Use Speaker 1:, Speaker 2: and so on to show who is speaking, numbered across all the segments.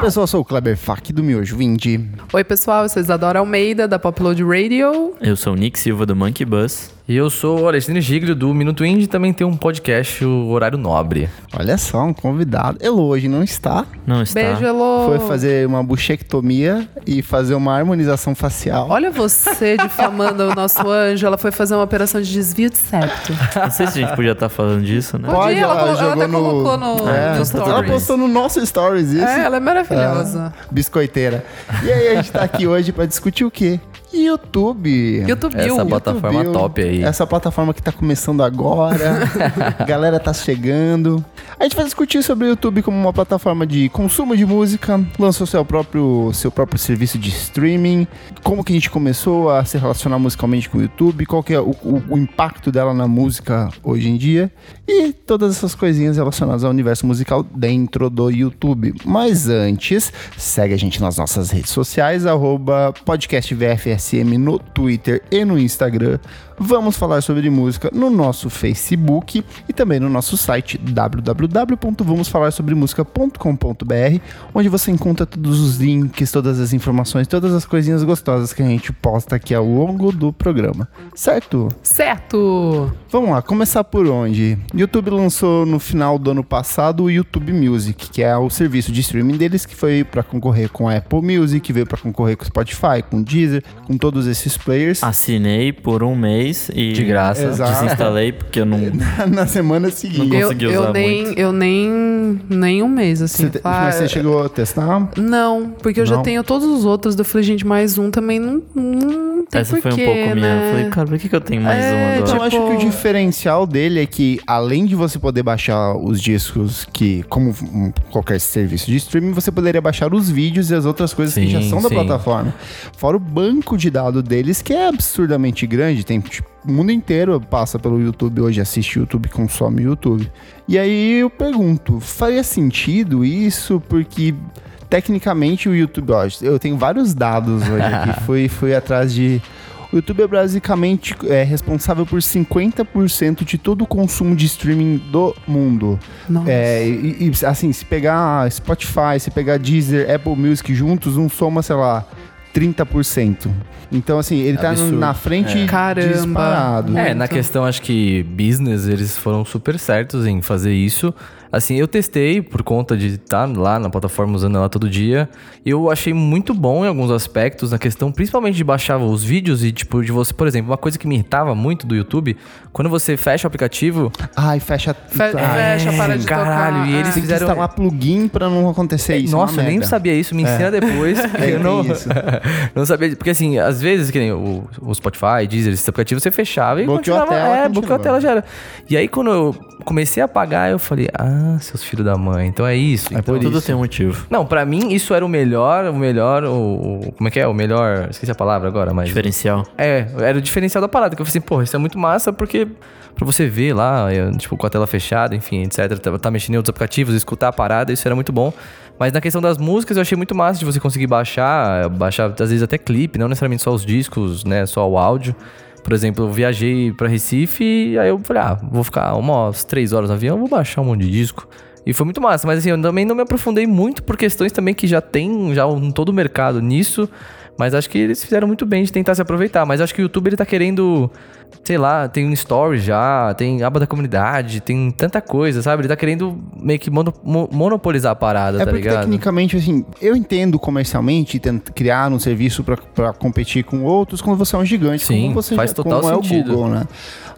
Speaker 1: pessoal, eu sou o Kleber Fak do Miojo Vindi.
Speaker 2: Oi, pessoal, eu sou Isadora Almeida, da Popload Radio.
Speaker 1: Tá.
Speaker 3: Eu sou o Nick Silva do Monkey Bus.
Speaker 4: E eu sou o Alexandre Giglio do Minuto Indie, também tem um podcast, o Horário Nobre.
Speaker 1: Olha só, um convidado. Elo hoje não está.
Speaker 3: Não está.
Speaker 2: Beijo, Elô.
Speaker 1: Foi fazer uma buchectomia e fazer uma harmonização facial.
Speaker 2: Olha você difamando o nosso anjo. Ela foi fazer uma operação de desvio de septo.
Speaker 3: Não sei se a gente podia estar falando disso, né?
Speaker 2: Pode, ela colo- ela até colocou no-
Speaker 1: É,
Speaker 2: no
Speaker 1: Ela
Speaker 2: stories.
Speaker 1: postou no nosso stories isso.
Speaker 2: É, ela é maravilhosa.
Speaker 1: Ah. Biscoiteira. E aí, a gente tá aqui hoje pra discutir o quê? YouTube.
Speaker 2: YouTube.
Speaker 4: Essa plataforma
Speaker 1: YouTube,
Speaker 4: top aí.
Speaker 1: Essa plataforma que tá começando agora. a galera tá chegando. A gente vai discutir sobre o YouTube como uma plataforma de consumo de música. Lançou seu próprio, seu próprio serviço de streaming. Como que a gente começou a se relacionar musicalmente com o YouTube. Qual que é o, o- o impacto dela na música hoje em dia. E todas essas coisinhas relacionadas ao universo musical dentro do YouTube. Mas antes, segue a gente nas nossas redes sociais, arroba podcast VFSM no Twitter e no Instagram. Vamos falar sobre música no nosso Facebook e também no nosso site www.vamosfalarsobremusica.com.br, onde você encontra todos os links, todas as informações, todas as coisinhas gostosas que a gente posta aqui ao longo do programa. Certo?
Speaker 2: Certo!
Speaker 1: Vamos lá, começar por onde? YouTube lançou no final do ano passado o YouTube Music, que é o serviço de streaming deles que foi pra concorrer com a Apple Music, veio pra concorrer com o Spotify, com o Deezer, com todos esses players.
Speaker 3: Assinei por um mês e.
Speaker 4: De graça.
Speaker 1: Exato.
Speaker 3: Desinstalei porque eu não.
Speaker 1: Na semana seguinte.
Speaker 3: Não
Speaker 2: Eu,
Speaker 3: consegui
Speaker 2: eu
Speaker 3: usar
Speaker 2: nem,
Speaker 3: muito.
Speaker 2: eu nem, nem um mês, assim.
Speaker 1: Você te-
Speaker 2: Ah,
Speaker 1: mas você chegou a testar?
Speaker 2: Não, porque eu já
Speaker 1: Não?
Speaker 2: tenho todos os outros. Eu falei, gente, mais um também não, não tem
Speaker 3: Essa foi um
Speaker 2: porquê,
Speaker 3: pouco minha.
Speaker 2: né?
Speaker 3: Eu falei, cara, por que, que eu tenho mais
Speaker 2: É,
Speaker 3: um agora?
Speaker 1: Então, eu acho
Speaker 2: Tipo-
Speaker 1: que o diferencial dele é que, além de você poder baixar os discos que, como um- qualquer serviço de streaming, você poderia baixar os vídeos e as outras coisas que
Speaker 4: Sim,
Speaker 1: já são da
Speaker 4: sim.
Speaker 1: plataforma. Fora o banco de dado deles, que é absurdamente grande, tem tipo, o mundo inteiro passa pelo YouTube hoje, assiste YouTube, consome YouTube. E aí eu pergunto, faria sentido isso? Porque tecnicamente o YouTube, ó, eu tenho vários dados hoje aqui, fui, fui atrás de... O YouTube é basicamente é, responsável por 50% de todo o consumo de streaming do mundo.
Speaker 2: Nossa.
Speaker 1: É, e, e, assim, se pegar Spotify, se pegar Deezer, Apple Music juntos, um soma, sei lá, 30%. Então, assim, ele tá
Speaker 4: Absurdo.
Speaker 1: na frente
Speaker 2: Caramba.
Speaker 1: disparado.
Speaker 4: É,
Speaker 2: Muito.
Speaker 4: na questão, acho que business, eles foram super certos em fazer isso. Assim, eu testei por conta de estar lá na plataforma usando ela todo dia. Eu achei muito bom em alguns aspectos, na questão principalmente de baixar os vídeos e, tipo, de você, por exemplo, uma coisa que me irritava muito do YouTube, quando você fecha o aplicativo.
Speaker 1: Ai, fecha...
Speaker 2: Fe-
Speaker 1: Ai,
Speaker 2: fecha, para de
Speaker 4: caralho,
Speaker 2: tocar.
Speaker 4: e
Speaker 1: Tem
Speaker 4: eles
Speaker 1: que
Speaker 4: fizeram- um- É,
Speaker 1: instalar plugin pra não acontecer isso. é uma
Speaker 4: Nossa, eu nem
Speaker 1: merda.
Speaker 4: sabia isso, me ensina depois. porque
Speaker 1: É,
Speaker 4: eu não,
Speaker 1: tem isso.
Speaker 4: não sabia. Porque assim, às vezes, que nem o, o Spotify, Deezer, esses aplicativos, você fechava e
Speaker 1: Bloqueou a
Speaker 4: continuava.
Speaker 1: tela,
Speaker 4: é,
Speaker 1: continua.
Speaker 4: bloqueou a tela já era. E aí, quando eu comecei a pagar, eu falei, ah, seus filhos da mãe, então é isso. então.
Speaker 3: Tudo tem um motivo.
Speaker 4: Não, pra mim, isso era o melhor, o melhor, o, o- Como é que é? O melhor. Esqueci a palavra agora, mas.
Speaker 3: Diferencial.
Speaker 4: É, era o diferencial da parada, que eu falei assim, porra, isso é muito massa, porque pra você ver lá, eu, tipo, com a tela fechada, enfim, etc, tá, tá mexendo em outros aplicativos, escutar a parada, isso era muito bom. Mas na questão das músicas, eu achei muito massa de você conseguir baixar, baixar às vezes até clipe, não necessariamente só os discos, né, só o áudio. Por exemplo, eu viajei pra Recife e aí eu falei, ah, vou ficar umas três horas no avião, vou baixar um monte de disco. E foi muito massa, mas assim, eu também não me aprofundei muito por questões também que já tem já um, todo o mercado nisso. Mas acho que eles fizeram muito bem de tentar se aproveitar. Mas acho que o YouTube ele tá querendo, sei lá, tem um story já, tem aba da comunidade, tem tanta coisa, sabe? Ele tá querendo meio que mono- mo- monopolizar a parada,
Speaker 1: É
Speaker 4: tá
Speaker 1: porque
Speaker 4: ligado?
Speaker 1: tecnicamente, assim, eu entendo comercialmente tent- criar um serviço pra- pra competir com outros quando você é um gigante,
Speaker 4: Sim,
Speaker 1: como você
Speaker 4: faz
Speaker 1: já,
Speaker 4: total
Speaker 1: como
Speaker 4: sentido.
Speaker 1: é o Google, né?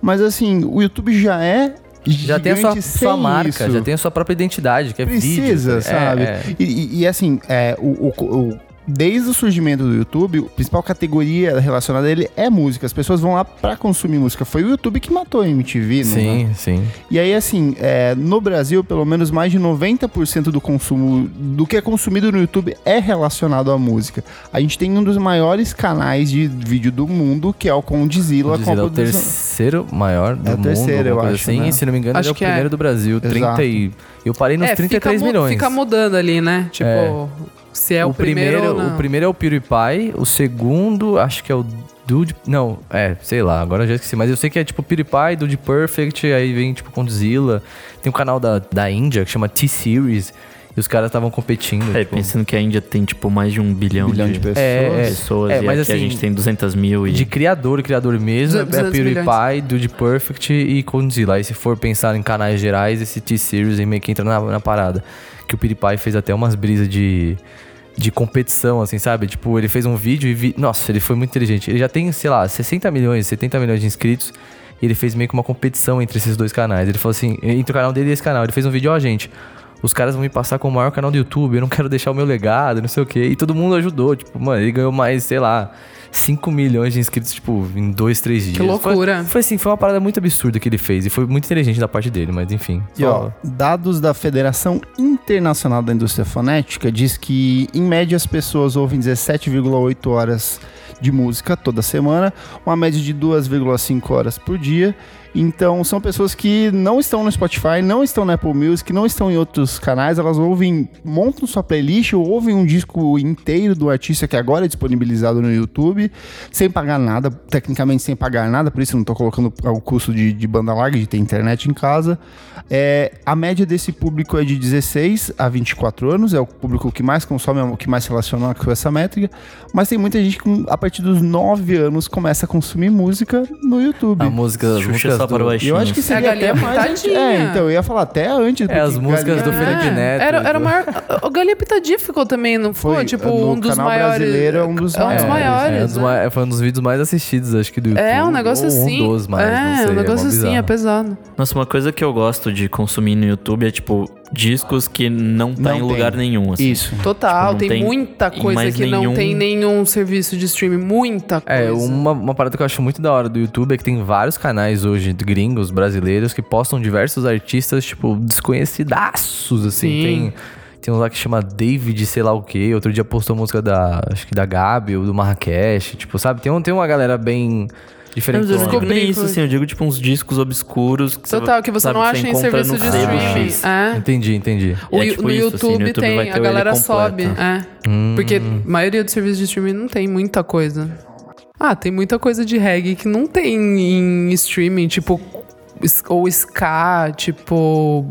Speaker 1: Mas assim, o YouTube já é
Speaker 4: Já tem a sua,
Speaker 1: gigante
Speaker 4: sua
Speaker 1: sem
Speaker 4: marca,
Speaker 1: isso.
Speaker 4: já tem a sua própria identidade, que é
Speaker 1: precisa,
Speaker 4: vídeo.
Speaker 1: sabe?
Speaker 4: É, é.
Speaker 1: E, e- e, assim, é, o, o- o- desde o surgimento do YouTube, a principal categoria relacionada a ele é música. As pessoas vão lá pra consumir música. Foi o YouTube que matou a MTV, né?
Speaker 4: Sim, sim.
Speaker 1: E aí, assim, é, no Brasil, pelo menos mais de 90% do consumo do que é consumido no YouTube é relacionado à música. A gente tem um dos maiores canais de vídeo do mundo, que é o Condizila.
Speaker 4: Dizer, é o
Speaker 1: produção-
Speaker 4: terceiro maior do
Speaker 1: É o
Speaker 4: mundo.
Speaker 1: terceiro,
Speaker 4: alguma
Speaker 1: eu
Speaker 4: coisa
Speaker 1: acho,
Speaker 4: Assim,
Speaker 1: né?
Speaker 4: E se não me engano,
Speaker 2: Acho
Speaker 4: ele é o
Speaker 2: que é.
Speaker 4: primeiro do Brasil.
Speaker 1: Exato.
Speaker 4: 30 e... Eu parei nos
Speaker 2: É,
Speaker 4: 33
Speaker 2: fica, mu-
Speaker 4: milhões.
Speaker 2: Fica mudando ali, né? Tipo, se é o, primeiro, ou não.
Speaker 4: o primeiro é o PewDiePie, o segundo acho que é o Dude, não, é, sei lá, agora eu já esqueci, mas eu sei que é tipo PewDiePie, Dude Perfect, aí vem tipo Condzilla, tem um canal da, da Índia que chama T-Series, E os caras estavam competindo.
Speaker 3: É,
Speaker 4: tipo,
Speaker 3: pensando que a Índia tem, tipo, mais de um bilhão,
Speaker 1: bilhão de pessoas.
Speaker 4: É,
Speaker 3: pessoas
Speaker 4: É,
Speaker 3: e
Speaker 4: mas
Speaker 3: aqui a
Speaker 4: assim,
Speaker 3: gente tem 200 mil e...
Speaker 4: De criador, criador mesmo, é
Speaker 2: 200
Speaker 4: PewDiePie, Dude Perfect e Condzilla. Aí se for pensar em canais gerais, esse T-Series aí meio que entra na, na parada. Que o PewDiePie fez até umas brisas de, de competição, assim, sabe? Tipo, ele fez um vídeo e... Vi... Nossa, ele foi muito inteligente. Ele já tem, sei lá, 60 milhões, 70 milhões de inscritos. E ele fez meio que uma competição entre esses dois canais. Ele falou assim, entre o canal dele e esse canal. Ele fez um vídeo, ó, gente... Os caras vão me passar como o maior canal do YouTube, eu não quero deixar o meu legado, não sei o quê. E todo mundo ajudou, tipo, mano, ele ganhou mais, sei lá, 5 milhões de inscritos, tipo, em dois, três dias.
Speaker 2: loucura.
Speaker 4: Foi, foi assim, foi uma parada muito absurda que ele fez. E foi muito inteligente da parte dele, mas enfim.
Speaker 1: E ó, dados da Federação Internacional da Indústria Fonética diz que, em média, as pessoas ouvem 17,8 horas de música toda semana, uma média de 2,5 horas por dia. Então, são pessoas que não estão no Spotify, não estão na Apple Music, não estão em outros canais, elas ouvem, montam sua playlist, ou ouvem um disco inteiro do artista que agora é disponibilizado no YouTube, sem pagar nada, tecnicamente sem pagar nada, por isso eu não tô colocando o custo de, de banda larga, de ter internet em casa. É, a média desse público é de 16 a 24 anos, é o público que mais consome, é o que mais se relaciona com essa métrica, mas tem muita gente que com- a partir dos 9 anos começa a consumir música no YouTube.
Speaker 4: a música. as
Speaker 3: Xuxa
Speaker 4: músicas
Speaker 3: só para
Speaker 4: do-
Speaker 1: E eu acho que
Speaker 3: baixinhos.
Speaker 1: seria
Speaker 2: A galinha
Speaker 1: até mais...
Speaker 2: pintadinha.
Speaker 1: É, então, eu ia falar até antes.
Speaker 4: É, as
Speaker 1: porque
Speaker 4: músicas do
Speaker 1: galinha-
Speaker 4: Felipe Neto.
Speaker 2: É. Era, era
Speaker 4: do-
Speaker 2: o maior. O Galinha Pitadinha ficou também, não foi?
Speaker 1: Foi,
Speaker 2: tipo,
Speaker 1: no
Speaker 2: um dos
Speaker 1: canal
Speaker 2: maiores.
Speaker 1: brasileiro é um dos
Speaker 2: É um dos
Speaker 1: maiores,
Speaker 2: maiores.
Speaker 4: é, um dos
Speaker 2: né?
Speaker 4: mai- foi um dos vídeos mais assistidos, acho que do YouTube.
Speaker 2: É, um negócio
Speaker 4: ou
Speaker 2: assim.
Speaker 4: Um dos mais,
Speaker 2: é,
Speaker 4: não sei,
Speaker 2: um negócio
Speaker 4: mó
Speaker 2: assim, é
Speaker 4: bizarro.
Speaker 2: pesado.
Speaker 3: Nossa, uma coisa que eu gosto de consumir no YouTube é, tipo, discos que não tá
Speaker 1: Não
Speaker 3: em
Speaker 1: tem.
Speaker 3: lugar nenhum, assim.
Speaker 1: Isso.
Speaker 2: Total,
Speaker 3: não
Speaker 2: tem,
Speaker 3: tem
Speaker 2: muita
Speaker 3: em
Speaker 2: coisa
Speaker 3: mais
Speaker 2: que não
Speaker 3: nenhum-
Speaker 2: tem nenhum serviço de streaming. Muita coisa.
Speaker 4: É, uma, uma parada que eu acho muito da hora do YouTube é que tem vários canais hoje, de gringos, brasileiros, que postam diversos artistas, tipo, desconhecidaços, assim.
Speaker 2: Sim.
Speaker 4: Tem, tem um lá que chama David, sei lá o quê. Outro dia postou música da, acho que da Gabi, ou do Marrakech, tipo, sabe? Tem, um, tem uma galera bem
Speaker 3: Não,
Speaker 4: diferente.
Speaker 3: mas eu não digo
Speaker 2: Descobri,
Speaker 3: nem isso,
Speaker 2: inclusive.
Speaker 3: assim, eu digo, tipo, uns discos obscuros. Que
Speaker 2: Total, que você
Speaker 3: sabe,
Speaker 2: não acha em
Speaker 3: encontra
Speaker 2: serviço
Speaker 3: no
Speaker 2: de
Speaker 3: sebo
Speaker 2: streaming.
Speaker 3: X.
Speaker 2: É.
Speaker 4: Entendi, entendi.
Speaker 2: O
Speaker 3: É
Speaker 2: Yu-
Speaker 3: tipo
Speaker 2: no
Speaker 3: isso, assim,
Speaker 2: YouTube
Speaker 3: no YouTube
Speaker 2: tem,
Speaker 3: vai ter
Speaker 2: a
Speaker 3: ele
Speaker 2: galera
Speaker 3: completo.
Speaker 2: sobe. É.
Speaker 1: Hum.
Speaker 2: Porque a maioria dos serviços de streaming não tem muita coisa. Ah, tem muita coisa de reggae que não tem em streaming, tipo. s- Ou ska, tipo.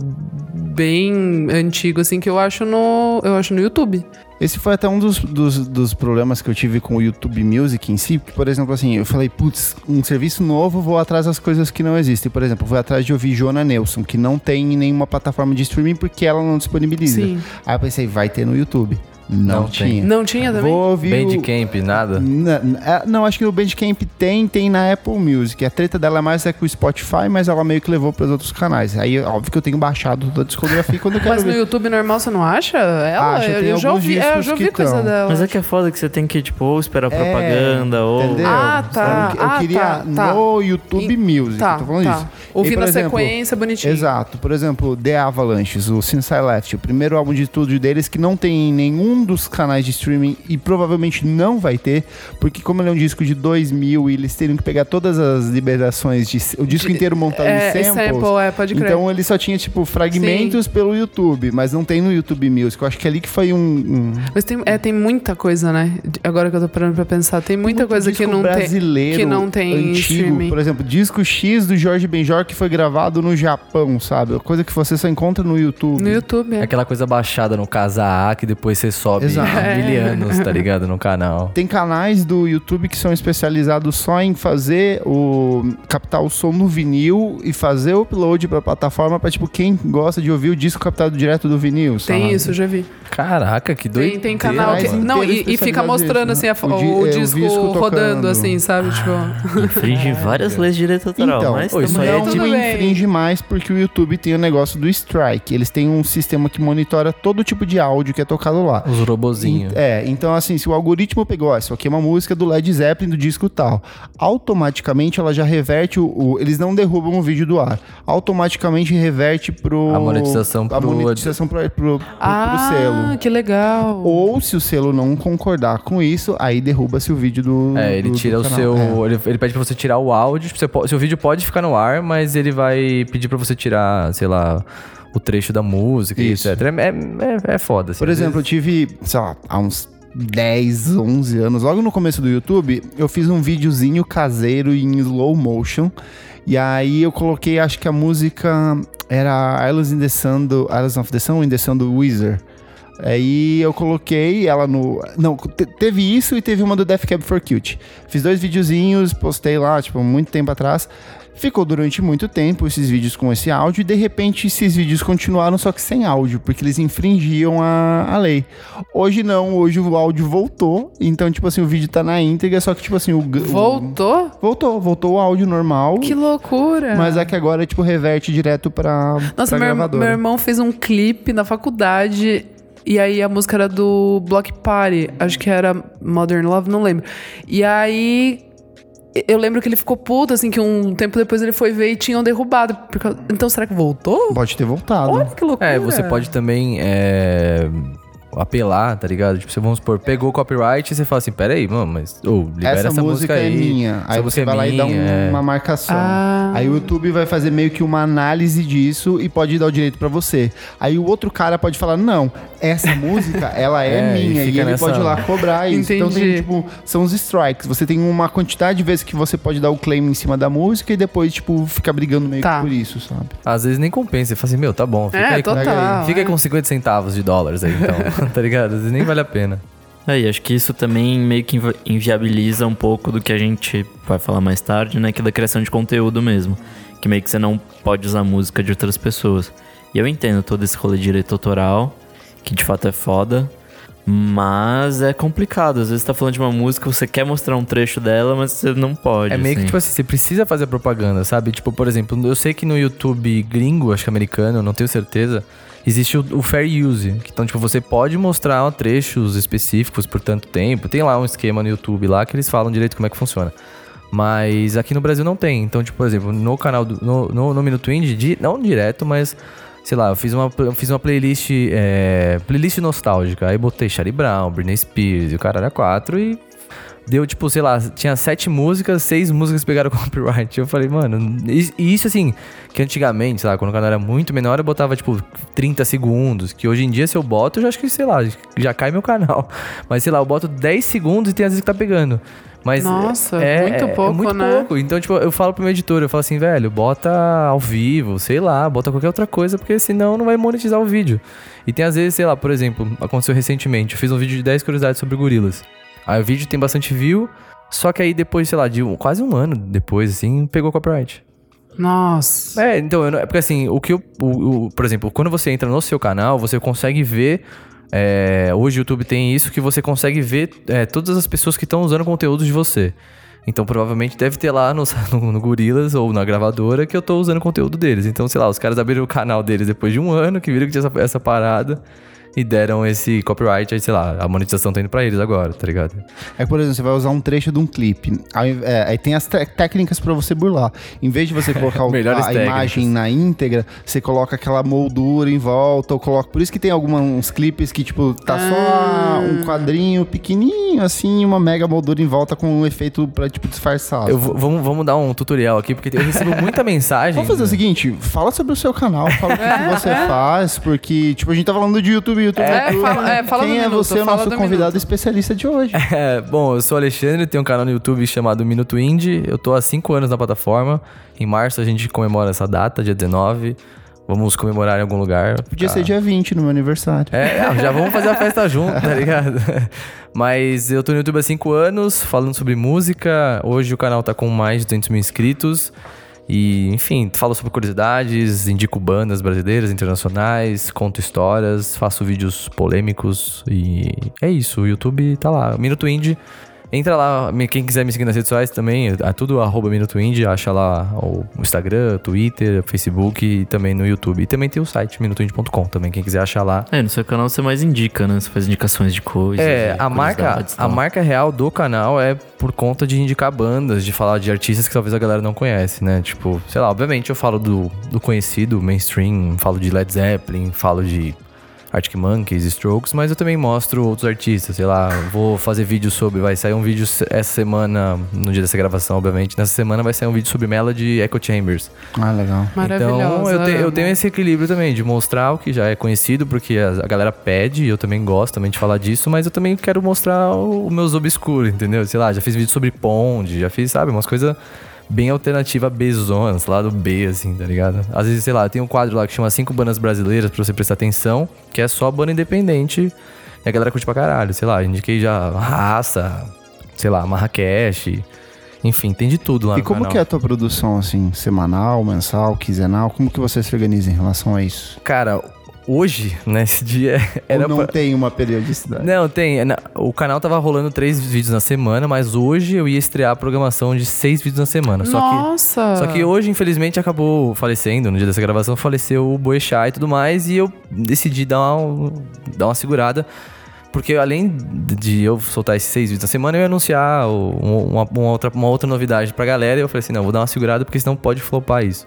Speaker 2: Bem antigo, assim, que eu acho no. Eu acho no YouTube.
Speaker 1: Esse foi até um dos, dos, dos problemas que eu tive com o YouTube Music em si. porque, Por exemplo, assim, eu falei, putz, um serviço novo, vou atrás das coisas que não existem. Por exemplo, fui atrás de ouvir Jona Nelson, que não tem em nenhuma plataforma de streaming porque ela não disponibiliza.
Speaker 2: Sim.
Speaker 1: Aí eu pensei, vai ter no YouTube. Não,
Speaker 4: Não
Speaker 1: tinha.
Speaker 2: Não tinha também?
Speaker 1: Vou ouvir o-
Speaker 4: Bandcamp, nada.
Speaker 1: Na- na- não, acho que o Bandcamp tem, tem na Apple Music. A treta dela é mais é com o Spotify, mas ela meio que levou para os outros canais. Aí, óbvio que eu tenho baixado toda a discografia quando eu quero
Speaker 2: Mas no
Speaker 1: ver.
Speaker 2: YouTube normal você não acha? Ela?
Speaker 1: Acho,
Speaker 2: eu,
Speaker 1: tem
Speaker 2: eu já
Speaker 1: alguns
Speaker 2: ouvi, é, eu
Speaker 1: discos
Speaker 2: já ouvi
Speaker 1: que
Speaker 2: coisa
Speaker 1: tão.
Speaker 2: dela.
Speaker 3: Mas é que é foda que você tem que, tipo, ou esperar
Speaker 4: É,
Speaker 3: propaganda, ou...
Speaker 1: É, Entendeu? Então,
Speaker 2: Ah, tá.
Speaker 1: Eu, que- eu
Speaker 2: Ah,
Speaker 1: queria
Speaker 2: tá, tá.
Speaker 1: no YouTube
Speaker 2: E-
Speaker 1: Music.
Speaker 2: tá,
Speaker 1: eu tô falando
Speaker 2: tá.
Speaker 1: isso.
Speaker 2: Ouvi
Speaker 1: E, por
Speaker 2: na
Speaker 1: exemplo,
Speaker 2: sequência, bonitinho.
Speaker 1: Exato. Por exemplo, The Avalanches, o Since I Left, o primeiro álbum de estúdio deles que não tem em nenhum dos canais de streaming e provavelmente não vai ter, porque como ele é um disco de 2000 e eles teriam que pegar todas as liberações, de, o disco inteiro montado
Speaker 2: É,
Speaker 1: em
Speaker 2: é
Speaker 1: tá samples.
Speaker 2: sample, é, pode crer.
Speaker 1: Então ele só tinha, tipo, fragmentos pelo YouTube, mas não tem no YouTube Music. Eu acho que ali que foi um... um
Speaker 2: Mas tem, é, tem muita coisa, né? De- Agora que eu tô parando pra pensar, tem muita
Speaker 1: muito
Speaker 2: coisa que
Speaker 1: disco
Speaker 2: não tem.
Speaker 1: brasileiro
Speaker 2: Que não tem em
Speaker 1: antigo,
Speaker 2: streaming.
Speaker 1: Por exemplo, disco X do Jorge Benjor que foi gravado no Japão, sabe? Coisa que você só encontra no YouTube.
Speaker 2: No YouTube,
Speaker 1: tá
Speaker 2: é.
Speaker 4: Aquela coisa baixada no casa A que depois você sobe
Speaker 1: Exato.
Speaker 2: É.
Speaker 4: mil anos, tá ligado? No canal.
Speaker 1: Tem canais do YouTube que são especializados só em fazer o captar o som no vinil e fazer o upload pra plataforma pra tipo quem gosta de ouvir o disco captado direto do vinil, sabe?
Speaker 2: Tem isso, já vi.
Speaker 4: Caraca, que doido.
Speaker 2: Tem, tem canal que.
Speaker 1: mano.
Speaker 2: Não, e- e,
Speaker 1: Inteiro
Speaker 2: fica
Speaker 1: especializado
Speaker 2: mostrando
Speaker 1: nisso,
Speaker 2: assim
Speaker 1: né?
Speaker 2: a fo-
Speaker 1: O di-
Speaker 2: o,
Speaker 1: é, o
Speaker 2: disco
Speaker 1: disco tocando.
Speaker 2: rodando, assim, sabe? Tipo.
Speaker 3: Infringe várias leis de direito autoral,
Speaker 1: Então,
Speaker 3: mas
Speaker 4: Ô, isso
Speaker 3: também
Speaker 4: aí é
Speaker 1: não
Speaker 2: tudo
Speaker 1: me
Speaker 2: bem.
Speaker 1: infringe mais porque o YouTube tem o negócio do strike. Eles têm um sistema que monitora todo tipo de áudio que é tocado lá.
Speaker 4: Os robozinhos.
Speaker 1: Ent- É, então assim, se o algoritmo pegou, ó, isso aqui é uma música do Led Zeppelin do disco tal, automaticamente ela já reverte o, o- eles não derrubam o vídeo do ar, automaticamente reverte pro
Speaker 4: A monetização
Speaker 1: a
Speaker 4: pro-
Speaker 1: monetização pro, pro- pro- pro
Speaker 2: Ah,
Speaker 1: selo.
Speaker 2: que legal.
Speaker 1: Ou se o selo não concordar com isso, aí derruba-se o vídeo do
Speaker 4: É, ele
Speaker 1: do- do
Speaker 4: tira o
Speaker 1: canal.
Speaker 4: seu.
Speaker 1: É.
Speaker 4: Ele, ele pede pra você tirar o áudio. tipo, Você po- seu vídeo pode ficar no ar, mas ele vai pedir pra você tirar, sei lá, o trecho da música
Speaker 1: Isso.
Speaker 4: e etc. É, é, é foda. assim.
Speaker 1: Por
Speaker 4: Às
Speaker 1: exemplo, eu tive, sei lá, há uns 10, 11 anos, logo no começo do YouTube, eu fiz um videozinho caseiro em slow motion. E aí eu coloquei, acho que a música era Islands in the Sun do Islands of the Sun, ou in the Sun do Weezer. Aí eu coloquei ela no. Não, te- teve isso e teve uma do Death Cab for Cute. Fiz dois videozinhos, postei lá, tipo, muito tempo atrás. Ficou durante muito tempo esses vídeos com esse áudio e de repente esses vídeos continuaram, só que sem áudio, porque eles infringiam a, a lei. Hoje não, hoje o áudio voltou, então, tipo assim, o vídeo tá na íntegra, só que, tipo assim, o. g- o-
Speaker 2: Voltou?
Speaker 1: Voltou, voltou o áudio normal.
Speaker 2: Que loucura.
Speaker 1: Mas é que agora, tipo, reverte direto pra,
Speaker 2: Nossa,
Speaker 4: Tá
Speaker 1: pra
Speaker 2: meu,
Speaker 1: gravadora.
Speaker 2: meu irmão fez um clipe na faculdade e aí a música era do Block Party, acho que era Modern Love, não lembro. E aí eu lembro que ele ficou puto, assim, que um tempo depois ele foi ver e tinham derrubado. por causa- Então será que voltou?
Speaker 1: Pode ter voltado.
Speaker 2: Olha que loucura.
Speaker 4: É, você pode também é, apelar, tá ligado? Tipo, você, vamos supor, pegou o copyright e você fala assim, peraí, mano, mas ô, libera essa,
Speaker 1: essa, música, é
Speaker 4: aí.
Speaker 1: minha.
Speaker 4: Essa
Speaker 1: Aí
Speaker 4: música
Speaker 1: você
Speaker 4: é
Speaker 1: vai lá e dá um-
Speaker 4: minha, é.
Speaker 1: uma marcação.
Speaker 2: Ah.
Speaker 1: Aí o YouTube vai fazer meio que uma análise disso e pode dar o direito pra você. Aí o outro cara pode falar: "Não, essa música, ela é,
Speaker 4: É, e
Speaker 1: minha" e,
Speaker 4: fica
Speaker 1: ele
Speaker 4: nessa-
Speaker 1: pode ir lá cobrar isso. Então tem
Speaker 2: Entendi.
Speaker 1: tipo, são os strikes. Você tem uma quantidade de vezes que você pode dar o claim em cima da música e depois tipo fica brigando meio
Speaker 2: Tá.
Speaker 1: que por isso, sabe?
Speaker 4: Às vezes nem compensa. Você fala assim, meu, tá bom, fica
Speaker 2: É,
Speaker 4: aí com...
Speaker 2: total.
Speaker 4: Fica aí com 50 centavos de dólares aí, então, tá ligado? Às vezes nem vale a pena.
Speaker 3: É, e acho que isso também meio que invi- inviabiliza um pouco do que a gente vai falar mais tarde, né? Que é da criação de conteúdo mesmo. Que meio que você não pode usar música de outras pessoas. E eu entendo todo esse rolê de direito autoral, que de fato é foda. Mas é complicado. Às vezes você tá falando de uma música, você quer mostrar um trecho dela, mas você não pode.
Speaker 4: É meio que,
Speaker 3: assim.
Speaker 4: tipo assim, você precisa fazer a propaganda, sabe? Tipo, por exemplo, eu sei que no YouTube gringo, acho que americano, não tenho certeza, existe o, o fair use. que Então, tipo, você pode mostrar trechos específicos por tanto tempo. Tem lá um esquema no YouTube lá que eles falam direito como é que funciona. Mas aqui no Brasil não tem. Então, tipo, por exemplo, no canal do. No, no, no Minuto Indie, di- não direto, mas. Sei lá, eu fiz uma, eu fiz uma playlist. é, playlist nostálgica. Aí botei Charlie Brown, Britney Spears e o caralho a 4 e. Deu, tipo, sei lá, tinha sete músicas, seis músicas pegaram copyright. Eu falei, mano, e e isso assim, que antigamente, sei lá, quando o canal era muito menor, eu botava, tipo, 30 segundos. Que hoje em dia, se eu boto, eu já acho que, sei lá, já cai meu canal. Mas, sei lá, eu boto 10 segundos e tem às vezes que tá pegando. Mas é,
Speaker 2: Nossa, muito pouco,
Speaker 4: muito
Speaker 2: né?
Speaker 4: pouco. Então, tipo, eu falo pro meu editor, eu falo assim, velho, bota ao vivo, sei lá, bota qualquer outra coisa, porque senão não vai monetizar o vídeo. E tem às vezes, sei lá, por exemplo, aconteceu recentemente, eu fiz um vídeo de 10 curiosidades sobre gorilas. Aí o vídeo tem bastante view, só que aí depois, sei lá, de um- quase um ano depois, assim, pegou copyright.
Speaker 2: Nossa.
Speaker 4: É, então, eu não- é porque assim, o que eu, o- o- por exemplo, quando você entra no seu canal, você consegue ver. é, hoje o YouTube tem isso que você consegue ver é, todas as pessoas que estão usando conteúdo de você. Então provavelmente deve ter lá no, no, no Gorilas ou na gravadora que eu tô usando conteúdo deles. Então, sei lá, os caras abriram o canal deles depois de um ano, que viram que tinha essa, essa parada e deram esse copyright, aí, sei lá, a monetização tá indo pra eles agora, tá ligado?
Speaker 1: É que, por exemplo, você vai usar um trecho de um clipe. Aí, é, aí tem as te- técnicas pra você burlar. Em vez de você colocar o-
Speaker 4: Melhores
Speaker 1: a
Speaker 4: técnicas.
Speaker 1: imagem na íntegra, você coloca aquela moldura em volta, ou coloca. Por isso que tem alguns clipes que, tipo, tá só
Speaker 2: Ah.
Speaker 1: um quadrinho pequenininho, assim, e uma mega moldura em volta com um efeito pra, tipo, disfarçar.
Speaker 4: Eu vou- vamos, vamos dar um tutorial aqui, porque eu recebo muita mensagem.
Speaker 1: Vamos fazer o seguinte, fala sobre o seu canal, fala o que, que você faz, porque, tipo, a gente tá falando de YouTube, YouTube,
Speaker 2: É,
Speaker 1: YouTube.
Speaker 2: fala- é, fala
Speaker 1: Quem
Speaker 2: do
Speaker 1: é
Speaker 2: minuto,
Speaker 1: você, o
Speaker 2: fala
Speaker 1: nosso
Speaker 2: do
Speaker 1: convidado
Speaker 2: minuto.
Speaker 1: especialista de hoje?
Speaker 4: É, bom, eu sou o Alexandre, tenho um canal no YouTube chamado Minuto Indie. Eu tô há 5 anos na plataforma. Em março a gente comemora essa data, dia 19. Vamos comemorar em algum lugar.
Speaker 1: Podia
Speaker 4: Tá.
Speaker 1: ser dia 20 no meu aniversário.
Speaker 4: É, ah, já vamos fazer a festa junto, tá ligado? Mas eu tô no YouTube há 5 anos, falando sobre música. Hoje o canal tá com mais de 200 mil inscritos. E, enfim, falo sobre curiosidades, indico bandas brasileiras, internacionais, conto histórias, faço vídeos polêmicos e é isso. O YouTube tá lá. Minuto Indie. Entra lá, me- quem quiser me seguir nas redes sociais também, é tudo arroba Minuto Indie, acha lá o Instagram, Twitter, Facebook e também no YouTube. E também tem o site minutoindie.com também, quem quiser achar lá.
Speaker 3: É, no seu canal você mais indica, né? Você faz indicações de coisas.
Speaker 4: É,
Speaker 3: de
Speaker 4: a marca,
Speaker 3: curiosidades e
Speaker 4: a
Speaker 3: tal.
Speaker 4: marca real do canal é por conta de indicar bandas, de falar de artistas que talvez a galera não conhece, né? Tipo, sei lá, obviamente eu falo do, do conhecido, mainstream, falo de Led Zeppelin, falo de Arctic Monkeys, Strokes, mas eu também mostro outros artistas, sei lá, vou fazer vídeo sobre, vai sair um vídeo se- essa semana, no dia dessa gravação, obviamente, nessa semana vai sair um vídeo sobre Melody Echo Chambers.
Speaker 1: Ah, legal.
Speaker 4: Então
Speaker 2: Maravilhosa.
Speaker 4: eu, te- eu
Speaker 2: amo.
Speaker 4: tenho esse equilíbrio também, de mostrar o que já é conhecido, porque a, a galera pede, e eu também gosto também de falar disso, mas eu também quero mostrar o- os meus obscuros, entendeu? Sei lá, já fiz vídeo sobre Pond, já fiz, sabe, umas coisas bem alternativa Bzona, sei lá do B, assim, tá ligado? Às vezes, sei lá, tem um quadro lá que chama Cinco Bandas Brasileiras pra você prestar atenção, que é só banda independente. E a galera curte pra caralho, sei lá, indiquei já raça, sei lá, Marrakech. Enfim, tem de tudo lá
Speaker 1: E
Speaker 4: no
Speaker 1: como
Speaker 4: canal.
Speaker 1: que é a tua produção, assim, semanal, mensal, quinzenal? Como que você se organiza em relação a isso?
Speaker 4: Cara, hoje, nesse dia, era
Speaker 1: Ou não tá
Speaker 4: pra-
Speaker 1: tem uma periodicidade?
Speaker 4: Não, tem. é, na- O canal tava rolando três vídeos na semana, mas hoje eu ia estrear a programação de seis vídeos na semana. Só que.
Speaker 2: Nossa!
Speaker 4: Só que hoje, infelizmente, acabou falecendo. No dia dessa gravação, faleceu o Boechat e tudo mais. E eu decidi dar uma, dar uma segurada. Porque além de eu soltar esses seis vídeos na semana, eu ia anunciar o- um, uma, uma outra, uma outra novidade pra galera. E eu falei assim, não, vou dar uma segurada porque senão pode flopar isso.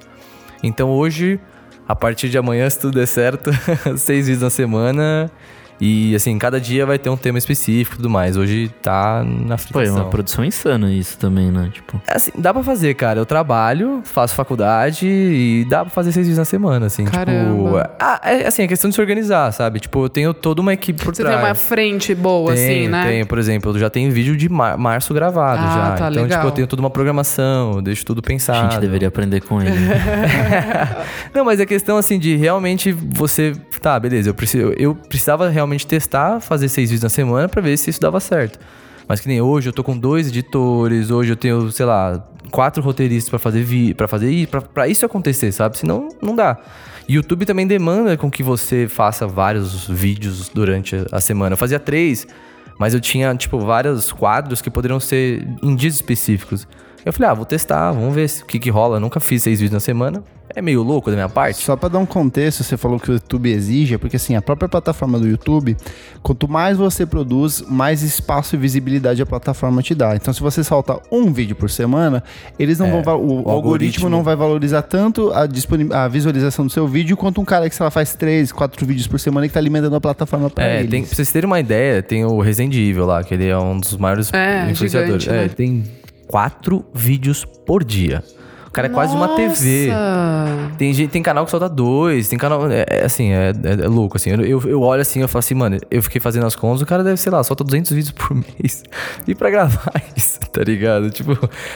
Speaker 4: Então hoje, a partir de amanhã, se tudo der certo, seis vídeos na semana. E assim, cada dia vai ter um tema específico e tudo mais. Hoje tá na
Speaker 3: Pô, é
Speaker 4: fritação.
Speaker 3: uma produção insana isso também, né? Tipo,
Speaker 4: Assim, dá pra fazer, cara. Eu trabalho, faço faculdade e dá pra fazer seis vezes na semana, assim. Tipo,
Speaker 2: Caramba.
Speaker 4: ah, é, assim, é questão de se organizar, sabe? Tipo, eu tenho toda uma equipe por
Speaker 2: Você tem
Speaker 4: trás.
Speaker 2: uma frente boa, assim,
Speaker 4: Tenho,
Speaker 2: né?
Speaker 4: tenho, por exemplo, eu já tenho vídeo de mar- março gravado
Speaker 2: Ah,
Speaker 4: já.
Speaker 2: tá,
Speaker 4: então,
Speaker 2: legal.
Speaker 4: tipo, eu tenho toda uma programação, eu deixo tudo
Speaker 3: a
Speaker 4: pensado.
Speaker 3: gente deveria aprender com ele. né?
Speaker 4: Não, mas é questão assim de realmente você. Tá, beleza, eu, preciso, eu precisava realmente testar, fazer seis vídeos na semana pra ver se isso dava certo. Mas que nem hoje eu tô com dois editores, hoje eu tenho, sei lá, quatro roteiristas pra fazer vi para fazer isso, pra, pra isso acontecer, sabe? Senão não dá. YouTube também demanda com que você faça vários vídeos durante a- a semana. Eu fazia três, mas eu tinha, tipo, vários quadros que poderiam ser em dias específicos. Eu falei, ah, vou testar, vamos ver se- o que, que rola. Nunca fiz seis vídeos na semana. É meio louco da minha parte.
Speaker 1: Só pra dar um contexto, você falou que o YouTube exige, é porque assim, a própria plataforma do YouTube, quanto mais você produz, mais espaço e visibilidade a plataforma te dá. Então, se você saltar um vídeo por semana, eles não vão va- o, algoritmo,
Speaker 4: É, algoritmo.
Speaker 1: não vai valorizar tanto a, disponi- a visualização do seu vídeo quanto um cara que, sei lá, faz três, quatro vídeos por semana e que tá alimentando a plataforma pra
Speaker 4: É,
Speaker 1: eles.
Speaker 4: tem, pra vocês terem uma ideia, tem o Resident Evil lá, que ele é um dos maiores
Speaker 2: É,
Speaker 4: influenciadores.
Speaker 2: gigante, né?
Speaker 4: É, tem quatro vídeos por dia. O cara é quase uma TV.
Speaker 2: Nossa!
Speaker 4: Tem, gente- tem canal que solta dois, tem canal. É, é assim, é, é- é louco, assim. Eu, eu, eu olho assim, eu falo assim, mano, eu fiquei fazendo as contas, o cara deve, sei lá, solta 200 vídeos por mês. E pra gravar isso, tá ligado? Tipo,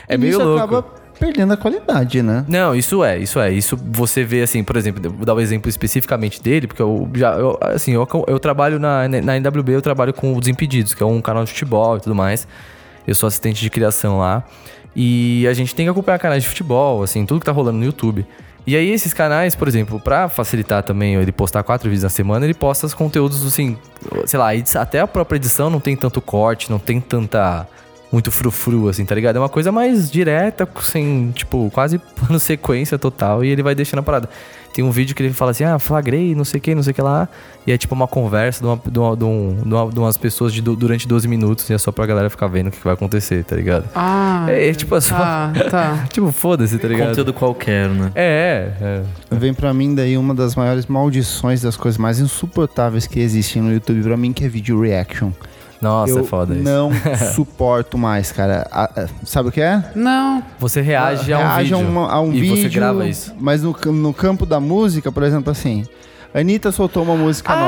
Speaker 4: é
Speaker 1: E
Speaker 4: meio
Speaker 1: isso
Speaker 4: louco.
Speaker 1: acaba perdendo a qualidade, né?
Speaker 4: Não, isso é, isso é. Isso você vê, assim, por exemplo, eu vou dar o exemplo especificamente dele, porque eu já, eu, assim, eu, eu trabalho na, na NWB, eu trabalho com o Desimpedidos, que é um canal de futebol e tudo mais. Eu sou assistente de criação lá. E a gente tem que acompanhar canais de futebol, assim, tudo que tá rolando no YouTube. E aí, esses canais, por exemplo, pra facilitar também ele postar quatro vídeos na semana, ele posta os conteúdos, assim, sei lá, edi- até a própria edição não tem tanto corte, não tem tanta muito frufru, assim, tá ligado? É uma coisa mais direta, sem, tipo, quase plano sequência total, e ele vai deixando a parada. Tem um vídeo que ele fala assim, ah, flagrei, não sei o que, não sei o que lá, e é tipo uma conversa de, uma, de, uma- de um- de uma- de umas pessoas de du- durante 12 minutos, e é só pra galera ficar vendo o que que vai acontecer, tá ligado?
Speaker 2: Ah,
Speaker 4: É, é tipo assim,
Speaker 2: tá, tá.
Speaker 4: tipo, foda-se, tá ligado?
Speaker 3: Conteúdo qualquer, né?
Speaker 4: É, é, é.
Speaker 1: Vem pra mim daí uma das maiores maldições das coisas mais insuportáveis que existem no YouTube pra mim, que é vídeo reaction.
Speaker 4: Nossa,
Speaker 1: eu
Speaker 4: é foda isso.
Speaker 1: não suporto mais, cara. A- a- sabe o que é?
Speaker 2: Não,
Speaker 4: Você reage a um
Speaker 1: Reage
Speaker 4: vídeo.
Speaker 1: uma- a um
Speaker 4: e
Speaker 1: vídeo.
Speaker 4: você grava isso.
Speaker 1: Mas no, cam- no campo da música, por exemplo, assim. Anitta soltou uma música
Speaker 2: Ah,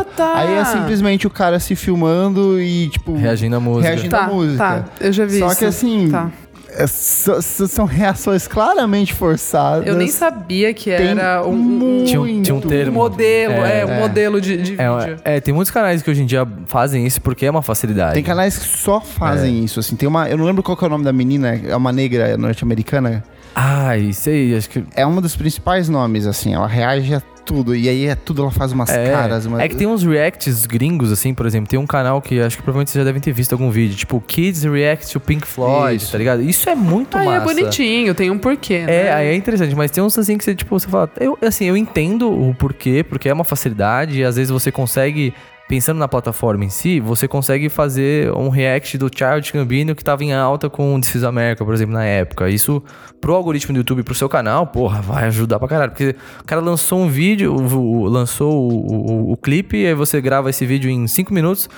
Speaker 1: nova.
Speaker 2: tá.
Speaker 1: Aí é simplesmente o cara se filmando e, tipo.
Speaker 4: Reagindo à música.
Speaker 1: Reagindo à
Speaker 2: tá,
Speaker 1: música.
Speaker 2: tá. Eu já vi
Speaker 1: Só
Speaker 2: isso.
Speaker 1: que assim.
Speaker 2: Tá.
Speaker 1: é- so- so- são reações claramente forçadas.
Speaker 2: Eu nem sabia que
Speaker 1: Tem
Speaker 2: era um- um,
Speaker 4: Tinha um, tinha um
Speaker 1: Muito.
Speaker 4: termo.
Speaker 2: modelo, é,
Speaker 4: É,
Speaker 2: um modelo de, de vídeo.
Speaker 4: É, é, tem muitos canais que hoje em dia fazem isso porque é uma facilidade.
Speaker 1: Tem canais que só
Speaker 4: É.
Speaker 1: fazem isso, assim. Tem uma. Eu não lembro qual que é o nome da menina, é uma negra norte-americana.
Speaker 4: Ai, sei, Ah, acho que.
Speaker 1: É um dos principais nomes, assim. Ela reage a tudo. E aí é tudo, ela faz umas
Speaker 4: É,
Speaker 1: caras. Uma...
Speaker 4: é que tem uns reacts gringos, assim, por exemplo, tem um canal que acho que provavelmente vocês já devem ter visto algum vídeo, tipo Kids React to Pink Floyd,
Speaker 1: Isso.
Speaker 4: tá ligado? Isso é muito
Speaker 2: Aí é
Speaker 4: massa.
Speaker 2: bonitinho, tem um porquê, né?
Speaker 4: É, aí é interessante, mas tem uns assim que você, tipo, você fala, eu, assim, eu entendo o porquê, porque é uma facilidade, e às vezes você consegue, pensando na plataforma em si, você consegue fazer um react do Child Gambino que tava em alta com o This is America, por exemplo, na época. Isso pro algoritmo do YouTube, pro seu canal, porra, vai ajudar pra caralho, porque o cara lançou um vídeo, o- o- lançou o, o- o clipe, e aí você grava esse vídeo em 5 minutos,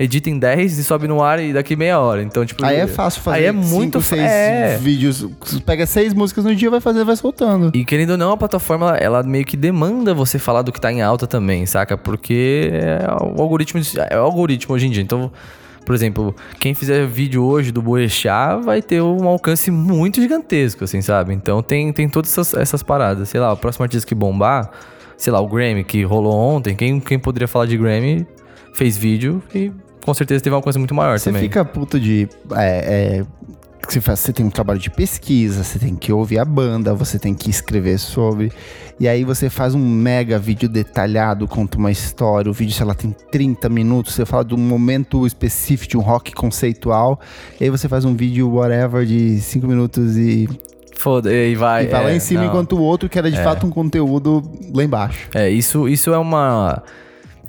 Speaker 4: edita em 10 e sobe no ar e daqui meia hora. Então, tipo,
Speaker 1: Aí é fácil fazer.
Speaker 4: Aí é
Speaker 1: cinco,
Speaker 4: muito fa-
Speaker 1: seis
Speaker 4: é.
Speaker 1: vídeos. Você Pega seis músicas no dia, vai fazer, vai soltando.
Speaker 4: E querendo ou não, a plataforma, ela- ela meio que demanda você falar do que tá em alta também, saca? Porque é o algoritmo, é o algoritmo hoje em dia. Então, Por exemplo, quem fizer vídeo hoje do Boechat vai ter um alcance muito gigantesco, assim, sabe? Então tem, tem todas essas, essas paradas. Sei lá, o próximo artista que bombar, sei lá, o Grammy que rolou ontem, quem, quem poderia falar de Grammy fez vídeo e com certeza teve uma coisa muito maior
Speaker 1: Você
Speaker 4: também.
Speaker 1: fica puto de. É, é, que você, faz, você tem um trabalho de pesquisa, você tem que ouvir a banda, você tem que escrever sobre. E aí você faz um mega vídeo detalhado, conta uma história. O vídeo, sei lá, tem 30 minutos. Você fala de um momento específico, de um rock conceitual. E aí você faz um vídeo, whatever, de 5 minutos e,
Speaker 4: Foda, e vai.
Speaker 1: e tá lá
Speaker 4: é,
Speaker 1: em cima,
Speaker 4: não.
Speaker 1: enquanto o outro que era de fato um conteúdo lá embaixo.
Speaker 4: É, isso, isso é uma.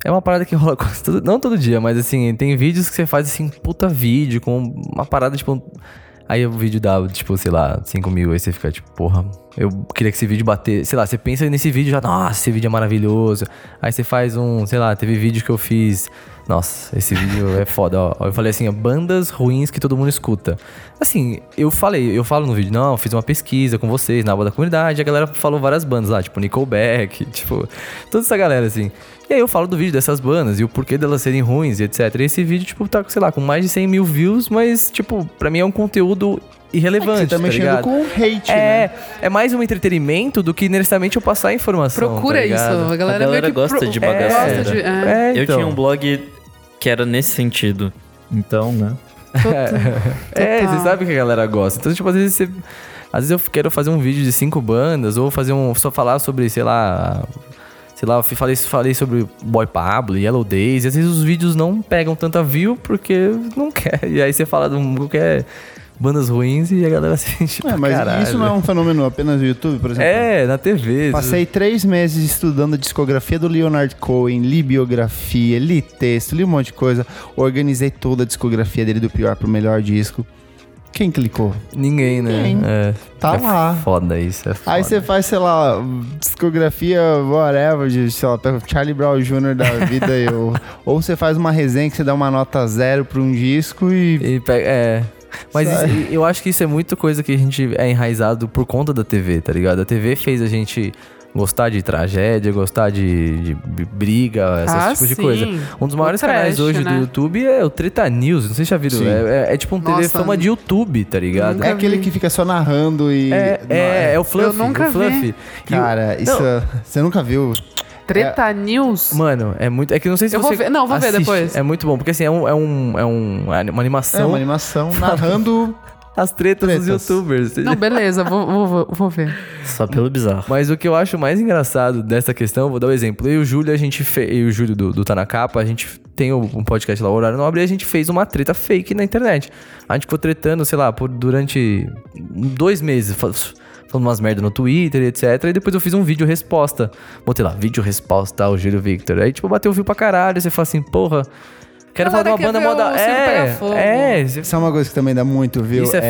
Speaker 4: É uma parada que rola quase todo, não todo dia, mas assim, tem vídeos que você faz assim, puta vídeo, com uma parada tipo. Aí o vídeo dá, tipo, sei lá, 5 mil, aí você fica tipo, porra, eu queria que esse vídeo bater. Sei lá, você pensa nesse vídeo já, nossa, esse vídeo é maravilhoso. Aí você faz um, sei lá, teve vídeo que eu fiz. Nossa, esse vídeo é foda, ó. Eu falei assim, ó, bandas ruins que todo mundo escuta. Assim, eu falei, eu falo no vídeo, não, eu fiz uma pesquisa com vocês na aba da comunidade, a galera falou várias bandas lá, tipo Nickelback, tipo, toda essa galera assim. E aí eu falo do vídeo dessas bandas e o porquê delas serem ruins e etc. E esse vídeo, tipo, tá, sei lá, com mais de 100 mil views, mas, tipo, pra mim é um conteúdo irrelevante,
Speaker 1: Você tá
Speaker 4: tá
Speaker 1: mexendo
Speaker 4: ligado?
Speaker 1: com hate, né?
Speaker 4: É, é mais um entretenimento do que necessariamente eu passar a informação.
Speaker 2: Procura
Speaker 4: tá
Speaker 2: isso. né?
Speaker 4: ligado?
Speaker 2: A galera,
Speaker 3: A galera
Speaker 2: meio que
Speaker 3: gosta de
Speaker 4: bagaceira.
Speaker 2: gosta de- é.
Speaker 4: É,
Speaker 3: Eu
Speaker 4: então.
Speaker 3: tinha um blog que era nesse sentido. Então, né?
Speaker 4: É,
Speaker 2: Total.
Speaker 4: você sabe que a galera gosta. Então, tipo, às vezes você. Às vezes eu quero fazer um vídeo de cinco bandas, ou fazer um. Só falar sobre, sei lá. Sei lá, eu fi- falei, falei sobre Boy Pablo, Yellow Days, e às vezes os vídeos não pegam tanta view porque não quer. E aí você fala de um qualquer bandas ruins e a galera se enche.
Speaker 1: É,
Speaker 4: pra
Speaker 1: mas
Speaker 4: caralho.
Speaker 1: isso não é um fenômeno apenas do YouTube, por exemplo.
Speaker 4: É, na TV.
Speaker 1: Passei três meses estudando a discografia do Leonard Cohen, li biografia, li texto, li um monte de coisa. Organizei toda a discografia dele do pior pro melhor disco. Quem clicou?
Speaker 4: Ninguém, né?
Speaker 1: Ninguém.
Speaker 4: É.
Speaker 1: Tá
Speaker 4: É
Speaker 1: lá.
Speaker 4: Foda isso, é foda.
Speaker 1: Aí você faz, sei lá, discografia, whatever, de, sei lá, pega o Charlie Brown Jr. da vida. e o- ou você faz uma resenha que você dá uma nota zero pra um disco e.
Speaker 4: E pega- é. Mas isso- eu acho que isso é muito coisa que a gente é enraizado por conta da TV, tá ligado? A TV fez a gente gostar de tragédia, gostar de, de b- briga, esses
Speaker 2: Ah,
Speaker 4: tipos de
Speaker 2: sim.
Speaker 4: coisa. Um dos
Speaker 2: O
Speaker 4: maiores
Speaker 2: trash,
Speaker 4: canais hoje
Speaker 2: né?
Speaker 4: do YouTube é o Treta News, não sei se já viram.
Speaker 1: Sim.
Speaker 4: É, é- é tipo um TV
Speaker 2: Nossa.
Speaker 4: fama de YouTube, tá ligado?
Speaker 2: Nunca
Speaker 1: É aquele
Speaker 2: vi.
Speaker 1: que fica só narrando e.
Speaker 4: É, é, é o Fluff,
Speaker 2: nunca
Speaker 4: o Fluff.
Speaker 2: vi.
Speaker 4: E o-
Speaker 1: Cara, isso. é, Você nunca viu?
Speaker 4: É.
Speaker 2: Treta News?
Speaker 4: Mano, é muito. É que não sei se
Speaker 2: Eu
Speaker 4: você.
Speaker 2: vou ver- não, vou ver depois.
Speaker 4: É muito bom, porque assim, é, um, é, um, é um- é uma
Speaker 1: é
Speaker 4: animação.
Speaker 1: uma animação narrando
Speaker 4: as tretas,
Speaker 1: Tretas.
Speaker 4: dos youtubers.
Speaker 2: Não, beleza, vou, vou- vou- vou ver.
Speaker 3: Só pelo bizarro.
Speaker 4: Mas o que eu acho mais engraçado dessa questão, vou dar um exemplo. Eu e o Júlio, a gente fe... eu e o Júlio do, do Tá na Capa, a gente tem um um podcast lá, o Horário Nobre, e a gente fez uma treta fake na internet. A gente ficou tretando, sei lá, por durante dois meses, fa- falando umas merda no Twitter, etc. E depois eu fiz um vídeo resposta. Botei lá, vídeo resposta ao Júlio Victor. Aí, tipo, bateu o fio pra caralho, você fala assim, porra. Quero falar de
Speaker 2: Galera
Speaker 4: uma
Speaker 2: quer
Speaker 4: banda
Speaker 2: ver
Speaker 4: moda.
Speaker 2: o circo pegar
Speaker 4: É,
Speaker 2: fogo.
Speaker 4: é, você
Speaker 1: Isso é uma coisa que também dá muito, viu?
Speaker 4: Isso é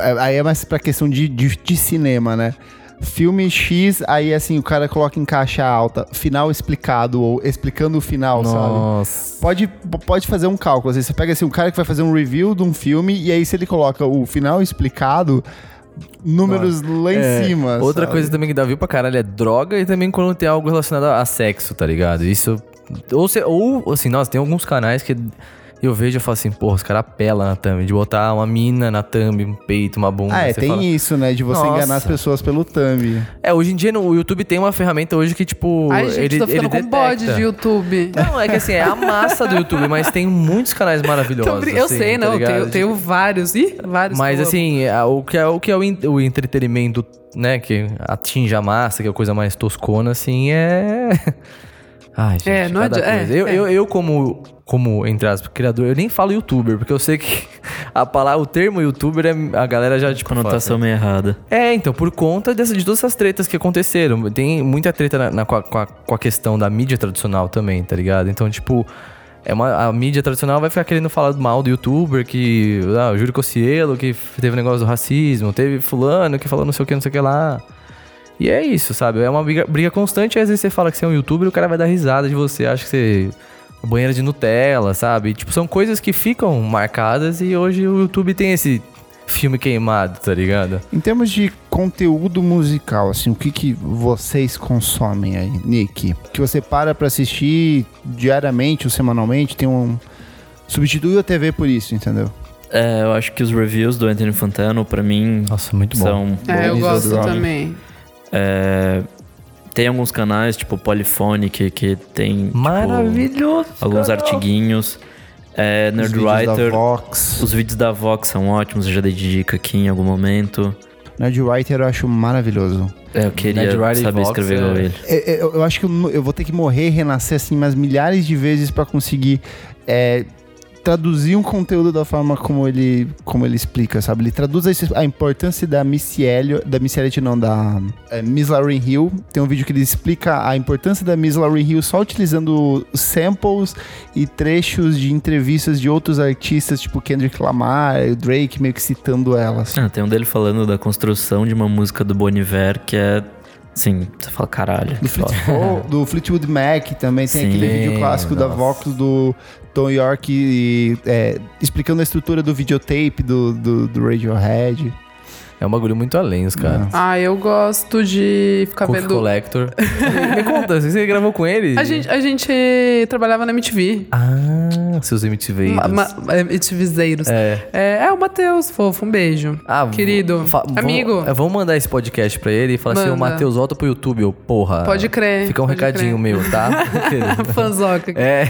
Speaker 1: foda. aí é mais pra questão de, de, de cinema, né? Filme X, aí assim, o cara coloca em caixa alta, final explicado, ou explicando o final, sabe?
Speaker 4: Nossa.
Speaker 1: Pode, pode fazer um cálculo. Assim, você pega assim, um cara que vai fazer um review de um filme, e aí se ele coloca o final explicado, números lá em
Speaker 4: É,
Speaker 1: cima.
Speaker 4: Outra
Speaker 1: sabe?
Speaker 4: coisa também que dá view pra caralho é droga e também quando tem algo relacionado a sexo, tá ligado? Isso. Ou, cê- ou assim, nossa, tem alguns canais que eu vejo e falo assim, porra, os caras pelam na thumb, de botar uma mina na thumb, um peito, uma bunda.
Speaker 1: Ah, é,
Speaker 4: você
Speaker 1: tem
Speaker 4: fala-
Speaker 1: isso, né? De você
Speaker 4: Nossa.
Speaker 1: enganar as pessoas pelo thumb.
Speaker 4: É, hoje em dia no- o YouTube tem uma ferramenta hoje que, tipo.
Speaker 2: Ai, gente,
Speaker 4: ele,
Speaker 2: tô ficando
Speaker 4: ele
Speaker 2: com bode
Speaker 4: detecta.
Speaker 2: de YouTube.
Speaker 4: Não, é que assim, é a massa do YouTube, mas tem muitos canais maravilhosos.
Speaker 2: Tô brin- eu
Speaker 4: assim,
Speaker 2: sei,
Speaker 4: tá
Speaker 2: não. eu
Speaker 4: ligado?
Speaker 2: tenho, tenho vários. Ih, vários. que
Speaker 4: Mas
Speaker 2: eu amo.
Speaker 4: assim, a- o que é o, que é o, en- o entretenimento, né, que atinge a massa, que é a coisa mais toscona, assim, é. Ai, gente,
Speaker 2: É, não
Speaker 4: cada
Speaker 2: adi- é,
Speaker 4: coisa. eu,
Speaker 2: é.
Speaker 4: eu, eu, como, como, entre aspas, criador, eu nem falo youtuber, porque eu sei que a palavra, o termo youtuber, é, a galera já, tipo, fala,
Speaker 3: Conotação meio errada.
Speaker 4: é, então, por conta dessa, de todas essas tretas que aconteceram. Tem muita treta na- na- com, a, com a- com a questão da mídia tradicional também, tá ligado? Então, tipo, é uma, a mídia tradicional vai ficar querendo falar mal do youtuber, que. Ah, o Júlio Cossielo, que f- teve um negócio do racismo, teve fulano que falou não sei o que, não sei o que lá. E é isso, sabe? É uma briga, briga constante, às vezes você fala que você é um youtuber e o cara vai dar risada de você, acha que você. Banheira de Nutella, sabe? E, Tipo, são coisas que ficam marcadas e hoje o YouTube tem esse filme queimado, tá ligado?
Speaker 1: Em termos de conteúdo musical, assim, o que, que vocês consomem aí, Nick? Que você para pra assistir diariamente ou semanalmente? Tem um, Substituiu a TV por isso, entendeu?
Speaker 3: É, eu acho que os reviews do Anthony Fantano, pra mim,
Speaker 4: Nossa, Ah, muito bom.
Speaker 3: são
Speaker 2: É, eu
Speaker 1: Bom,
Speaker 2: gosto
Speaker 1: Droga.
Speaker 2: também.
Speaker 3: É, tem alguns canais, tipo Polyphonic, que tem tipo,
Speaker 4: Maravilhoso.
Speaker 3: alguns artiguinhos. É,
Speaker 1: Os vídeos da
Speaker 3: Nerdwriter.
Speaker 1: Vox.
Speaker 3: Os vídeos da Vox são ótimos, eu já dei dica aqui em algum momento.
Speaker 1: Nerdwriter eu acho maravilhoso.
Speaker 3: É, eu queria
Speaker 4: Nerdwriter e
Speaker 3: saber
Speaker 4: Vox,
Speaker 3: escrever
Speaker 4: é.
Speaker 3: igual ele.
Speaker 1: É, é, Eu, eu acho que eu, nu- eu vou ter que morrer, renascer assim mais milhares de vezes pra conseguir é, traduzir um conteúdo da forma como ele, como ele explica, sabe? Ele traduz a, es- a importância da Miss Elliot, da Miss Elliot não, da é, Miss Lauren Hill. Tem um vídeo que ele explica a importância da Miss Lauren Hill só utilizando samples e trechos de entrevistas de outros artistas, tipo Kendrick Lamar, o Drake, meio que citando elas.
Speaker 3: Ah, tem um dele falando da construção de uma música do Boniver que é. Assim, você fala, caralho.
Speaker 1: Do,
Speaker 3: que foda."
Speaker 1: Fleetwood, do Fleetwood Mac também tem
Speaker 3: Sim.
Speaker 1: aquele vídeo clássico da
Speaker 4: Nossa.
Speaker 1: Vox do Tom York e, é, explicando a estrutura do videotape do, do, do Radiohead.
Speaker 4: É um bagulho muito além, os caras.
Speaker 2: Ah, eu gosto de ficar
Speaker 4: Cookie
Speaker 2: Tá vendo.
Speaker 4: Collector. Me conta, você gravou com ele?
Speaker 2: A gente, a gente trabalhava na MTV.
Speaker 4: Ah, seus MTV.
Speaker 2: Ma- ma- MTVzeiros. É.
Speaker 4: É.
Speaker 2: É, o Matheus, fofo, um beijo.
Speaker 4: Ah, v-
Speaker 2: Querido,
Speaker 4: fa- vamos-
Speaker 2: amigo,
Speaker 4: é, Vamos mandar esse podcast pra ele e falar assim: o
Speaker 2: Manda.
Speaker 4: Matheus, volta pro YouTube, ô porra.
Speaker 2: Pode crer,
Speaker 4: Fica um
Speaker 2: pode
Speaker 4: recadinho
Speaker 2: crer.
Speaker 4: meu, tá?
Speaker 2: fanzoca.
Speaker 4: é.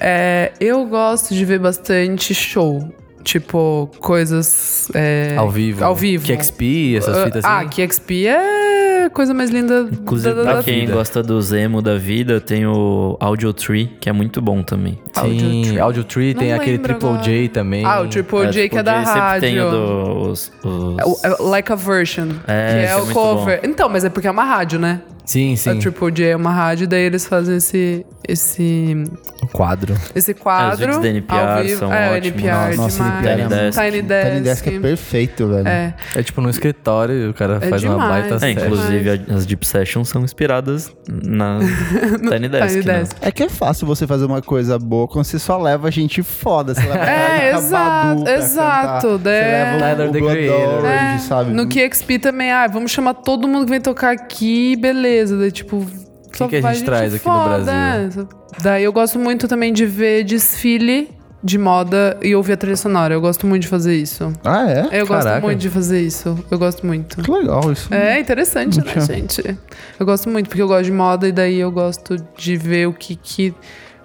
Speaker 2: É, eu gosto de ver bastante show. Tipo, coisas. é,
Speaker 4: Ao vivo.
Speaker 2: Ao vivo.
Speaker 4: QXP, essas
Speaker 2: Ah,
Speaker 4: fitas
Speaker 2: Ah,
Speaker 4: assim.
Speaker 2: QXP é coisa mais linda.
Speaker 3: Inclusive,
Speaker 2: da, da,
Speaker 3: pra
Speaker 2: da-
Speaker 3: quem
Speaker 4: vida.
Speaker 3: gosta do Zemo da vida, tem o Audio Tree, que é muito bom também.
Speaker 4: Sim, Audio Tree, tem
Speaker 2: Não
Speaker 4: aquele
Speaker 2: lembro
Speaker 4: Triple
Speaker 2: agora.
Speaker 4: J também.
Speaker 2: Ah, o Triple J que é da
Speaker 3: sempre
Speaker 2: rádio.
Speaker 3: tem tipo, o dos. os-
Speaker 2: É o- é o Like a Version.
Speaker 3: É,
Speaker 2: que
Speaker 3: esse
Speaker 2: é,
Speaker 3: é
Speaker 2: o
Speaker 3: muito
Speaker 2: cover. Então, mas é porque é uma rádio, né?
Speaker 4: Sim,
Speaker 2: A
Speaker 4: sim.
Speaker 2: Triple J é uma rádio, daí eles fazem esse. esse.
Speaker 4: Um quadro.
Speaker 2: esse quadro.
Speaker 3: vídeos da NPR
Speaker 2: ao vivo.
Speaker 3: são
Speaker 2: é, o
Speaker 3: ótimos.
Speaker 2: NPR
Speaker 1: Nossa,
Speaker 2: demais.
Speaker 1: NPR é
Speaker 3: muito-
Speaker 2: Tiny Desk.
Speaker 1: Tiny Desk é perfeito, velho.
Speaker 2: É.
Speaker 4: É tipo num escritório e o cara
Speaker 2: É
Speaker 4: faz uma
Speaker 2: demais. É,
Speaker 4: baita
Speaker 3: É,
Speaker 4: série.
Speaker 3: inclusive a- as Deep Sessions são inspiradas na Tiny Desk.
Speaker 2: Tiny
Speaker 3: né?
Speaker 2: Desk.
Speaker 1: É que é fácil você fazer uma coisa boa quando você só leva gente foda. Você leva
Speaker 2: É,
Speaker 1: Erika Badu
Speaker 2: exato,
Speaker 1: pra
Speaker 2: exato.
Speaker 1: cantar, Você leva
Speaker 2: É.
Speaker 1: o,
Speaker 4: Tyler,
Speaker 1: o
Speaker 4: The
Speaker 1: Blood
Speaker 4: Creator.
Speaker 1: Orange, sabe?
Speaker 2: No QXP também, ah, vamos chamar todo mundo que vem tocar aqui, beleza. Daí, tipo, só
Speaker 4: que a
Speaker 2: vai
Speaker 4: gente traz aqui no
Speaker 2: foda,
Speaker 4: Brasil?
Speaker 2: é. Daí eu gosto muito também de ver desfile de moda e ouvir a trilha sonora. Eu gosto muito de fazer isso.
Speaker 1: Ah, é?
Speaker 2: Eu
Speaker 4: Caraca.
Speaker 2: gosto muito de fazer isso. Eu gosto muito.
Speaker 1: Que legal isso.
Speaker 2: É interessante, né,
Speaker 1: Puxa.
Speaker 2: gente? Eu gosto muito, porque eu gosto de moda e daí eu gosto de ver o que que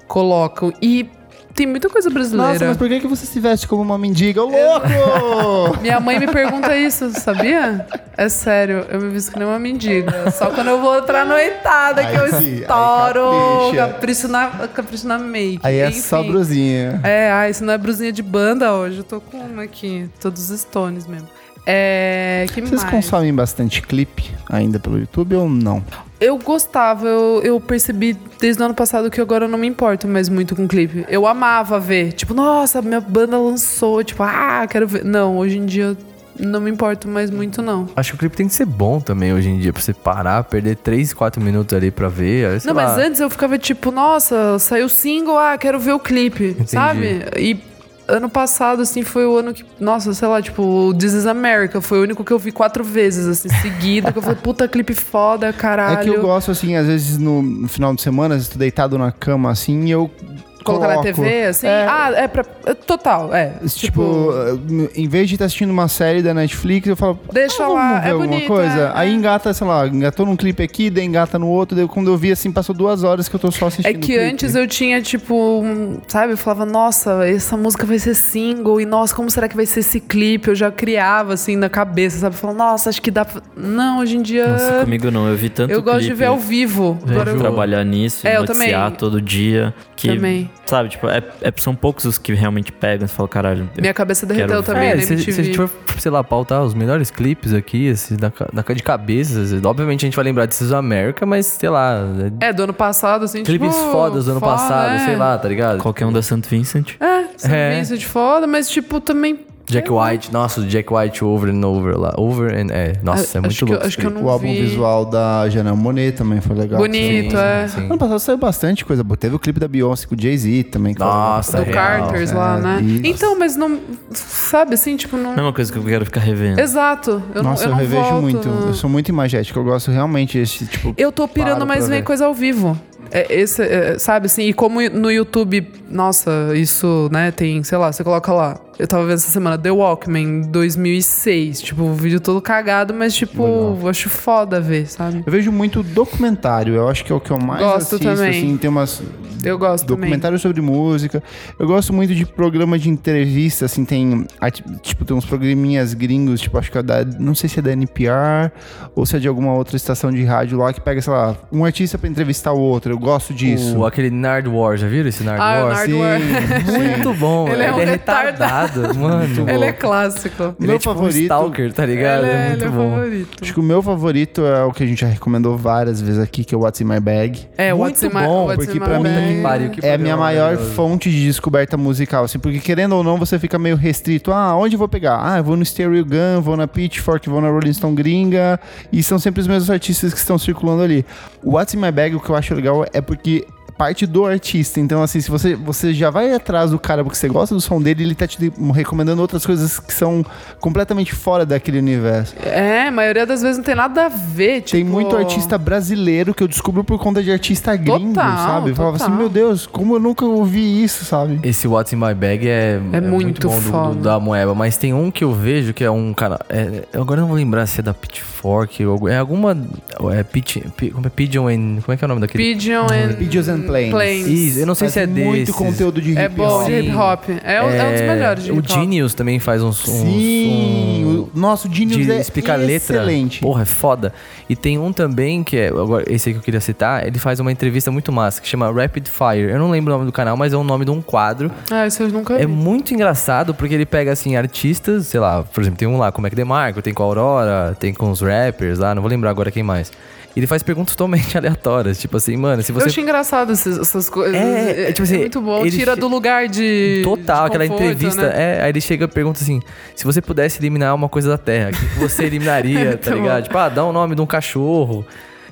Speaker 2: colocam. E tem muita coisa brasileira.
Speaker 1: Nossa, mas por que, que você se veste como uma mendiga? Ô, louco!
Speaker 2: Minha mãe me pergunta isso, sabia? É sério, eu me visto que nem uma mendiga. Só quando eu vou entrar noitada que
Speaker 1: Aí
Speaker 2: eu
Speaker 1: sim, aí
Speaker 2: estouro.
Speaker 1: capricha.
Speaker 2: Capricho na, capricho na make.
Speaker 1: Aí é
Speaker 2: Enfim.
Speaker 1: só brusinha.
Speaker 2: É, ah, isso não é brusinha de banda hoje. Eu tô com uma aqui, todos os stones mesmo. É, que
Speaker 1: Vocês
Speaker 2: mais?
Speaker 1: consomem bastante clipe ainda pelo YouTube ou não?
Speaker 2: Eu gostava, eu, eu percebi desde o ano passado que agora eu não me importo mais muito com clipe. Eu amava ver, tipo, nossa, minha banda lançou, tipo, ah, quero ver. Não, hoje em dia eu não me importo mais muito, não.
Speaker 4: Acho que o clipe tem que ser bom também hoje em dia, pra você parar, perder 3, 4 minutos ali pra ver. aí, sei
Speaker 2: Não,
Speaker 4: lá.
Speaker 2: mas antes eu ficava tipo, nossa, saiu single, ah, quero ver o clipe, sabe? E ano passado, assim, foi o ano que, nossa, sei lá, tipo, o This is America foi o único que eu vi quatro vezes, assim, seguida, que eu falei, puta, clipe foda, caralho.
Speaker 1: É que eu gosto, assim, às vezes no final de semana, eu estou deitado na cama, assim, e eu
Speaker 2: Colocar na
Speaker 1: coloco.
Speaker 2: TV, assim,
Speaker 1: É.
Speaker 2: ah, é pra. é Total, é.
Speaker 1: Tipo, em vez de estar assistindo uma série da Netflix, eu falo,
Speaker 2: Deixa
Speaker 1: "Ah, vamos
Speaker 2: lá,
Speaker 1: ver
Speaker 2: é
Speaker 1: alguma
Speaker 2: bonito,
Speaker 1: coisa.
Speaker 2: é,
Speaker 1: Aí
Speaker 2: é.
Speaker 1: engata, sei lá, engatou num clipe aqui, daí engata no outro, daí quando eu vi, assim, passou duas horas que eu tô só assistindo.
Speaker 2: É que antes
Speaker 4: né?
Speaker 2: eu tinha, tipo, um- sabe? Eu falava, nossa, essa música vai ser single, e nossa, como será que vai ser esse clipe? Eu já criava, assim, na cabeça, sabe? Falando, nossa, acho que dá pra... Não, hoje em dia.
Speaker 4: é
Speaker 3: Nossa, comigo não. Eu vi tanto
Speaker 2: Ah, eu gosto de
Speaker 3: clipe
Speaker 2: ver
Speaker 4: né?
Speaker 2: ao vivo.
Speaker 3: de
Speaker 2: Agora eu-
Speaker 3: Né, trabalhar nisso, e
Speaker 2: É, eu
Speaker 3: noticiar
Speaker 2: também.
Speaker 3: todo dia. Que,
Speaker 2: Também.
Speaker 3: Sabe, tipo, é, é- são poucos os que realmente pegam e falam, caralho. eu-
Speaker 2: Minha cabeça derreteu
Speaker 3: Quero
Speaker 2: também
Speaker 4: é,
Speaker 2: na
Speaker 4: se,
Speaker 2: MTV.
Speaker 4: se a gente for, sei lá, pautar os melhores clipes aqui, esses da, ca- da, ca- de cabeça, esses- obviamente a gente vai lembrar desses do América, mas sei lá, né,
Speaker 2: É, do ano passado, assim,
Speaker 4: clipes
Speaker 2: tipo,
Speaker 4: fodas do ano
Speaker 2: foda,
Speaker 4: passado,
Speaker 2: é.
Speaker 4: sei lá, tá ligado?
Speaker 3: Qualquer um da St. Vincent.
Speaker 2: É, Sam
Speaker 4: É.
Speaker 2: Vincent foda, mas, tipo, também...
Speaker 4: Jack White, nossa, o Jack White over and over lá. Over and é. Nossa,
Speaker 2: acho
Speaker 4: é muito
Speaker 2: que eu-
Speaker 4: louco.
Speaker 2: acho que eu
Speaker 4: esse clipe.
Speaker 2: não
Speaker 1: O álbum
Speaker 2: vi.
Speaker 1: visual tá da Janelle Monet também foi legal. assim.
Speaker 2: Bonito, é.
Speaker 4: Sim,
Speaker 1: Ano passado saiu bastante coisa boa. Teve o clipe da Beyoncé com o Jay-Z também. que foi legal.
Speaker 4: Nossa,
Speaker 2: Do
Speaker 4: Tá real.
Speaker 2: Carters lá,
Speaker 1: é,
Speaker 2: né?
Speaker 1: isso.
Speaker 2: Então, mas não... Sabe, assim, tipo, não...
Speaker 3: Não é uma coisa que eu quero ficar revendo.
Speaker 2: Exato. Eu
Speaker 1: É. Nossa, eu,
Speaker 2: não, eu, não
Speaker 1: revejo
Speaker 2: volto,
Speaker 1: muito.
Speaker 2: não.
Speaker 1: Eu sou muito imagético. Eu gosto realmente desse tipo.
Speaker 2: Eu tô pirando
Speaker 1: Paro
Speaker 2: mais
Speaker 1: pra
Speaker 2: ver
Speaker 1: ver.
Speaker 2: coisa ao vivo. É, esse, é, sabe assim, e como no YouTube, nossa, isso, né, tem, sei lá, você coloca lá. Eu tava vendo essa semana The Walkman 2006, tipo, o vídeo todo cagado, mas tipo, eu acho foda ver, sabe?
Speaker 1: Eu vejo muito documentário, eu acho que é o que eu mais
Speaker 2: Gosto
Speaker 1: assisto,
Speaker 2: também.
Speaker 1: assim, tem umas
Speaker 2: Eu gosto também.
Speaker 1: documentários sobre música. Eu gosto muito de programa de entrevista, assim, tem ati- tipo tem uns programinhas gringos, tipo acho que é da, não sei se é da NPR ou se é de alguma outra estação de rádio lá que pega, sei lá, um artista pra entrevistar o outro. Eu gosto disso.
Speaker 4: O, aquele Nerd War, já viram esse Nerd
Speaker 2: Ah, o
Speaker 4: War?
Speaker 2: Nerd
Speaker 1: Sim.
Speaker 2: War.
Speaker 4: Muito bom,
Speaker 2: Ele
Speaker 4: ele,
Speaker 2: é um
Speaker 4: é
Speaker 2: retardado.
Speaker 4: retardado, mano.
Speaker 2: Ele é clássico.
Speaker 1: Meu favorito.
Speaker 4: um stalker, tá ligado?
Speaker 2: ele
Speaker 4: é
Speaker 2: é, ele
Speaker 4: muito
Speaker 2: é o
Speaker 4: bom.
Speaker 2: favorito.
Speaker 1: Acho que o meu favorito é o que a gente já recomendou várias vezes aqui, que é o What's in My Bag.
Speaker 2: É,
Speaker 1: Muito
Speaker 2: What's in My-
Speaker 1: bom,
Speaker 2: What's in
Speaker 1: porque
Speaker 2: My
Speaker 1: pra
Speaker 2: Bag.
Speaker 1: mim
Speaker 4: Que pariu, que né?
Speaker 1: é a
Speaker 4: programa
Speaker 1: minha maior
Speaker 4: maravilhoso.
Speaker 1: fonte de descoberta musical, assim, porque querendo ou não, você fica meio restrito. Ah, onde eu vou pegar? Ah, eu vou no Stereo Gun, vou na Pitchfork, vou na Rolling Stone Gringa, e são sempre os mesmos artistas que estão circulando ali. O What's in My Bag, o que eu acho legal é porque parte do artista, então assim, se você, você já vai atrás do cara porque você gosta do som dele, ele tá te de- recomendando outras coisas que são completamente fora daquele universo.
Speaker 2: É, a maioria das vezes não tem nada a ver, tipo...
Speaker 1: Tem muito artista brasileiro que eu descubro por conta de artista gringo,
Speaker 2: Total,
Speaker 1: sabe? Eu falava
Speaker 2: total.
Speaker 1: assim, meu Deus, como eu nunca ouvi isso, sabe?
Speaker 4: Esse What's in My Bag é, é
Speaker 2: muito
Speaker 4: bom do-
Speaker 2: foda.
Speaker 4: do, da Moeba, mas tem um que eu vejo que é um cara. é- eu agora não vou lembrar se é da Pitchfork ou algum- é alguma. É Pitch, Pi- como é Pigeon and. Como é que é o nome daquele?
Speaker 2: Pigeon and...
Speaker 1: Pigeons and Planes.
Speaker 4: Isso, eu não sei se é
Speaker 1: Fazem
Speaker 4: desse.
Speaker 1: muito conteúdo de hip
Speaker 2: É bom, de
Speaker 1: hop.
Speaker 2: hip hop. É, um- é um dos melhores de
Speaker 4: O
Speaker 2: hip hop.
Speaker 4: Genius também faz uns. uns-
Speaker 1: Sim,
Speaker 4: um-
Speaker 1: o nosso Genius
Speaker 4: de
Speaker 1: é
Speaker 4: explicar
Speaker 1: excelente.
Speaker 4: letra. Porra, é foda. E tem um também que é. Agora, esse aí que eu queria citar, ele faz uma entrevista muito massa, que chama Rapid Fire. Eu não lembro o nome do canal, mas é o nome de um quadro.
Speaker 2: Ah, isso eu nunca vi.
Speaker 4: É
Speaker 1: Uhum.
Speaker 4: muito engraçado porque ele pega, assim, artistas, sei lá, por exemplo, tem um lá com o Mac DeMarco, tem com a Aurora, tem com os rappers lá, não vou lembrar agora quem mais. Ele faz perguntas totalmente aleatórias, tipo assim, mano, se
Speaker 2: Eu
Speaker 4: você
Speaker 2: achei engraçado essas, essas coisas.
Speaker 4: É, é, tipo assim,
Speaker 2: muito bom.
Speaker 4: ele
Speaker 2: Tira
Speaker 4: che-
Speaker 2: do lugar de.
Speaker 4: Total,
Speaker 2: de
Speaker 4: aquela
Speaker 2: conforto,
Speaker 4: entrevista.
Speaker 2: né?
Speaker 4: É, aí ele chega e pergunta assim: se você pudesse eliminar uma coisa da Terra, o que que você eliminaria, tá
Speaker 2: É bom.
Speaker 4: ligado? Tipo, ah, dá o nome de um cachorro.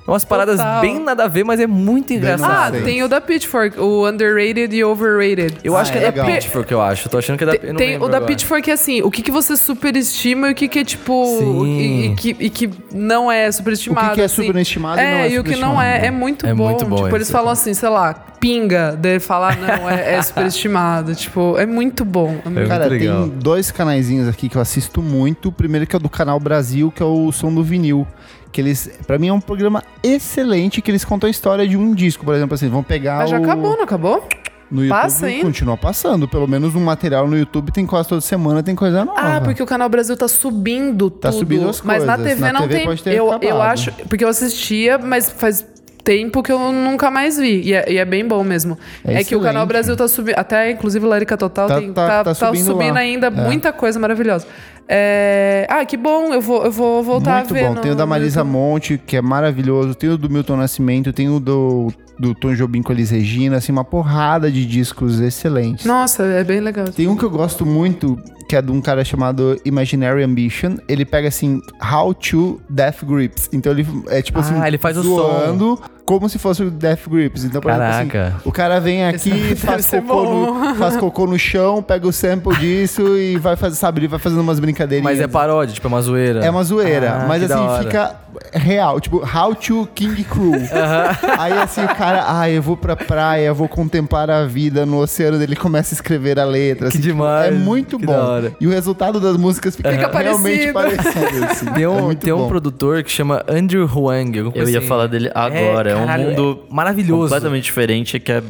Speaker 4: É Umas paradas
Speaker 2: Total.
Speaker 4: bem nada a ver, mas é muito
Speaker 2: Ah,
Speaker 4: engraçado.
Speaker 1: Sim.
Speaker 2: tem o da Pitchfork, o Underrated e Overrated.
Speaker 4: eu acho
Speaker 1: Ah,
Speaker 4: que é,
Speaker 1: é
Speaker 4: da
Speaker 1: legal.
Speaker 4: Pitchfork, eu acho. Tô achando que é da eu não
Speaker 2: Tem
Speaker 4: lembro
Speaker 2: o da
Speaker 4: agora.
Speaker 2: Pitchfork é assim, o que, que você superestima e o que, que é tipo.
Speaker 4: Sim.
Speaker 2: E, e que, e que não é superestimado.
Speaker 1: O que que é
Speaker 2: assim.
Speaker 1: superestimado e não é
Speaker 2: e o que não é. É muito
Speaker 4: É
Speaker 2: bom.
Speaker 4: muito bom
Speaker 2: Tipo, eles
Speaker 4: esse.
Speaker 2: falam assim, sei lá, pinga, dele falar, não, é, é superestimado. Tipo, é muito bom. É muito-
Speaker 1: Cara,
Speaker 4: muito legal.
Speaker 1: tem dois canaizinhos aqui que eu assisto muito. O primeiro que é o do canal Brasil, que é o Som do Vinil. Que eles, pra mim, é um programa excelente que eles contam a história de um disco, por exemplo, assim, vão pegar
Speaker 2: Mas já
Speaker 1: o-
Speaker 2: acabou, não acabou?
Speaker 1: no YouTube,
Speaker 2: Passa ainda?
Speaker 1: continua passando, pelo menos um material no YouTube tem quase toda semana, tem coisa nova.
Speaker 2: Ah, porque o Canal Brasil tá subindo tudo.
Speaker 1: Tá subindo as
Speaker 2: Mas na
Speaker 1: coisas.
Speaker 2: TV
Speaker 1: Na
Speaker 2: não
Speaker 1: TV
Speaker 2: tem.
Speaker 1: pode ter
Speaker 2: eu, eu
Speaker 1: acabado.
Speaker 2: acho. Porque eu assistia, mas faz tempo que eu nunca mais vi. E é, e é bem bom mesmo. É,
Speaker 1: É
Speaker 2: que o Canal
Speaker 1: excelente.
Speaker 2: Brasil tá subindo. Até, inclusive, Larica Total
Speaker 1: Tá-
Speaker 2: tem- tá,
Speaker 1: tá- tá
Speaker 2: subindo,
Speaker 1: subindo lá.
Speaker 2: ainda muita coisa maravilhosa. É, Ah, que bom. Eu vou, eu vou voltar
Speaker 1: Muito
Speaker 2: a ver.
Speaker 1: bom.
Speaker 2: no-
Speaker 1: Tem o da
Speaker 2: no
Speaker 1: Marisa Monte, que é maravilhoso. Tem o do Milton Nascimento, tem o do, do Tom Jobim com Elis Regina, assim, uma porrada de discos excelentes.
Speaker 2: Nossa, é bem legal.
Speaker 1: Tem um que eu gosto muito, que é de um cara chamado Imaginary Ambition. Ele pega assim, How to Death Grips. Então ele é tipo
Speaker 4: Ah,
Speaker 1: assim,
Speaker 4: ele faz o
Speaker 1: zoando como se fosse o Death Grips. Então, por exemplo,
Speaker 4: Caraca.
Speaker 1: assim, o cara vem aqui,
Speaker 2: Deve
Speaker 1: faz
Speaker 2: ser
Speaker 1: cocô,
Speaker 2: é bom.
Speaker 1: no, faz cocô no chão, pega o sample disso e vai fazer, sabe, ele vai fazendo umas brincadeirinhas.
Speaker 4: Mas é paródia, tipo, é uma zoeira.
Speaker 1: É uma zoeira,
Speaker 4: Ah,
Speaker 1: mas
Speaker 4: que da
Speaker 1: assim,
Speaker 4: hora.
Speaker 1: fica real. Tipo, how to King Crew. Aí assim, o cara, ah, eu vou pra praia, vou contemplar a vida no oceano dele, começa a escrever a letra.
Speaker 4: Que
Speaker 1: assim, tipo,
Speaker 4: demais,
Speaker 1: é muito
Speaker 4: que
Speaker 1: bom.
Speaker 4: da hora.
Speaker 1: E o resultado das músicas fica,
Speaker 2: Fica
Speaker 1: realmente
Speaker 2: parecido.
Speaker 1: parecido. assim.
Speaker 4: Tem
Speaker 1: É
Speaker 4: um,
Speaker 1: muito
Speaker 4: tem um
Speaker 1: bom.
Speaker 4: produtor que chama Andrew Huang. alguma
Speaker 3: Eu
Speaker 4: coisa
Speaker 3: ia
Speaker 4: assim.
Speaker 3: falar dele agora. É,
Speaker 4: caralho,
Speaker 3: um mundo
Speaker 4: é maravilhoso.
Speaker 3: completamente diferente que é,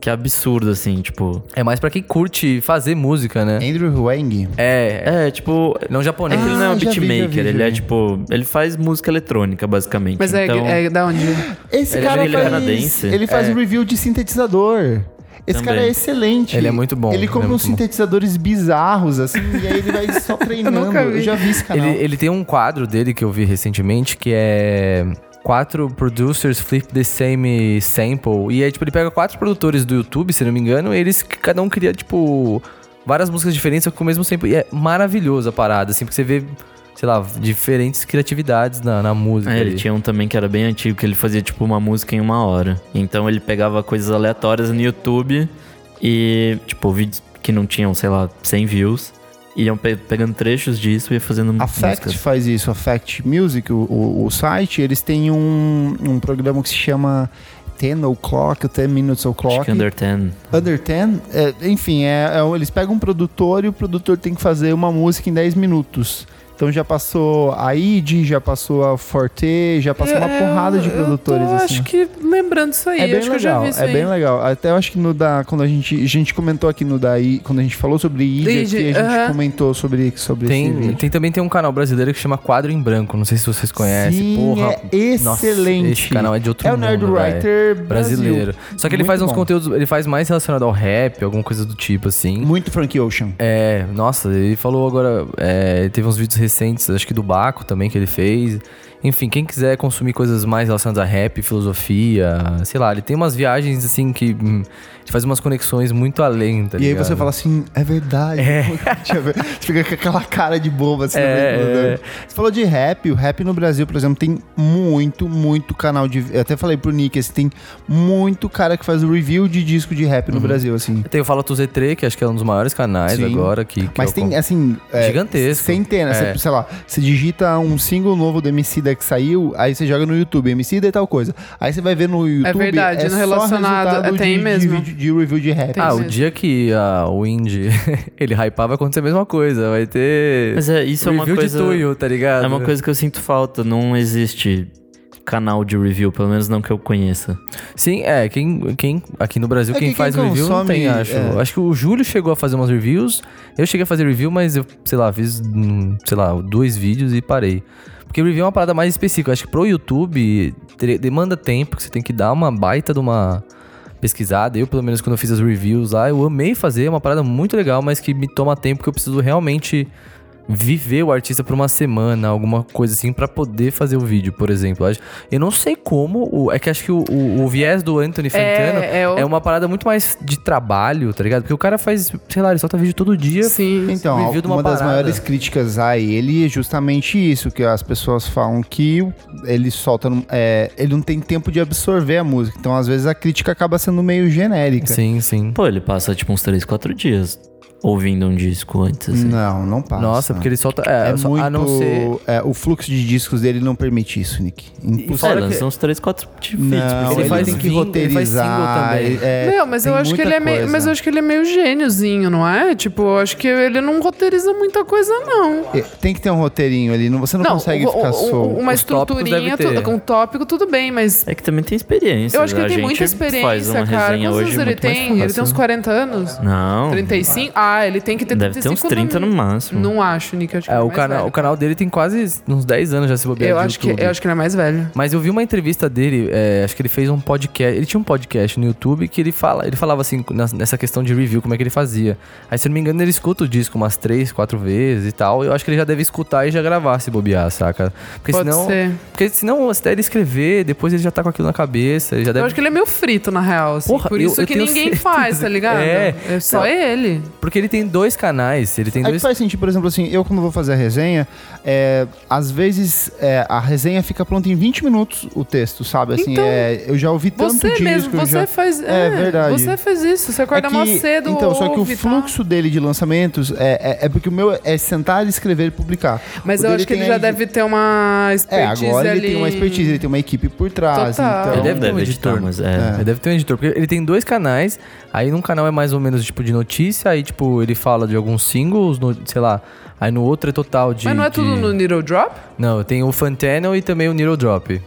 Speaker 3: que é absurdo, assim, tipo.
Speaker 4: É mais pra quem curte fazer música, né?
Speaker 1: Andrew Huang.
Speaker 4: É,
Speaker 3: É, tipo.
Speaker 4: ele é um
Speaker 3: É
Speaker 4: japonês.
Speaker 3: que ele não é
Speaker 1: Ah,
Speaker 3: um
Speaker 1: já vi, já
Speaker 3: beatmaker,
Speaker 1: vi, já
Speaker 3: ele é
Speaker 1: vi.
Speaker 3: tipo. Ele faz música eletrônica, basicamente.
Speaker 2: Mas é-
Speaker 3: então,
Speaker 2: é, da onde?
Speaker 1: Esse
Speaker 3: Ele-
Speaker 1: cara
Speaker 3: ele é
Speaker 1: faz,
Speaker 3: canadense.
Speaker 1: Ele faz
Speaker 4: É.
Speaker 1: review de sintetizador. Esse
Speaker 3: Também.
Speaker 1: cara é excelente.
Speaker 4: Ele é muito bom, ele
Speaker 1: Ele
Speaker 4: é
Speaker 1: compra
Speaker 4: muito
Speaker 1: uns
Speaker 4: bom.
Speaker 1: sintetizadores bizarros, assim, e aí ele vai só treinando.
Speaker 2: nunca vi.
Speaker 1: Eu já vi esse canal.
Speaker 4: Ele, ele tem um quadro dele que eu vi recentemente que é quatro producers flip the same sample e aí tipo ele pega quatro produtores do YouTube, se não me engano, e eles cada um cria tipo várias músicas diferentes só que com o mesmo sample e é maravilhoso a parada assim porque você vê sei lá diferentes criatividades na, na música.
Speaker 3: É, ele
Speaker 4: ali.
Speaker 3: tinha um também que era bem antigo, que ele fazia tipo uma música em uma hora. Então ele pegava coisas aleatórias no YouTube e, tipo, vídeos que não tinham, sei lá, 100 views. E iam pe- pegando trechos disso e ia fazendo
Speaker 1: A Fact
Speaker 3: músicas.
Speaker 1: faz isso, a Fact Music, o, o- o site, eles têm um, um programa que se chama 10 O'Clock, ou 10 Minutes
Speaker 3: Acho
Speaker 1: O'Clock.
Speaker 3: que Under 10.
Speaker 1: é Under 10, é, enfim, é, é um- eles pegam um produtor e o produtor tem que fazer uma música em 10 minutos. Então já passou a ID, já passou a Forte, já passou uma
Speaker 2: Eu-
Speaker 1: porrada de
Speaker 2: É, eu tô,
Speaker 1: produtores assim.
Speaker 2: acho que lembrando isso aí,
Speaker 1: É bem
Speaker 2: acho que eu já
Speaker 1: legal,
Speaker 2: vi isso
Speaker 1: é
Speaker 2: aí.
Speaker 1: bem legal. Até eu acho que no da quando a gente a gente comentou aqui no daí, quando a gente falou sobre ID,
Speaker 2: Id,
Speaker 1: aqui, a gente
Speaker 2: aham.
Speaker 1: comentou sobre sobre esse
Speaker 4: Tem,
Speaker 1: vídeo.
Speaker 4: tem também tem um canal brasileiro que chama Quadro em Branco. Não sei se vocês conhecem.
Speaker 1: Sim,
Speaker 4: Porra.
Speaker 1: é
Speaker 4: nossa,
Speaker 1: excelente.
Speaker 4: esse canal é de outro
Speaker 1: É o Nerd
Speaker 4: mundo, velho.
Speaker 1: Writer
Speaker 4: brasileiro.
Speaker 1: Brasil.
Speaker 4: Só que ele
Speaker 1: Muito
Speaker 4: faz uns
Speaker 1: bom.
Speaker 4: conteúdos, ele faz mais relacionado ao rap, alguma coisa do tipo assim.
Speaker 1: Muito Frank Ocean.
Speaker 4: É, nossa, ele falou agora. é, teve uns vídeos recentes, acho que do Baco também que ele fez. Enfim, quem quiser consumir coisas mais relacionadas a rap, filosofia, sei lá, ele tem umas viagens assim que hum, ele faz umas conexões muito além, tá
Speaker 1: e aí
Speaker 4: ligado?
Speaker 1: você fala assim, é verdade. Deixa eu ver. Você fica com aquela cara de boba assim.
Speaker 4: É,
Speaker 1: no meio do-
Speaker 4: é.
Speaker 1: Você falou de rap, o rap no Brasil, por exemplo, tem muito, muito canal de. Eu até falei pro Nick, assim, tem muito cara que faz review de disco de rap no
Speaker 4: Uhum.
Speaker 1: Brasil, assim.
Speaker 4: Tem o Fala Tu Z3, que acho que é um dos maiores canais
Speaker 1: Sim.
Speaker 4: agora. Que, que
Speaker 1: Mas
Speaker 4: eu
Speaker 1: tem,
Speaker 4: com-
Speaker 1: assim. é,
Speaker 4: Gigantesco.
Speaker 1: Centenas,
Speaker 4: É.
Speaker 1: você- sei lá, você digita um single novo do MC da que saiu, aí você joga no YouTube, MC da e é tal coisa. Aí você vai ver no YouTube.
Speaker 2: É
Speaker 1: é
Speaker 2: verdade,
Speaker 1: só
Speaker 2: relacionado,
Speaker 1: resultado
Speaker 2: é, tem
Speaker 1: de- de
Speaker 2: mesmo.
Speaker 1: vídeo- de review de rap.
Speaker 2: Tem
Speaker 4: Ah, o
Speaker 2: mesmo.
Speaker 4: dia que ah, o Indy ele hypar vai acontecer a mesma coisa. Vai ter.
Speaker 3: Mas é, isso é uma
Speaker 4: review
Speaker 3: coisa.
Speaker 4: de Tuyo, tá ligado?
Speaker 3: É uma coisa que eu sinto falta. Não existe canal de review, pelo menos não que eu conheça.
Speaker 4: Sim, é. Quem, quem aqui no Brasil,
Speaker 1: É
Speaker 4: quem,
Speaker 1: que quem
Speaker 4: faz review não
Speaker 1: consome,
Speaker 4: tem, acho.
Speaker 1: é.
Speaker 4: Acho que o Júlio chegou a fazer umas reviews. Eu cheguei a fazer review, mas eu, sei lá, fiz, hum, sei lá, dois vídeos e parei. Porque review é uma parada mais específica. Acho que pro YouTube tre- demanda tempo, que você tem que dar uma baita de uma pesquisada. Eu, pelo menos, quando eu fiz as reviews lá, eu amei fazer. É uma parada muito legal, mas que me toma tempo, que eu preciso realmente viver o artista por uma semana, alguma coisa assim, pra poder fazer o vídeo, por exemplo. Acho- Eu não sei como, o- é que acho que o, o- o viés do Anthony Fantano é,
Speaker 2: é o-
Speaker 4: uma parada muito mais de trabalho, tá ligado? Porque o cara faz, sei lá, ele solta vídeo todo dia.
Speaker 2: Sim.
Speaker 1: Então,
Speaker 4: Review de uma
Speaker 1: uma, das
Speaker 4: parada.
Speaker 1: maiores críticas a ele é justamente isso, que as pessoas falam que ele solta, num- é, ele não tem tempo de absorver a música. Então, às vezes, a crítica acaba sendo meio genérica.
Speaker 4: Sim, sim.
Speaker 3: Pô, ele passa tipo uns 3, 4 dias ouvindo um disco antes. Assim.
Speaker 1: Não, não passa.
Speaker 4: Nossa, porque ele solta. É,
Speaker 1: é
Speaker 4: só-
Speaker 1: muito,
Speaker 4: a não ser.
Speaker 1: é, o fluxo de discos dele não permite isso, Nick.
Speaker 3: Pô, ele
Speaker 4: fora que-
Speaker 3: lança uns 3, 4
Speaker 1: Hum. Não,
Speaker 4: ele
Speaker 1: ele,
Speaker 4: faz
Speaker 1: tem que
Speaker 4: ving- ele faz single
Speaker 1: roteirizar.
Speaker 4: também.
Speaker 1: é-
Speaker 2: Não, mas eu
Speaker 1: tem
Speaker 2: acho que ele
Speaker 1: muita
Speaker 2: é meio.
Speaker 1: coisa.
Speaker 2: Mas eu acho que ele é meio gêniozinho, não é? Tipo, eu acho que ele não roteiriza muita coisa, não.
Speaker 1: É, Tem que ter um roteirinho ali, não- você não, consegue
Speaker 2: o- o-
Speaker 1: ficar
Speaker 2: o-
Speaker 1: solto.
Speaker 2: uma
Speaker 4: Os tópicos
Speaker 2: estruturinha,
Speaker 4: deve
Speaker 2: tu-
Speaker 4: ter.
Speaker 2: com tópico, tudo bem, mas.
Speaker 3: É que também tem experiência.
Speaker 2: Eu acho que
Speaker 3: a
Speaker 2: ele tem
Speaker 3: gente
Speaker 2: muita
Speaker 3: Faz
Speaker 2: experiência,
Speaker 3: uma
Speaker 2: cara.
Speaker 3: resenha
Speaker 2: Quantos
Speaker 3: hoje
Speaker 2: anos ele
Speaker 3: muito mais
Speaker 2: tem? Ele tem
Speaker 3: fácil.
Speaker 2: uns 40 anos?
Speaker 3: Não.
Speaker 2: 35? Ah, ele tem que ter
Speaker 3: Deve ter uns 30 no máximo.
Speaker 2: Não acho, Nick. Acho que
Speaker 1: tipo
Speaker 4: É,
Speaker 2: ele é
Speaker 4: o,
Speaker 2: mais
Speaker 4: canal,
Speaker 2: velho.
Speaker 4: o canal dele tem quase uns 10 anos já se bobear
Speaker 2: Eu
Speaker 4: de
Speaker 2: acho, que,
Speaker 4: YouTube.
Speaker 2: eu acho que ele é mais velho.
Speaker 4: Mas eu vi uma entrevista dele, é, acho que ele fez um podcast. Ele tinha um podcast no YouTube que ele fala, ele falava assim, nas- nessa questão de review, como é que ele fazia. Aí, se eu não me engano, ele escuta o disco umas três, quatro vezes e tal. Eu acho que ele já deve escutar e já gravar se bobear, saca? Porque
Speaker 2: Pode
Speaker 4: senão.
Speaker 2: ser.
Speaker 4: Porque senão, até ele escrever, depois ele já tá com aquilo na cabeça. Ele já deve
Speaker 2: Eu acho que ele é meio frito, na real. assim.
Speaker 4: Porra,
Speaker 2: Por
Speaker 4: eu-
Speaker 2: isso
Speaker 4: eu
Speaker 2: que
Speaker 4: tenho
Speaker 2: ninguém
Speaker 4: certeza.
Speaker 2: faz, tá ligado?
Speaker 4: É.
Speaker 2: É, só
Speaker 4: Não.
Speaker 2: ele.
Speaker 4: Porque ele tem dois canais, ele tem
Speaker 1: É que
Speaker 4: dois.
Speaker 1: faz sentido, por exemplo, assim, eu quando vou fazer a resenha, é, às vezes é, a resenha fica pronta em 20 minutos o texto, sabe? Assim,
Speaker 2: Então,
Speaker 1: é, eu já ouvi tanto
Speaker 2: Você
Speaker 1: disco.
Speaker 2: mesmo,
Speaker 1: eu
Speaker 2: você
Speaker 1: já...
Speaker 2: faz.
Speaker 1: É verdade.
Speaker 2: Você faz isso, você acorda
Speaker 1: É que-
Speaker 2: mais cedo.
Speaker 1: Então, só que o
Speaker 2: ouve tá? e tal.
Speaker 1: fluxo dele de lançamentos é, é, é porque o meu é sentar, escrever e publicar.
Speaker 2: Mas
Speaker 1: O
Speaker 2: eu
Speaker 1: dele
Speaker 2: acho que ele
Speaker 1: tem
Speaker 2: já
Speaker 1: aí-
Speaker 2: deve ter uma
Speaker 1: É,
Speaker 2: expertise
Speaker 1: agora
Speaker 2: ali.
Speaker 1: ele tem uma expertise, ele tem uma equipe por trás.
Speaker 2: Total.
Speaker 1: Então,
Speaker 3: Ele deve,
Speaker 4: ter um
Speaker 3: editar,
Speaker 4: editor.
Speaker 3: mas é.
Speaker 4: Ele deve ter um editor, porque ele tem dois canais, aí num canal é mais ou menos tipo de notícia, aí tipo ele fala de alguns singles, no- sei lá, aí no outro é total de.
Speaker 2: Mas não é
Speaker 4: de-
Speaker 2: tudo no Needle Drop?
Speaker 4: Não, tem o Fantano e também o Needle Drop.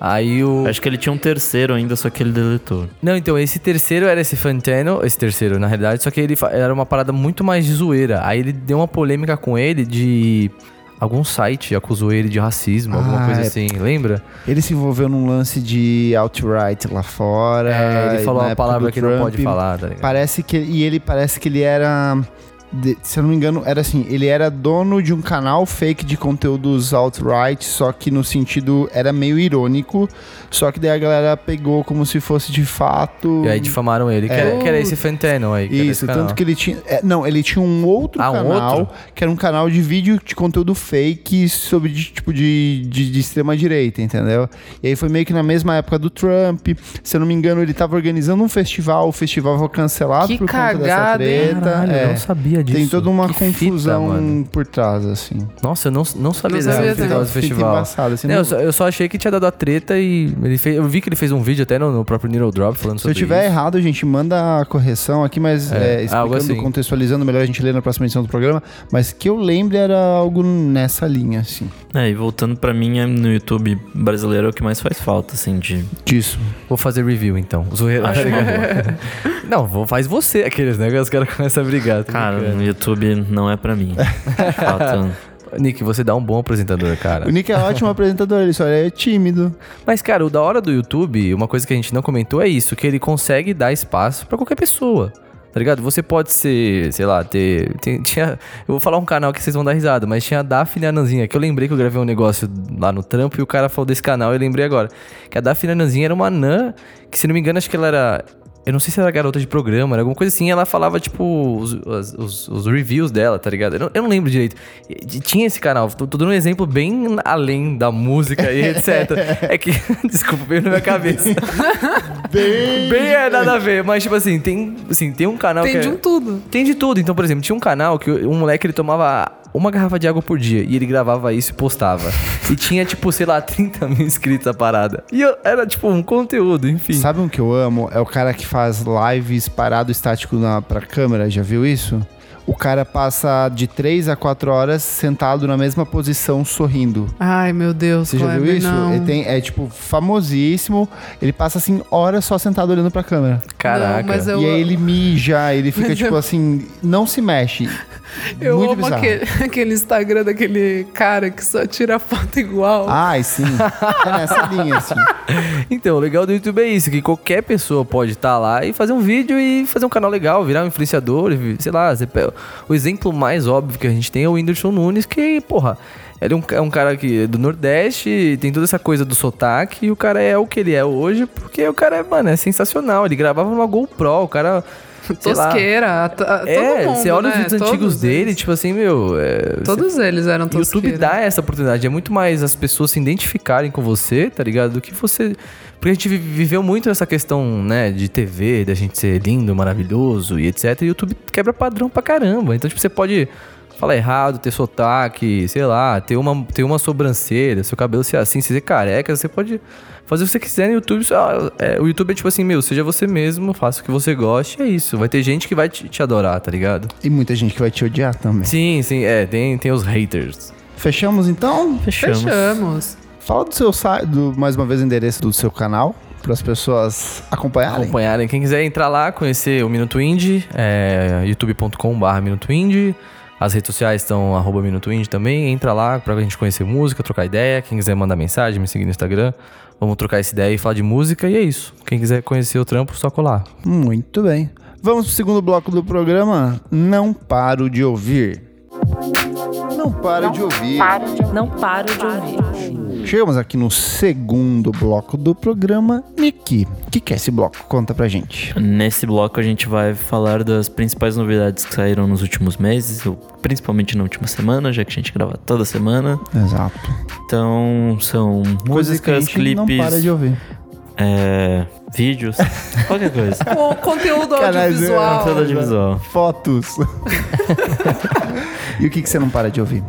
Speaker 4: Aí
Speaker 2: É.
Speaker 4: o.
Speaker 3: Acho que ele tinha um terceiro ainda, só que ele deletou.
Speaker 4: Não, então, esse terceiro era esse Fantano, esse terceiro, na realidade, só que ele fa- era uma parada muito mais de zoeira. Aí ele deu uma polêmica com ele de. Algum site acusou ele de racismo, alguma
Speaker 1: Ah,
Speaker 4: coisa
Speaker 1: é.
Speaker 4: assim, lembra?
Speaker 1: Ele se envolveu num lance de alt-right lá fora.
Speaker 4: É, ele
Speaker 1: e
Speaker 4: falou
Speaker 1: na
Speaker 4: uma
Speaker 1: época
Speaker 4: palavra
Speaker 1: do
Speaker 4: que não
Speaker 1: Trump.
Speaker 4: pode falar, tá ligado?
Speaker 1: Parece que e ele parece que ele era de- se eu não me engano, era assim, ele era dono de um canal fake de conteúdos alt-right, só que no sentido era meio irônico, só que daí a galera pegou como se fosse de fato.
Speaker 4: E aí difamaram ele, que,
Speaker 1: É.
Speaker 4: era, que era esse Fantano aí. Que era esse
Speaker 1: Isso,
Speaker 4: canal.
Speaker 1: tanto que ele tinha. é, não, ele tinha um outro
Speaker 4: Ah, um
Speaker 1: canal,
Speaker 4: outro?
Speaker 1: que era um canal de vídeo de conteúdo fake sobre de, tipo de, de, de extrema direita, entendeu? E aí foi meio que na mesma época do Trump. Se eu não me engano, ele tava organizando um festival, o festival foi cancelado
Speaker 2: Que
Speaker 1: por conta dessa
Speaker 2: cagada, hein?
Speaker 1: treta.
Speaker 4: Caralho, eu
Speaker 1: é.
Speaker 4: não sabia sabia disso.
Speaker 1: Tem toda uma
Speaker 4: Que fita,
Speaker 1: confusão
Speaker 4: mano.
Speaker 1: por trás, assim.
Speaker 4: Nossa, eu não, não sabia
Speaker 2: Não
Speaker 4: dessa
Speaker 2: sabia
Speaker 4: fita
Speaker 2: também.
Speaker 4: do festival.
Speaker 1: Embaçado, assim,
Speaker 4: Não,
Speaker 1: não-
Speaker 4: eu, só, eu só achei que tinha dado a treta e ele fez, eu vi que ele fez um vídeo até no, no próprio Needle Drop falando
Speaker 1: Se eu
Speaker 4: sobre
Speaker 1: tiver
Speaker 4: isso.
Speaker 1: errado, gente, manda a correção aqui, mas
Speaker 4: É,
Speaker 1: é,
Speaker 4: algo
Speaker 1: explicando,
Speaker 4: assim.
Speaker 1: contextualizando melhor, a gente lê na próxima edição do programa. Mas que eu lembre era algo nessa linha, assim.
Speaker 3: É, e voltando pra mim, é no YouTube brasileiro é o que mais faz falta, assim, de.
Speaker 1: Disso.
Speaker 4: Vou fazer review então. Zoeira.
Speaker 3: Acho uma boa.
Speaker 4: não, vou, faz você aqueles, né? Os caras começam a brigar. tô
Speaker 3: Cara,
Speaker 4: brincando.
Speaker 3: no YouTube não é pra mim. De fato.
Speaker 4: Nick, você dá um bom apresentador, cara.
Speaker 1: O Nick é ótimo apresentador, ele só é tímido.
Speaker 4: Mas, cara, o da hora do YouTube, uma coisa que a gente não comentou é isso, que ele consegue dar espaço pra qualquer pessoa. Tá ligado? Você pode ser, sei lá, ter. tem- tinha, eu vou falar um canal que vocês vão dar risada, mas tinha a Daphne Ananzinha, que eu lembrei que eu gravei um negócio lá no trampo e o cara falou desse canal e eu lembrei agora. Que a Daphne Ananzinha era uma anã, que se não me engano, acho que ela era. Eu não sei se era garota de programa, era alguma coisa assim. Ela falava, tipo, os, as- os- os reviews dela, tá ligado? Eu não, eu não lembro direito. E- e Tinha esse canal, tô, tô dando um exemplo bem além da música e etc. É que, desculpa, veio na minha cabeça.
Speaker 1: Bem...
Speaker 4: bem é nada a ver, mas, tipo assim, tem, assim, tem um canal
Speaker 2: Tem
Speaker 4: que.
Speaker 2: de
Speaker 4: é-
Speaker 2: um tudo.
Speaker 4: tem de tudo. Então, por exemplo, tinha um canal que um moleque ele tomava uma garrafa de água por dia e ele gravava isso e postava. e tinha, tipo, sei lá, 30 mil inscritos a parada. E eu- era, tipo, um conteúdo, enfim.
Speaker 1: Sabe um que eu amo? É o cara que faz lives parado estático na, pra câmera, já viu isso? O cara passa de 3 a 4 horas sentado na mesma posição, sorrindo.
Speaker 2: Ai, meu Deus,
Speaker 1: Você já viu
Speaker 2: Kleber,
Speaker 1: isso?
Speaker 2: não.
Speaker 1: Ele tem, é tipo famosíssimo. Ele passa assim horas só sentado olhando pra câmera.
Speaker 4: Caraca.
Speaker 2: Não, mas eu-
Speaker 1: E aí ele mija, ele fica tipo assim, não se mexe.
Speaker 2: Eu
Speaker 1: Muito
Speaker 2: amo
Speaker 1: bizarro.
Speaker 2: aquele, aquele Instagram daquele cara que só tira foto igual.
Speaker 1: Ai, sim. É nessa linha, assim.
Speaker 4: Então, o legal do YouTube é isso, que qualquer pessoa pode estar lá e fazer um vídeo e fazer um canal legal, virar um influenciador, e, sei lá, você pe- o exemplo mais óbvio que a gente tem é o Whindersson Nunes, que, porra, ele é um, ca- é um cara que é do Nordeste, tem toda essa coisa do sotaque, e o cara é o que ele é hoje, porque o cara, é, mano, é sensacional, ele gravava numa GoPro, o cara... sei lá.
Speaker 2: Tosqueira. a- a-
Speaker 4: É,
Speaker 2: todo mundo,
Speaker 4: você olha os
Speaker 2: né?
Speaker 4: vídeos antigos
Speaker 2: Todos
Speaker 4: dele,
Speaker 2: eles.
Speaker 4: tipo assim, meu... é, você
Speaker 2: Todos eles eram
Speaker 4: o
Speaker 2: tosqueira.
Speaker 4: YouTube dá essa oportunidade. É muito mais as pessoas se identificarem com você, tá ligado? Do que você. Porque a gente vi- viveu muito essa questão, né, de TV, da gente ser lindo, maravilhoso e etc. E o YouTube quebra padrão pra caramba. Então, tipo, você pode falar errado, ter sotaque, sei lá, ter uma, ter uma sobrancelha, seu cabelo ser assim, se ser careca, você pode fazer o que você quiser no YouTube. só- é, o YouTube é tipo assim, meu, seja você mesmo, faça o que você goste, é isso. Vai ter gente que vai te- te adorar, tá ligado?
Speaker 1: E muita gente que vai te odiar também.
Speaker 4: Sim, sim, é, tem, tem os haters.
Speaker 1: Fechamos então?
Speaker 3: Fechamos.
Speaker 2: Fechamos.
Speaker 1: Fala do seu site, do- mais uma vez o endereço do seu canal, para as pessoas acompanharem.
Speaker 4: acompanharem. Quem quiser entrar lá, conhecer o Minuto Indie, é youtube.com.br Minuto Indie. As redes sociais estão arroba Minuto Indie também. Entra lá pra gente conhecer música, trocar ideia. Quem quiser mandar mensagem, me seguir no Instagram. Vamos trocar essa ideia e falar de música. E é isso. Quem quiser conhecer o trampo, só colar.
Speaker 1: Muito bem. Vamos pro segundo bloco do programa. Não paro de ouvir. Não paro de ouvir.
Speaker 5: Não paro de ouvir.
Speaker 1: Chegamos aqui no segundo bloco do programa. Nick, o que, que é esse bloco? Conta pra gente.
Speaker 3: Nesse bloco a gente vai falar das principais novidades que saíram nos últimos meses, ou principalmente na última semana, já que a gente grava toda semana.
Speaker 1: Exato.
Speaker 3: Então são
Speaker 1: Coisas que a
Speaker 3: músicas,
Speaker 1: gente não para
Speaker 3: clipes,
Speaker 1: de ouvir.
Speaker 3: é, vídeos, qualquer coisa.
Speaker 2: Com conteúdo
Speaker 1: Caralho,
Speaker 2: audiovisual.
Speaker 3: Conteúdo audiovisual.
Speaker 1: Fotos. e o que, que você não para de ouvir?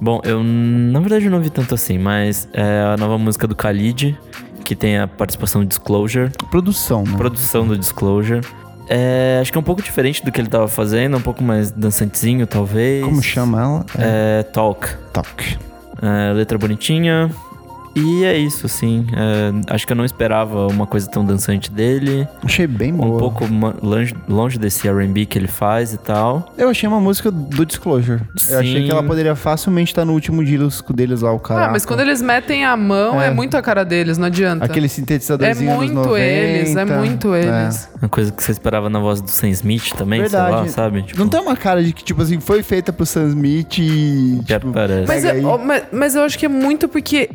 Speaker 3: Bom, eu n- na verdade eu não vi tanto assim, mas é a nova música do Khalid, que tem a participação do Disclosure,
Speaker 1: Produção, né?
Speaker 3: produção do Disclosure. É, acho que é um pouco diferente do que ele tava fazendo, um pouco mais dançantezinho, talvez.
Speaker 1: Como chama ela?
Speaker 3: É, Talk.
Speaker 1: Talk.
Speaker 3: É, letra bonitinha. E é isso, assim. É, acho que eu não esperava uma coisa tão dançante dele.
Speaker 1: Achei bem
Speaker 3: Um
Speaker 1: boa.
Speaker 3: pouco ma- longe, longe desse RB que ele faz e tal.
Speaker 1: Eu achei uma música do Disclosure.
Speaker 3: Sim.
Speaker 1: Eu achei que ela poderia facilmente estar no último disco deles lá, o cara.
Speaker 2: Ah, mas quando eles metem a mão, é,
Speaker 1: É.
Speaker 2: muito a cara deles, não adianta.
Speaker 1: Aquele
Speaker 2: é
Speaker 1: sintetizadorzinho dos 90.
Speaker 2: muito eles, é muito eles.
Speaker 3: Uma coisa que você esperava na voz do Sam Smith também, sei lá,
Speaker 1: Verdade.
Speaker 3: sabe? Tipo,
Speaker 1: Não tem uma cara de que, tipo assim, foi feita pro Sam Smith e.
Speaker 3: já
Speaker 1: Tipo,
Speaker 3: parece.
Speaker 2: Mas,
Speaker 1: Pega
Speaker 2: é-
Speaker 1: aí.
Speaker 2: ó, mas, mas eu acho que é muito porque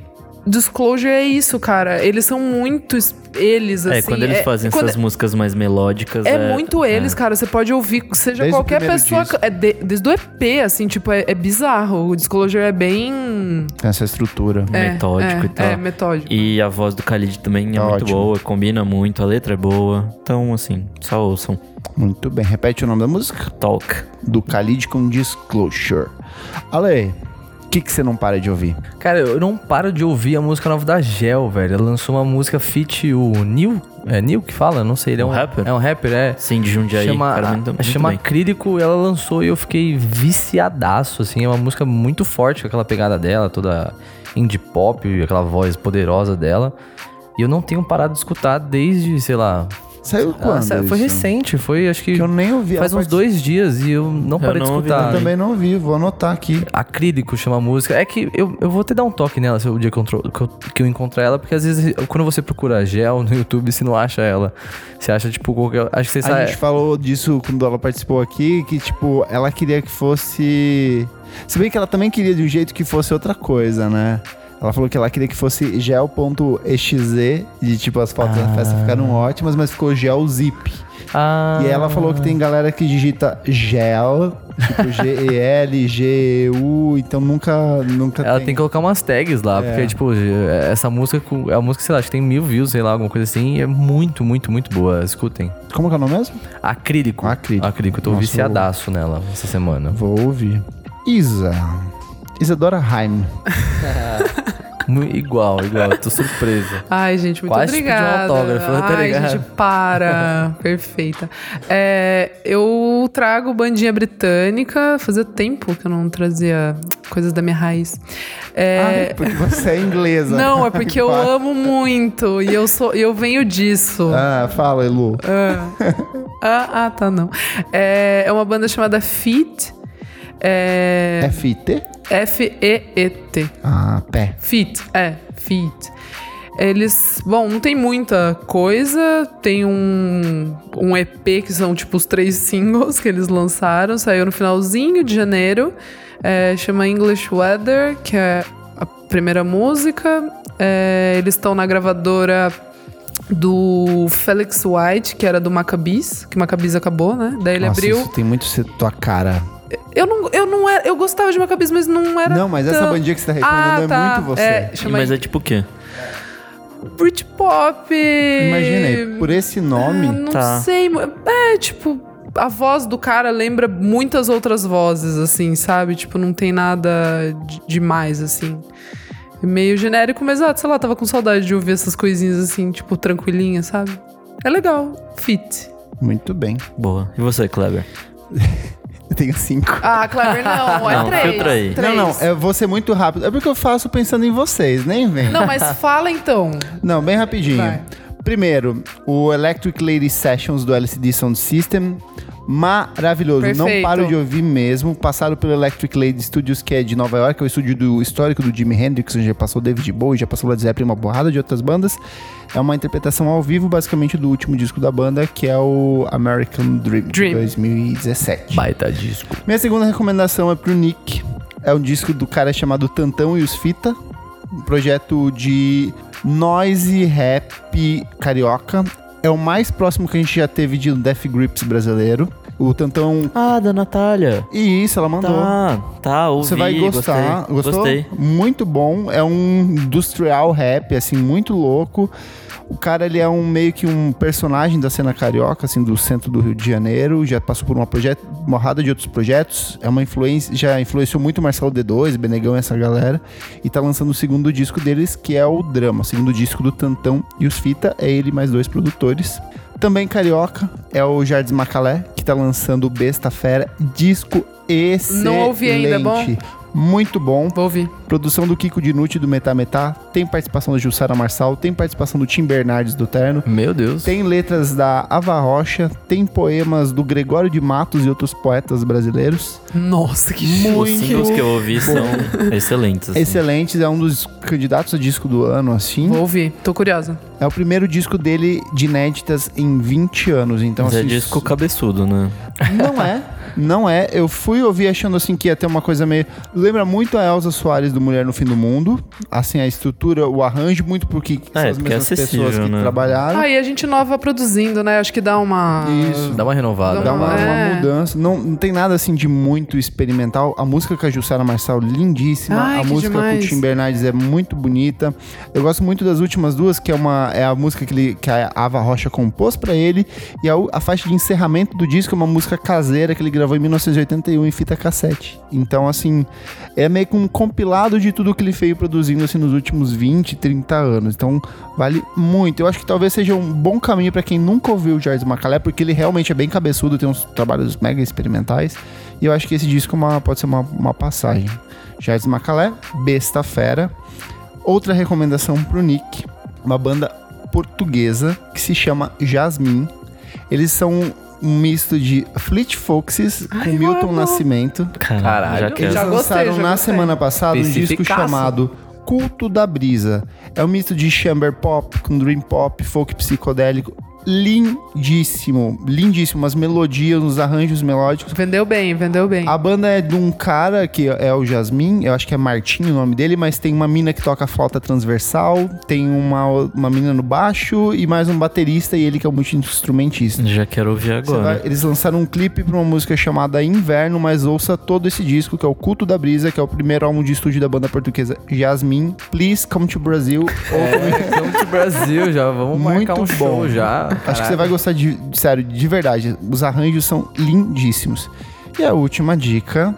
Speaker 2: Disclosure é isso, cara. Eles são muito es- eles, assim.
Speaker 3: é, quando eles fazem
Speaker 2: quando-
Speaker 3: essas músicas mais melódicas.
Speaker 2: É, muito eles, cara. Você pode ouvir, seja
Speaker 1: Desde o
Speaker 2: qualquer
Speaker 1: primeiro
Speaker 2: pessoa.
Speaker 1: disco.
Speaker 2: É de- desde o EP, assim, tipo, é, é bizarro. O Disclosure é bem.
Speaker 1: Tem essa estrutura.
Speaker 2: é,
Speaker 3: Metódico
Speaker 2: é,
Speaker 3: e tal.
Speaker 2: É, metódico.
Speaker 3: E a voz do Khalid também é
Speaker 1: Tá
Speaker 3: muito
Speaker 1: ótimo.
Speaker 3: boa, combina muito, a letra é boa. Então, assim, só ouçam.
Speaker 1: Muito bem. Repete o nome da música?
Speaker 3: Talk.
Speaker 1: Do Khalid com Disclosure. Ale, o que que você não para de ouvir?
Speaker 4: Cara, eu não paro de ouvir a música nova da Gel, velho. Ela lançou uma música feat o Neil. É Neil que fala? Eu Não sei, ele é um,
Speaker 3: Um rapper?
Speaker 4: É um rapper, é.
Speaker 3: Sim, de Jundiaí.
Speaker 4: chama
Speaker 3: Cara, muito-
Speaker 4: a-
Speaker 3: muito
Speaker 4: chama
Speaker 3: bem.
Speaker 4: Acrílico, ela lançou e eu fiquei viciadaço, assim. É uma música muito forte com aquela pegada dela, toda indie pop, aquela voz poderosa dela. E eu não tenho parado de escutar desde, sei lá.
Speaker 1: Saiu
Speaker 4: ah,
Speaker 1: quando?
Speaker 4: sa-
Speaker 1: isso?
Speaker 4: foi recente, foi acho que,
Speaker 1: Que eu nem ouvi.
Speaker 4: faz
Speaker 1: Ela
Speaker 4: uns dois dias e eu não parei de
Speaker 3: não ouvi
Speaker 4: escutar.
Speaker 1: Eu também não ouvi, vou anotar aqui.
Speaker 4: Acrílico chama a música. É que eu, eu vou até dar um toque nela se o dia que eu, entro- que eu- que eu encontrar ela, porque às vezes quando você procura gel no YouTube, você não acha ela. Você acha, tipo, qualquer. Acho que você "Ah,
Speaker 1: A
Speaker 4: sabe.
Speaker 1: gente falou disso quando ela participou aqui, que, tipo, ela queria que fosse. Se bem que ela também queria de um jeito que fosse outra coisa, né? Ela falou que ela queria que fosse gel.exe, e, tipo, as fotos da festa ficaram ótimas, mas ficou gel zip.
Speaker 4: Ah,
Speaker 1: E ela falou que tem galera que digita gel, tipo G-E-L, G-U, então nunca, nunca É.
Speaker 4: Ela tem que colocar umas tags lá, porque, tipo, essa música com- é uma música, sei lá, acho que tem mil views, sei lá, alguma coisa assim. E é muito, muito, muito boa. Escutem.
Speaker 1: Como que é o nome mesmo?
Speaker 4: Acrílico.
Speaker 1: Acrílico.
Speaker 4: Acrílico. Eu tô
Speaker 1: Nossa,
Speaker 4: viciadaço nela essa semana.
Speaker 1: Vou ouvir. Isa. Isadora Heim.
Speaker 4: Mu- igual, igual. Tô surpreso.
Speaker 2: Ai, gente, muito
Speaker 4: Quase pediu um
Speaker 2: obrigada.
Speaker 4: autógrafo, tá
Speaker 2: Ai,
Speaker 4: ligado?
Speaker 2: gente, para. Perfeita. É, eu trago bandinha britânica. Fazia tempo que eu não trazia coisas da minha raiz. É,
Speaker 1: Ah, porque você é inglesa.
Speaker 2: não, é porque eu
Speaker 1: Pá.
Speaker 2: amo muito e eu sou, eu venho disso.
Speaker 4: É.
Speaker 1: Ah, fala, Elu.
Speaker 2: Ah, ah, tá, não. É, é uma banda chamada Feet. É,
Speaker 1: FT?
Speaker 2: F-E-E-T.
Speaker 1: Ah, pé.
Speaker 2: Fit, é, fit. Eles, bom, não tem muita coisa. Tem um, um EP que são tipo os três singles que eles lançaram. Saiu no finalzinho de janeiro. É, chama English Weather, que é a primeira música. É, eles estão na gravadora do Felix White, que era do Maccabees, que Maccabees acabou, né? Daí ele
Speaker 1: Nossa,
Speaker 2: abriu.
Speaker 1: isso tem muito ser tua cara.
Speaker 2: Eu não, eu não era, eu gostava de Maccabees, mas não era.
Speaker 1: não, mas essa
Speaker 2: tão-
Speaker 1: bandinha que você tá
Speaker 2: ah,
Speaker 1: recomendando
Speaker 2: tá.
Speaker 1: é muito você.
Speaker 2: É,
Speaker 3: E,
Speaker 2: chama
Speaker 3: Mas é tipo o quê?
Speaker 2: Britpop.
Speaker 1: Imaginei, por esse nome.
Speaker 2: Ah, não
Speaker 3: Tá.
Speaker 2: sei. mo- É, tipo, a voz do cara lembra muitas outras vozes, assim, sabe? Tipo, não tem nada de- demais, assim. Meio genérico, mas, ah, sei lá, tava com saudade de ouvir essas coisinhas, assim, tipo, tranquilinha, sabe? É legal. Fit.
Speaker 1: Muito bem.
Speaker 3: Boa. E você, Kleber?
Speaker 1: Eu tenho cinco.
Speaker 2: Ah, Kleber, não. É
Speaker 3: Não,
Speaker 2: três.
Speaker 3: filtra aí.
Speaker 2: três.
Speaker 1: Não, não, eu vou ser muito rápido. É porque eu faço pensando em vocês, nem vem.
Speaker 2: Não, mas fala então.
Speaker 1: Não, bem rapidinho.
Speaker 2: Vai.
Speaker 1: Primeiro, o Electric Lady Sessions do LCD Sound System. Maravilhoso, não
Speaker 2: Perfeito.
Speaker 1: paro de ouvir mesmo. Passaram pelo Electric Lady Studios, que é de Nova York, é o estúdio do histórico do Jimi Hendrix, onde já passou David Bowie, já passou Led Zeppelin, uma borrada de outras bandas. É uma interpretação ao vivo, basicamente, do último disco da banda, que é o American Dream, de
Speaker 2: Dream.
Speaker 1: 2017.
Speaker 4: Baita disco.
Speaker 1: Minha segunda recomendação é pro Nick. É um disco do cara chamado Tantão e os Fita. Um projeto de noise rap carioca. É o mais próximo que a gente já teve de Death Grips brasileiro. O Tantão.
Speaker 3: Ah, da Natália.
Speaker 1: E isso, ela mandou.
Speaker 3: Tá, tá, ouvi,
Speaker 1: Você vai gostar.
Speaker 3: gostei.
Speaker 1: Gostou?
Speaker 3: Gostei.
Speaker 1: Muito bom. É um industrial rap, assim, muito louco. O cara, ele é um meio que um personagem da cena carioca, assim, do centro do Rio de Janeiro. Já passou por uma projeto, uma rada de outros projetos. É uma influência, já influenciou muito Marcelo D2, Benegão e essa galera. E tá lançando o segundo disco deles, que é o Drama. O segundo disco do Tantão e os Fita. É ele mais dois produtores. Também carioca é o Jardim Macalé, que tá lançando o Besta Fera, disco excelente.
Speaker 2: Não ouvi ainda, é bom?
Speaker 1: Muito bom.
Speaker 2: Vou ouvir.
Speaker 1: Produção do Kiko Dinucci do Metá Metá. Tem participação da Jussara Marçal. Tem participação do Tim Bernardes do Terno.
Speaker 4: Meu Deus.
Speaker 1: Tem letras da Ava Rocha. Tem poemas do Gregório de Matos e outros poetas brasileiros.
Speaker 2: Nossa, que
Speaker 3: Os singles que eu ouvi são excelentes. assim.
Speaker 1: Excelentes. É um dos candidatos a disco do ano, assim.
Speaker 2: Vou ouvir. Tô curiosa.
Speaker 1: É o primeiro disco dele de inéditas em 20 anos. Então,
Speaker 3: Mas é
Speaker 1: assim,
Speaker 3: disco cabeçudo, né?
Speaker 1: Não é. Não é. Eu fui ouvir achando assim que ia ter uma coisa meio. Lembra muito a Elza Soares do Mulher no Fim do Mundo. Assim, a estrutura, o arranjo, muito porque
Speaker 3: É, porque é acessível,
Speaker 1: pessoas que
Speaker 3: né?
Speaker 1: trabalharam.
Speaker 2: Ah, e a gente nova produzindo, né? Acho que dá uma.
Speaker 1: Isso.
Speaker 4: Dá uma renovada.
Speaker 1: Dá uma,
Speaker 2: É.
Speaker 1: uma mudança. Não, não tem nada assim de muito experimental. A música com a Jussara Marçal, lindíssima.
Speaker 2: Ai,
Speaker 1: a
Speaker 2: que
Speaker 1: música com o
Speaker 2: demais.
Speaker 1: Tim Bernardes é muito bonita. Eu gosto muito das últimas duas, que é, uma, é a música que, ele, que a Ava Rocha compôs pra ele. E a, u- a faixa de encerramento do disco é uma música caseira que ele gravou em 1981 em fita cassete. Então, assim, é meio que um compilado de tudo que ele veio produzindo assim, nos últimos 20, 30 anos. Então, vale muito. Eu acho que talvez seja um bom caminho pra quem nunca ouviu o Jardim Macalé, porque ele realmente é bem cabeçudo, tem uns trabalhos mega experimentais. E eu acho que esse disco é uma- pode ser uma, uma passagem. Jardim Macalé, Besta Fera. Outra recomendação pro Nick, uma banda portuguesa que se chama Jasmine. Eles são um misto de Fleet Foxes com Milton
Speaker 2: amo.
Speaker 1: Nascimento.
Speaker 4: Caralho.
Speaker 3: já
Speaker 1: Eles
Speaker 3: quero.
Speaker 2: Já gostei,
Speaker 1: lançaram
Speaker 2: já
Speaker 1: na
Speaker 2: gostei.
Speaker 1: semana passada um disco
Speaker 4: Especificaço.
Speaker 1: chamado Culto da Brisa. É um misto de chamber pop com dream pop, folk psicodélico. Lindíssimo, lindíssimo. As melodias, os arranjos melódicos.
Speaker 2: Vendeu bem, vendeu bem.
Speaker 1: A banda é de um cara que é o Jasmin, eu acho que é Martim o nome dele, mas tem uma mina que toca flauta transversal, tem uma, uma mina no baixo e mais um baterista e ele que é um multi-instrumentista.
Speaker 3: Já quero ouvir
Speaker 1: Você vai-
Speaker 3: agora.
Speaker 1: eles lançaram um clipe pra uma música chamada Inverno, mas ouça todo esse disco, que é o Culto da Brisa, que é o primeiro álbum de estúdio da banda portuguesa Jasmine. Please come to Brazil.
Speaker 4: Então, pro Brasil já, vamos marcar
Speaker 1: Muito
Speaker 4: um
Speaker 1: bom.
Speaker 4: show já.
Speaker 1: Acho que você vai gostar de, de- sério, de verdade. Os arranjos são lindíssimos. E a última dica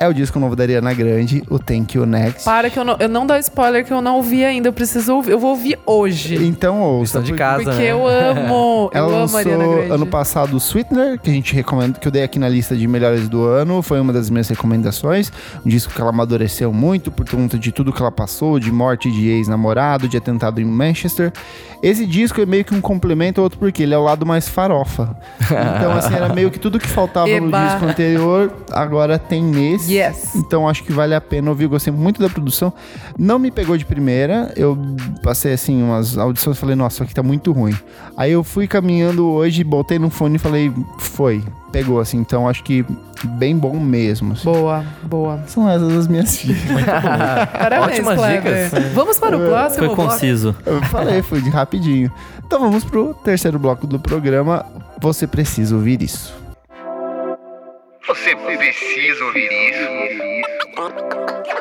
Speaker 1: é o disco novo da Ariana Grande, o Thank You Next.
Speaker 2: Para que eu não, eu não dou spoiler que eu não ouvi ainda. Eu preciso ouvir. Eu vou ouvir hoje.
Speaker 1: Então ouça.
Speaker 4: Lição de
Speaker 1: porque-
Speaker 4: casa,
Speaker 2: Porque
Speaker 4: né?
Speaker 2: eu amo. Eu
Speaker 1: Ela
Speaker 2: amo a Ariana
Speaker 1: lançou
Speaker 2: Grande.
Speaker 1: ano passado o Sweetener, que a gente recomenda, que eu dei aqui na lista de melhores do ano, foi uma das minhas recomendações. Um disco que ela amadureceu muito por conta de tudo que ela passou, de morte de ex-namorado, de atentado em Manchester. Esse disco é meio que um complemento ao outro, porque ele é o lado mais farofa. Então, assim, era meio que tudo que faltava no
Speaker 2: Eba.
Speaker 1: disco anterior, agora tem nesse.
Speaker 2: Yes.
Speaker 1: Então acho que vale a pena ouvir. Eu Gostei muito da produção. Não me pegou de primeira. Eu passei assim umas audições e falei, nossa, isso aqui tá muito ruim. Aí eu fui caminhando hoje, botei no fone e falei, foi. Pegou, assim. Então acho que bem bom mesmo. assim.
Speaker 2: Boa, boa.
Speaker 1: São essas as minhas dicas.
Speaker 2: Parabéns,
Speaker 4: Ótimas
Speaker 2: Kleber. Vamos para o próximo
Speaker 3: Foi
Speaker 2: bloco.
Speaker 3: conciso.
Speaker 1: Eu falei, fui de rapidinho. Então vamos pro terceiro bloco do programa. Você precisa ouvir isso.
Speaker 6: Você precisa ouvir isso.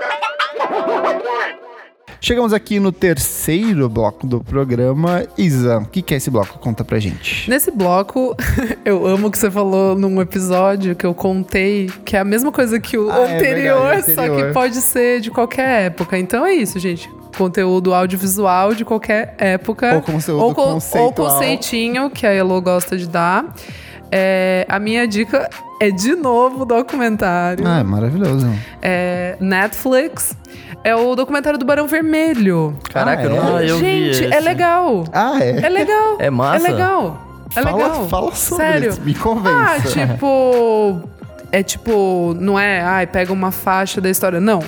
Speaker 1: Chegamos aqui no terceiro bloco do programa. Isa, o que, que é esse bloco? Conta pra gente.
Speaker 2: Nesse bloco, eu amo que você falou num episódio que eu contei, que é a mesma coisa que o
Speaker 1: Ah, é
Speaker 2: anterior,
Speaker 1: verdade,
Speaker 2: só
Speaker 1: anterior.
Speaker 2: que pode ser de qualquer época. Então é isso, gente. Conteúdo audiovisual de qualquer época.
Speaker 1: Ou conteúdo
Speaker 2: ou, con- ou
Speaker 1: conceitual.
Speaker 2: conceitinho, que a Elo gosta de dar. É, a minha dica é de novo o documentário.
Speaker 1: Ah, é maravilhoso.
Speaker 2: É, Netflix. É o documentário do Barão Vermelho.
Speaker 4: Caraca,
Speaker 1: Ah,
Speaker 4: eu não-
Speaker 3: Ah, eu vi
Speaker 2: gente, é
Speaker 3: esse.
Speaker 2: legal.
Speaker 1: Ah, é?
Speaker 2: É legal.
Speaker 4: É massa?
Speaker 2: É legal. É
Speaker 1: fala,
Speaker 2: legal.
Speaker 1: fala sobre
Speaker 2: Sério.
Speaker 1: isso, me
Speaker 2: Ah,
Speaker 1: convença.
Speaker 2: tipo. É tipo, não é, ai, pega uma faixa da história. Não.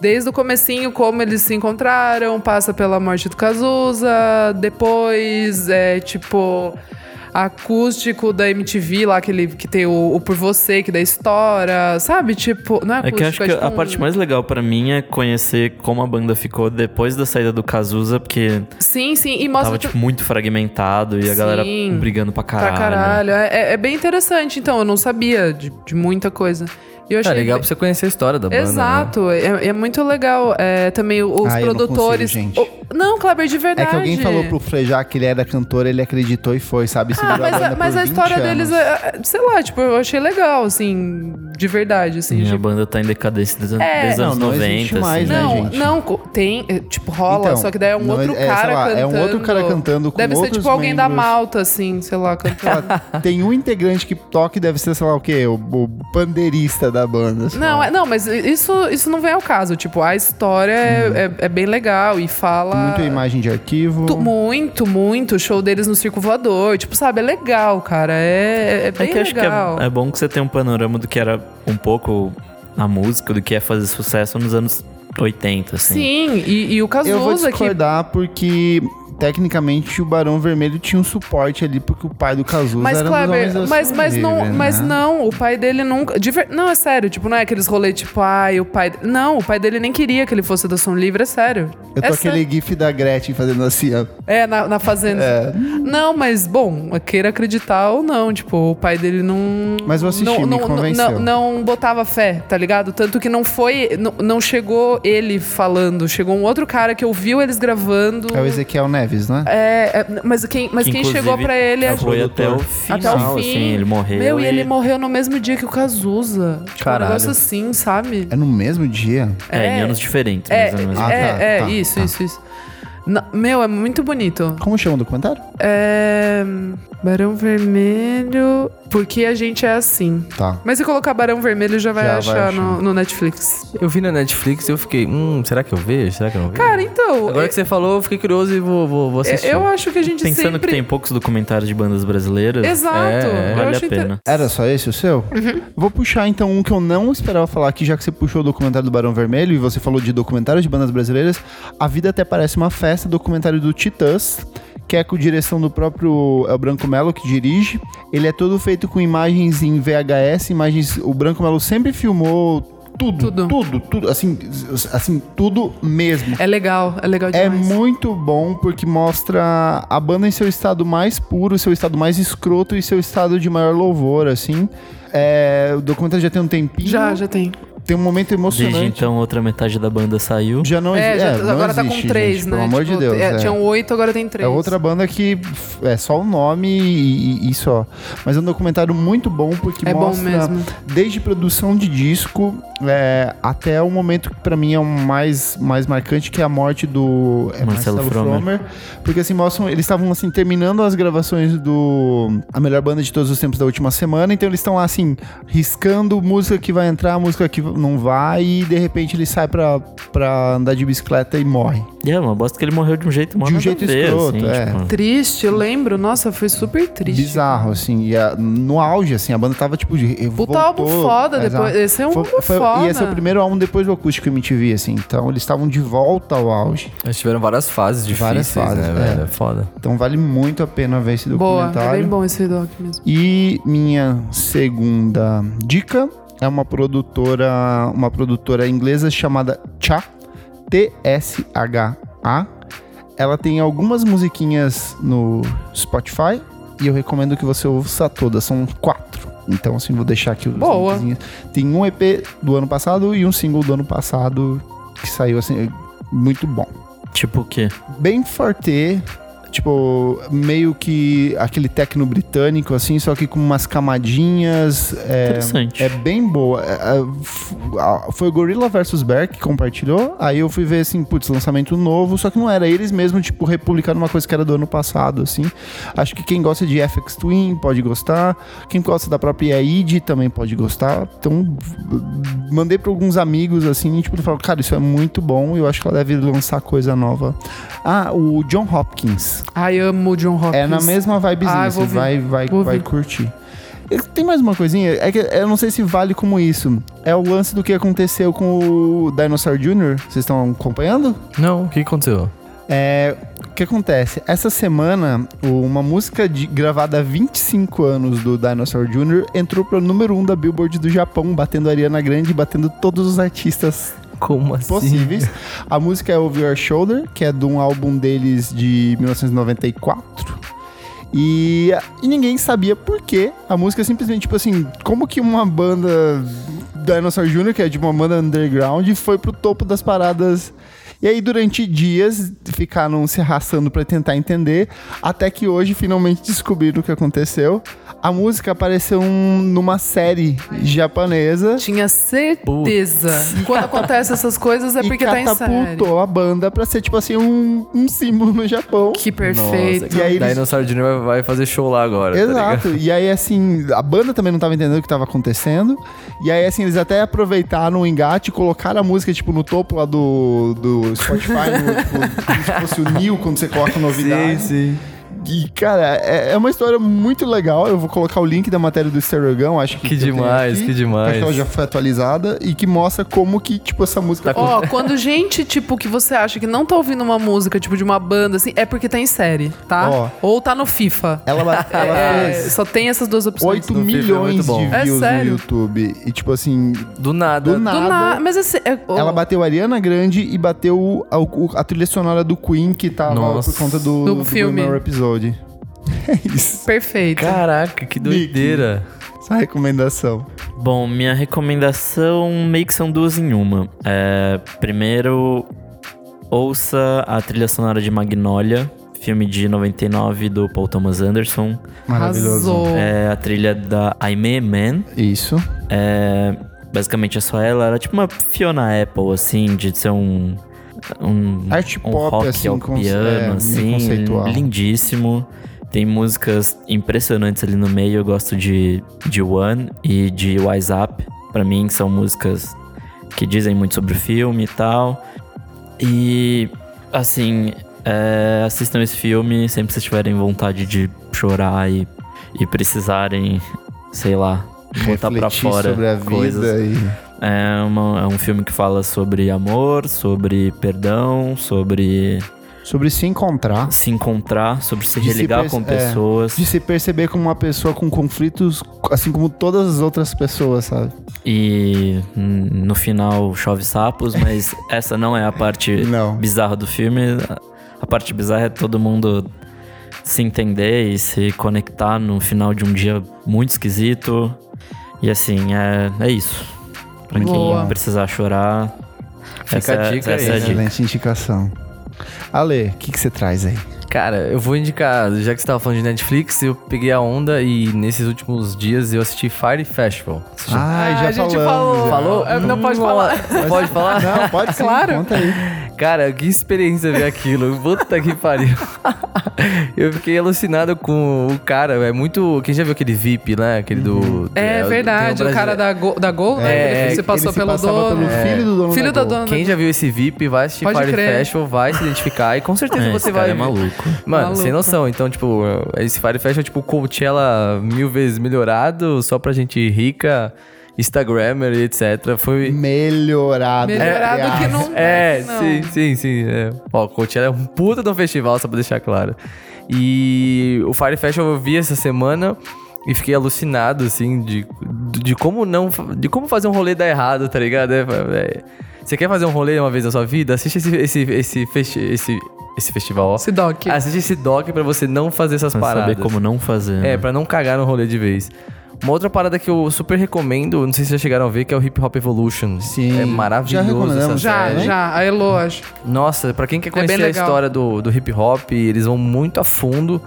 Speaker 2: Desde o comecinho, como eles se encontraram, passa pela morte do Cazuza, depois é tipo acústico da MTV lá, aquele que tem o, o Por Você, que da história, sabe? Tipo, não é
Speaker 3: É
Speaker 2: acústico,
Speaker 3: que eu acho que
Speaker 2: tipo
Speaker 3: a
Speaker 2: um-
Speaker 3: parte mais legal pra mim é conhecer como a banda ficou depois da saída do Cazuza, porque
Speaker 2: Sim, sim, e mostra
Speaker 3: tava, tipo, muito fragmentado e a galera
Speaker 2: Sim.
Speaker 3: brigando pra caralho.
Speaker 2: pra
Speaker 3: né?
Speaker 2: caralho. É- É, é bem interessante, então, eu não sabia de, de muita coisa. E eu
Speaker 4: É
Speaker 3: Tá
Speaker 2: achei
Speaker 4: legal pra você conhecer a história da banda. né?
Speaker 2: Exato, é, é muito legal. É, também o- os
Speaker 1: Ah, eu não
Speaker 2: produtores.
Speaker 1: consigo, gente.
Speaker 2: O- não, Kleber, de
Speaker 1: É
Speaker 2: verdade.
Speaker 1: que alguém falou pro Frejá que ele era cantor, ele acreditou e foi, sabe?
Speaker 2: Ah, mas, a, mas a história deles, é- é- sei lá, tipo, eu achei legal, assim, de verdade, assim.
Speaker 3: Sim, a
Speaker 2: tipo-
Speaker 3: banda tá em decadência desde,
Speaker 2: É.
Speaker 3: desde os anos
Speaker 1: Não, não
Speaker 3: 90.
Speaker 1: existe mais,
Speaker 3: assim.
Speaker 1: né,
Speaker 2: não,
Speaker 1: gente?
Speaker 2: não, co- tem, é, tipo, rola,
Speaker 1: Então,
Speaker 2: só que daí é um
Speaker 1: não,
Speaker 2: outro
Speaker 1: é, sei
Speaker 2: cara
Speaker 1: lá,
Speaker 2: cantando.
Speaker 1: é um outro cara cantando com
Speaker 2: Deve ser,
Speaker 1: outros
Speaker 2: tipo, alguém da
Speaker 1: membros.
Speaker 2: Malta, assim, sei lá, cantando.
Speaker 1: Tem um integrante que toca e deve ser, sei lá, o quê? O, o pandeirista da banda. sei
Speaker 2: Não,
Speaker 1: lá.
Speaker 2: é- não, mas isso, isso não vem ao caso. Tipo, a história é, é- é bem legal e fala.
Speaker 1: Muito imagem de arquivo.
Speaker 2: Muito, muito, muito. O show deles no Circo Voador. Tipo, sabe, é legal, cara. É, é- é
Speaker 3: É
Speaker 2: bem
Speaker 3: que eu acho que
Speaker 2: legal.
Speaker 3: é, é bom que você tenha um panorama do que era um pouco a música, do que é fazer sucesso nos anos 80, assim.
Speaker 2: Sim, e, e o
Speaker 1: Eu vou
Speaker 2: Cazuza que...
Speaker 1: discordar porque tecnicamente o Barão Vermelho tinha um suporte ali, porque o pai do Cazuza
Speaker 2: Mas,
Speaker 1: era um dos homens da
Speaker 2: Kleber, mas, mas,
Speaker 1: sobreviver,
Speaker 2: não,
Speaker 1: né?
Speaker 2: mas não, o pai dele nunca. de ver- não, é sério, tipo, não é aqueles rolê tipo, ai, o pai. Não, o pai dele nem queria que ele fosse da Som Livre, é sério.
Speaker 1: Eu tô
Speaker 2: é
Speaker 1: aquele
Speaker 2: sério.
Speaker 1: gif da Gretchen fazendo assim, ó.
Speaker 2: É, na, na Fazenda.
Speaker 1: É.
Speaker 2: Não, mas, bom, queira acreditar ou não, tipo, o pai dele não.
Speaker 1: Mas eu assisti,
Speaker 2: não,
Speaker 1: me
Speaker 2: não,
Speaker 1: convenceu.
Speaker 2: Não, não botava fé, tá ligado? Tanto que não foi. Não, não chegou ele falando, chegou um outro cara que ouviu eles gravando.
Speaker 1: É o Ezequiel Neves, né?
Speaker 2: É, é, mas quem, mas
Speaker 3: Que,
Speaker 2: quem
Speaker 3: inclusive,
Speaker 2: chegou pra ele é
Speaker 3: Foi até o final,
Speaker 2: até o fim.
Speaker 3: assim, ele morreu.
Speaker 2: Meu, e ele morreu no mesmo dia que o Cazuza. Tipo,
Speaker 4: Caralho.
Speaker 2: Um negócio assim, sabe?
Speaker 1: É no mesmo dia?
Speaker 3: É,
Speaker 2: É.
Speaker 3: em anos diferentes.
Speaker 2: É,
Speaker 3: mas é o mesmo.
Speaker 1: Ah,
Speaker 2: é,
Speaker 1: tá,
Speaker 2: é,
Speaker 1: tá,
Speaker 2: isso,
Speaker 1: tá.
Speaker 2: isso, isso. Na- meu, é muito bonito.
Speaker 1: Como chama o documentário?
Speaker 2: É. Barão Vermelho. Porque a gente é assim.
Speaker 1: Tá.
Speaker 2: Mas se colocar Barão Vermelho já vai
Speaker 1: Já vai
Speaker 2: achar no,
Speaker 1: achar.
Speaker 2: no Netflix.
Speaker 4: Eu vi na Netflix e eu fiquei, hum, será que eu vejo? Será que eu não vejo?
Speaker 2: Cara, então.
Speaker 4: Agora que você falou, eu fiquei curioso e vou, vou, vou
Speaker 2: eu-
Speaker 4: assistir.
Speaker 2: É, eu acho que a gente
Speaker 3: Pensando
Speaker 2: sempre.
Speaker 3: que tem poucos documentários de bandas brasileiras,
Speaker 2: Exato.
Speaker 4: É,
Speaker 2: eu
Speaker 3: vale
Speaker 2: acho
Speaker 3: a
Speaker 2: inter-
Speaker 3: pena.
Speaker 1: Era só esse o seu? Vou puxar então um que eu não esperava falar aqui, já que você puxou o documentário do Barão Vermelho e você falou de documentários de bandas brasileiras. A Vida Até Parece Uma Festa, documentário do Titãs, que é com direção do próprio El Branco Melo, que dirige. Ele é todo feito com imagens em VHS, imagens. O Branco Melo sempre filmou tudo,
Speaker 2: Tudo.
Speaker 1: tudo, tudo, assim, assim, tudo mesmo.
Speaker 2: É legal, é legal demais.
Speaker 1: É muito bom porque mostra a banda em seu estado mais puro, seu estado mais escroto e seu estado de maior louvor, assim. É, o documentário já tem um tempinho.
Speaker 2: Já, já tem.
Speaker 1: Tem um momento
Speaker 3: Desde
Speaker 1: emocionante.
Speaker 3: então, outra metade da banda saiu.
Speaker 1: Já não,
Speaker 2: É,
Speaker 1: exi-
Speaker 2: já-
Speaker 1: é, não
Speaker 2: agora tá
Speaker 1: existe,
Speaker 2: com três,
Speaker 1: gente,
Speaker 2: né?
Speaker 1: Pelo amor de
Speaker 2: Tipo,
Speaker 1: Deus.
Speaker 2: é, Tinham oito, agora tem três.
Speaker 1: É outra banda que f- é só o nome e, e- e só. Mas é um documentário muito bom porque
Speaker 2: É bom
Speaker 1: mostra
Speaker 2: mesmo.
Speaker 1: desde produção de disco é, até o momento que pra mim é o mais, mais marcante, que é a morte do é,
Speaker 3: Marcelo
Speaker 1: Marcelo,
Speaker 3: Fromer.
Speaker 1: Fromer. Porque assim, mostram, eles estavam assim, terminando as gravações do A Melhor Banda de Todos os Tempos da última semana, então eles estão lá assim, riscando música que vai entrar, música que não vai, e de repente ele sai pra, pra andar de bicicleta e morre.
Speaker 3: E é uma bosta que ele morreu de um jeito mó
Speaker 1: De um
Speaker 3: nada a
Speaker 1: jeito
Speaker 3: ver,
Speaker 1: escroto, é.
Speaker 3: tipo.
Speaker 2: Triste, eu lembro. Nossa, foi super triste.
Speaker 1: Bizarro, assim. E a- no auge, assim, a banda tava tipo de.
Speaker 2: Puta álbum foda depois. Esse é um álbum
Speaker 1: E esse é
Speaker 2: foda.
Speaker 1: o primeiro álbum depois do acústico MTV, assim. Então eles estavam de volta ao auge.
Speaker 4: Eles tiveram várias fases difíceis,
Speaker 1: Várias fases,
Speaker 4: né, velho?
Speaker 1: é.
Speaker 4: É foda.
Speaker 1: Então vale muito a pena ver esse
Speaker 2: Boa, é
Speaker 1: documentário.
Speaker 2: bem bom esse doc mesmo.
Speaker 1: E minha segunda dica é uma produtora, uma produtora inglesa chamada Cha, T S H A. Ela tem algumas musiquinhas no Spotify e eu recomendo que você ouça todas, são quatro. Então assim, vou deixar aqui os
Speaker 2: Boa.
Speaker 1: linkzinhos. Tem um EP do ano passado e um single do ano passado que saiu assim muito bom
Speaker 3: Tipo o quê?
Speaker 1: bem forte, tipo, meio que aquele tecno britânico, assim, só que com umas camadinhas. É,
Speaker 3: Interessante.
Speaker 1: é bem boa. É, é, f- a- foi o Gorilla vs. Bear que compartilhou. Aí eu fui ver assim, putz, lançamento novo. Só que não era eles mesmo, tipo, republicando uma coisa que era do ano passado, assim. Acho que quem gosta de FX Twin pode gostar. Quem gosta da própria id também pode gostar. Então, v- mandei pra alguns amigos, assim, tipo, falaram, cara, isso é muito bom. Eu acho que ela deve lançar coisa nova. Ah, o John Hopkins.
Speaker 2: Ai, amo o John Hopkins.
Speaker 1: É na mesma vibezinha,
Speaker 2: Ah, eu
Speaker 1: você
Speaker 2: vou ouvir.
Speaker 1: vai, vai,
Speaker 2: Vou
Speaker 1: vai
Speaker 2: ouvir.
Speaker 1: curtir. E Tem mais uma coisinha, é que eu não sei se vale como isso. É o lance do que aconteceu com o Dinosaur Jr. Vocês estão acompanhando?
Speaker 4: Não, o que aconteceu?
Speaker 1: É, o que acontece? Essa semana, o- uma música de- gravada há 25 anos do Dinosaur Jr. entrou pro número 1 da Billboard do Japão, batendo a Ariana Grande, batendo todos os artistas
Speaker 4: Como assim?
Speaker 1: possíveis. A música é Over Your Shoulder, que é de um álbum deles de 1994. E, e ninguém sabia por quê. A música é simplesmente, tipo assim, como que uma banda Dinosaur Jr., que é de uma banda underground, foi pro topo das paradas. E aí, durante dias, ficaram se arrastando pra tentar entender, até que hoje finalmente descobriram o que aconteceu. A música apareceu um- numa série japonesa.
Speaker 2: Tinha certeza. Quando acontecem essas coisas é
Speaker 1: e
Speaker 2: porque tá em série.
Speaker 1: catapultou a banda pra ser, tipo assim, um, um símbolo no Japão.
Speaker 2: Que perfeito.
Speaker 1: E aí eles-
Speaker 4: Dinosaur Jr. vai, vai fazer show lá agora. tá ligado?
Speaker 1: Exato. e aí, assim, a banda também não tava entendendo o que tava acontecendo. E aí, assim, eles até aproveitaram o engate e colocaram a música, tipo, no topo lá do, do Spotify, no, tipo, como se fosse o New quando você coloca novidade.
Speaker 4: sim.
Speaker 1: E, cara, é, é uma história muito legal. Eu vou colocar o link da matéria do Esterogão, acho que.
Speaker 4: Que
Speaker 1: eu tenho
Speaker 4: demais, que demais. Tá
Speaker 1: Acho que ela já foi atualizada e que mostra como que, tipo, essa música.
Speaker 2: Ó, quando gente, tipo, que você acha que não tá ouvindo uma música, tipo, de uma banda, assim, é porque tá em série, tá?
Speaker 1: Ó.
Speaker 2: Ou tá no FIFA.
Speaker 1: Ela, ela
Speaker 2: É,
Speaker 1: fez
Speaker 2: só tem essas duas opções.
Speaker 1: 8
Speaker 4: no FIFA é muito
Speaker 1: milhões
Speaker 4: bom.
Speaker 1: de
Speaker 2: É
Speaker 1: views no
Speaker 2: sério?
Speaker 1: YouTube. E, tipo, assim,
Speaker 4: Do nada.
Speaker 1: do
Speaker 2: Do
Speaker 1: nada.
Speaker 2: na- Mas assim, é- oh,
Speaker 1: Ela bateu a Ariana Grande e bateu o- a, o- a trilha sonora do Queen, que tava
Speaker 4: Nossa.
Speaker 1: por conta do,
Speaker 2: Do
Speaker 1: do
Speaker 2: filme.
Speaker 1: primeiro episódio. É isso.
Speaker 2: perfeito.
Speaker 4: Caraca, que doideira.
Speaker 1: Essa recomendação.
Speaker 3: Bom, minha recomendação meio que são duas em uma. É, primeiro, ouça a trilha sonora de Magnolia, filme de 99 do Paul Thomas Anderson.
Speaker 1: Maravilhoso.
Speaker 2: Arrasou.
Speaker 3: É a trilha da Aimee Man.
Speaker 1: Isso.
Speaker 3: É, basicamente é só ela. Era tipo uma Fiona Apple, assim, de ser um. um
Speaker 1: Arte
Speaker 3: um
Speaker 1: pop,
Speaker 3: rock
Speaker 1: assim,
Speaker 3: ao
Speaker 1: conce- é,
Speaker 3: piano,
Speaker 1: meio
Speaker 3: assim.
Speaker 1: conceitual.
Speaker 3: Lindíssimo. Tem músicas impressionantes ali no meio. Eu gosto de, de One e de Wise Up. Pra mim, são músicas que dizem muito sobre o filme e tal. E, assim, é, assistam esse filme sempre que vocês tiverem vontade de chorar e, e precisarem, sei lá, botar pra
Speaker 1: Refletir
Speaker 3: fora
Speaker 1: sobre a vida
Speaker 3: coisas.
Speaker 1: e.
Speaker 3: É, uma- é um filme que fala sobre amor, sobre perdão, sobre
Speaker 1: Sobre se encontrar.
Speaker 3: se encontrar, sobre se
Speaker 1: De se
Speaker 3: religar
Speaker 1: perce-
Speaker 3: com
Speaker 1: é.
Speaker 3: pessoas.
Speaker 1: De se perceber como uma pessoa com conflitos, assim como todas as outras pessoas, sabe?
Speaker 3: E hum, no final chove sapos, mas essa não é a parte
Speaker 1: Não.
Speaker 3: bizarra do filme. A- A parte bizarra é todo mundo se entender e se conectar no final de um dia muito esquisito. E assim, é, é isso. Pra quem
Speaker 2: Boa.
Speaker 3: precisar chorar,
Speaker 4: Fica
Speaker 3: essa,
Speaker 4: a dica
Speaker 3: essa
Speaker 4: aí,
Speaker 3: é a
Speaker 4: né?
Speaker 3: dica.
Speaker 1: Excelente indicação. Ale, o que que você traz aí?
Speaker 4: Cara, eu vou indicar, já que você tava falando de Netflix, eu peguei a onda e nesses últimos dias eu assisti Fire Festival. Você já-
Speaker 1: Ai,
Speaker 2: Ah, a gente falou.
Speaker 4: Falou?
Speaker 2: É, não pode
Speaker 4: Hum,
Speaker 2: falar.
Speaker 4: Ah, Pode falar?
Speaker 1: Não, pode sim,
Speaker 2: Claro.
Speaker 1: conta aí.
Speaker 4: Cara, que experiência ver aquilo. Puta que pariu. Eu fiquei alucinado com o cara. É muito. Quem já viu aquele VIP, né? Aquele do.
Speaker 2: É
Speaker 4: tem um
Speaker 2: verdade, o
Speaker 4: brasile-
Speaker 2: cara da Gol, da Gol né?
Speaker 4: É,
Speaker 2: Ele se
Speaker 4: que
Speaker 2: passou
Speaker 1: Ele se
Speaker 2: pelo
Speaker 1: passava
Speaker 2: dono.
Speaker 1: pelo filho do dono
Speaker 2: Filho
Speaker 1: da
Speaker 2: da
Speaker 1: Gol.
Speaker 2: dona.
Speaker 4: Quem já viu esse VIP vai assistir
Speaker 2: Pode
Speaker 4: Fire
Speaker 2: crer.
Speaker 4: Festival, vai se identificar e com certeza
Speaker 3: É,
Speaker 4: você
Speaker 3: esse cara
Speaker 4: vai.
Speaker 3: é maluco.
Speaker 4: Mano,
Speaker 2: Maluco.
Speaker 4: sem noção. Então, tipo, esse Fire Festival é tipo Coachella mil vezes melhorado, só pra gente rica, Instagrammer e etc. Foi.
Speaker 1: Melhorado.
Speaker 2: Melhorado
Speaker 1: entre
Speaker 2: que
Speaker 1: aspas.
Speaker 2: não. tá,
Speaker 4: É,
Speaker 2: não.
Speaker 4: sim, sim, sim. É. Ó, Coachella é um puta de um festival, só pra deixar claro. E o Fire Festival eu vi essa semana e fiquei alucinado, assim, de, de como não. fa- De como fazer um rolê dar errado, tá ligado? É, é, você quer fazer um rolê uma vez na sua vida? Assiste esse, esse, esse, festi- esse, esse festival, ó.
Speaker 2: Esse doc.
Speaker 1: Ah,
Speaker 4: Assiste esse doc pra você não fazer essas
Speaker 3: Pra
Speaker 4: paradas.
Speaker 3: saber como não fazer.
Speaker 4: É,
Speaker 3: né?
Speaker 4: pra não cagar no rolê de vez. Uma outra parada que eu super recomendo, não sei se vocês já chegaram a ver, que é o Hip Hop Evolution.
Speaker 1: Sim.
Speaker 4: É maravilhoso.
Speaker 1: Já recomendamos.
Speaker 4: essa
Speaker 2: Já,
Speaker 4: série.
Speaker 2: já. A Elo, acho.
Speaker 4: Nossa, pra quem quer
Speaker 2: É bem
Speaker 4: conhecer a
Speaker 2: legal.
Speaker 4: história do, do hip hop, eles vão muito a fundo.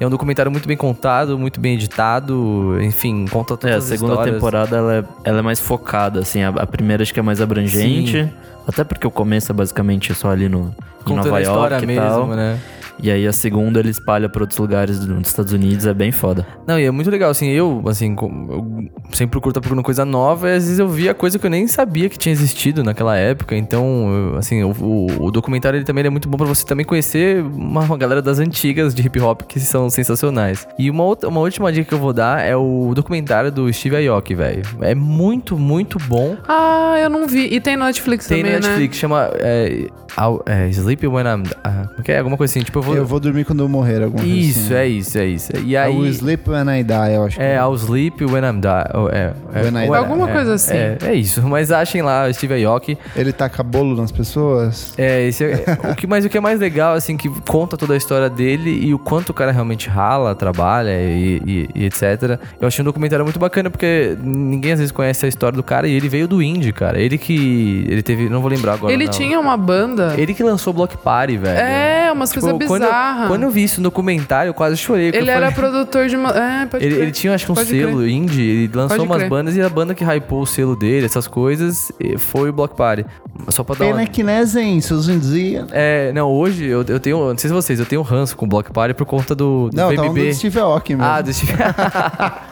Speaker 4: É um documentário muito bem contado, muito bem editado, enfim, conta todas
Speaker 3: É, a
Speaker 4: as
Speaker 3: segunda
Speaker 4: histórias.
Speaker 3: temporada ela é, ela é mais focada, assim. A, a primeira acho que é mais abrangente. Até porque o começo é basicamente só ali no, em
Speaker 4: Contando
Speaker 3: Nova
Speaker 4: a história
Speaker 3: York e
Speaker 4: mesmo,
Speaker 3: tal.
Speaker 4: né?
Speaker 3: E aí a segunda ele espalha pra outros lugares do- dos Estados Unidos, é bem foda.
Speaker 4: Não, e é muito legal, assim, eu, assim, com- eu sempre curto procurando coisa nova, e às vezes eu via coisa que eu nem sabia que tinha existido naquela época, então, eu, assim, o, o- o documentário ele também ele é muito bom pra você também conhecer uma, uma galera das antigas de hip hop que são sensacionais. E uma, outra, uma última dica que eu vou dar é o documentário do Steve Aoki, velho. É muito, muito bom.
Speaker 2: Ah, eu não vi. E tem no Netflix
Speaker 4: Tem
Speaker 2: também, né?
Speaker 4: na Netflix, chama é, I'll- é, Sleep When I'm... ah, Como que é? Alguma coisa assim, tipo, eu vou...
Speaker 1: Eu vou dormir quando eu morrer alguma coisa
Speaker 4: Isso,
Speaker 1: assim.
Speaker 4: é isso, é isso. E aí...
Speaker 1: I will sleep when I die, eu acho. que
Speaker 4: É, I'll sleep when I'm die. Oh, é, é,
Speaker 1: When I
Speaker 4: ou
Speaker 1: die.
Speaker 4: é-
Speaker 2: Alguma
Speaker 4: é,
Speaker 2: coisa assim.
Speaker 4: É, é isso. Mas achem lá, Steve Aoki.
Speaker 1: Ele taca bolo nas pessoas.
Speaker 4: É, esse é- o que, mas o que é mais legal, assim, que conta toda a história dele e o quanto o cara realmente rala, trabalha e, e- e etc. Eu achei um documentário muito bacana, porque ninguém às vezes conhece a história do cara e ele veio do indie, cara. Ele que. Ele teve. Não vou lembrar agora.
Speaker 2: Ele
Speaker 4: não.
Speaker 2: tinha uma banda.
Speaker 4: Ele que lançou o Block Party, velho.
Speaker 2: É, umas
Speaker 4: Tipo,
Speaker 2: coisas
Speaker 4: quando, eu,
Speaker 2: bizarras.
Speaker 4: quando eu vi isso no documentário, eu quase chorei. porque
Speaker 2: Ele
Speaker 4: eu
Speaker 2: era
Speaker 4: falei-
Speaker 2: produtor de uma. É, pode
Speaker 4: Ele,
Speaker 2: crer.
Speaker 4: ele tinha, acho que um
Speaker 2: Pode
Speaker 4: selo
Speaker 2: crer.
Speaker 4: indie, ele lançou
Speaker 2: Pode
Speaker 4: umas
Speaker 2: crer.
Speaker 4: bandas e a banda que hypou o selo dele, essas coisas, e foi o Block Party. Só pra dar uma...
Speaker 1: Pena que né, Zenso, hoje em
Speaker 2: né?
Speaker 1: dia...
Speaker 4: É, não, hoje eu, eu tenho, não sei se vocês, eu tenho ranço com o Block Party por conta do, do
Speaker 1: Não, tá falando
Speaker 4: BBB.
Speaker 1: do Steve Aoki mesmo.
Speaker 4: ah, do Steve...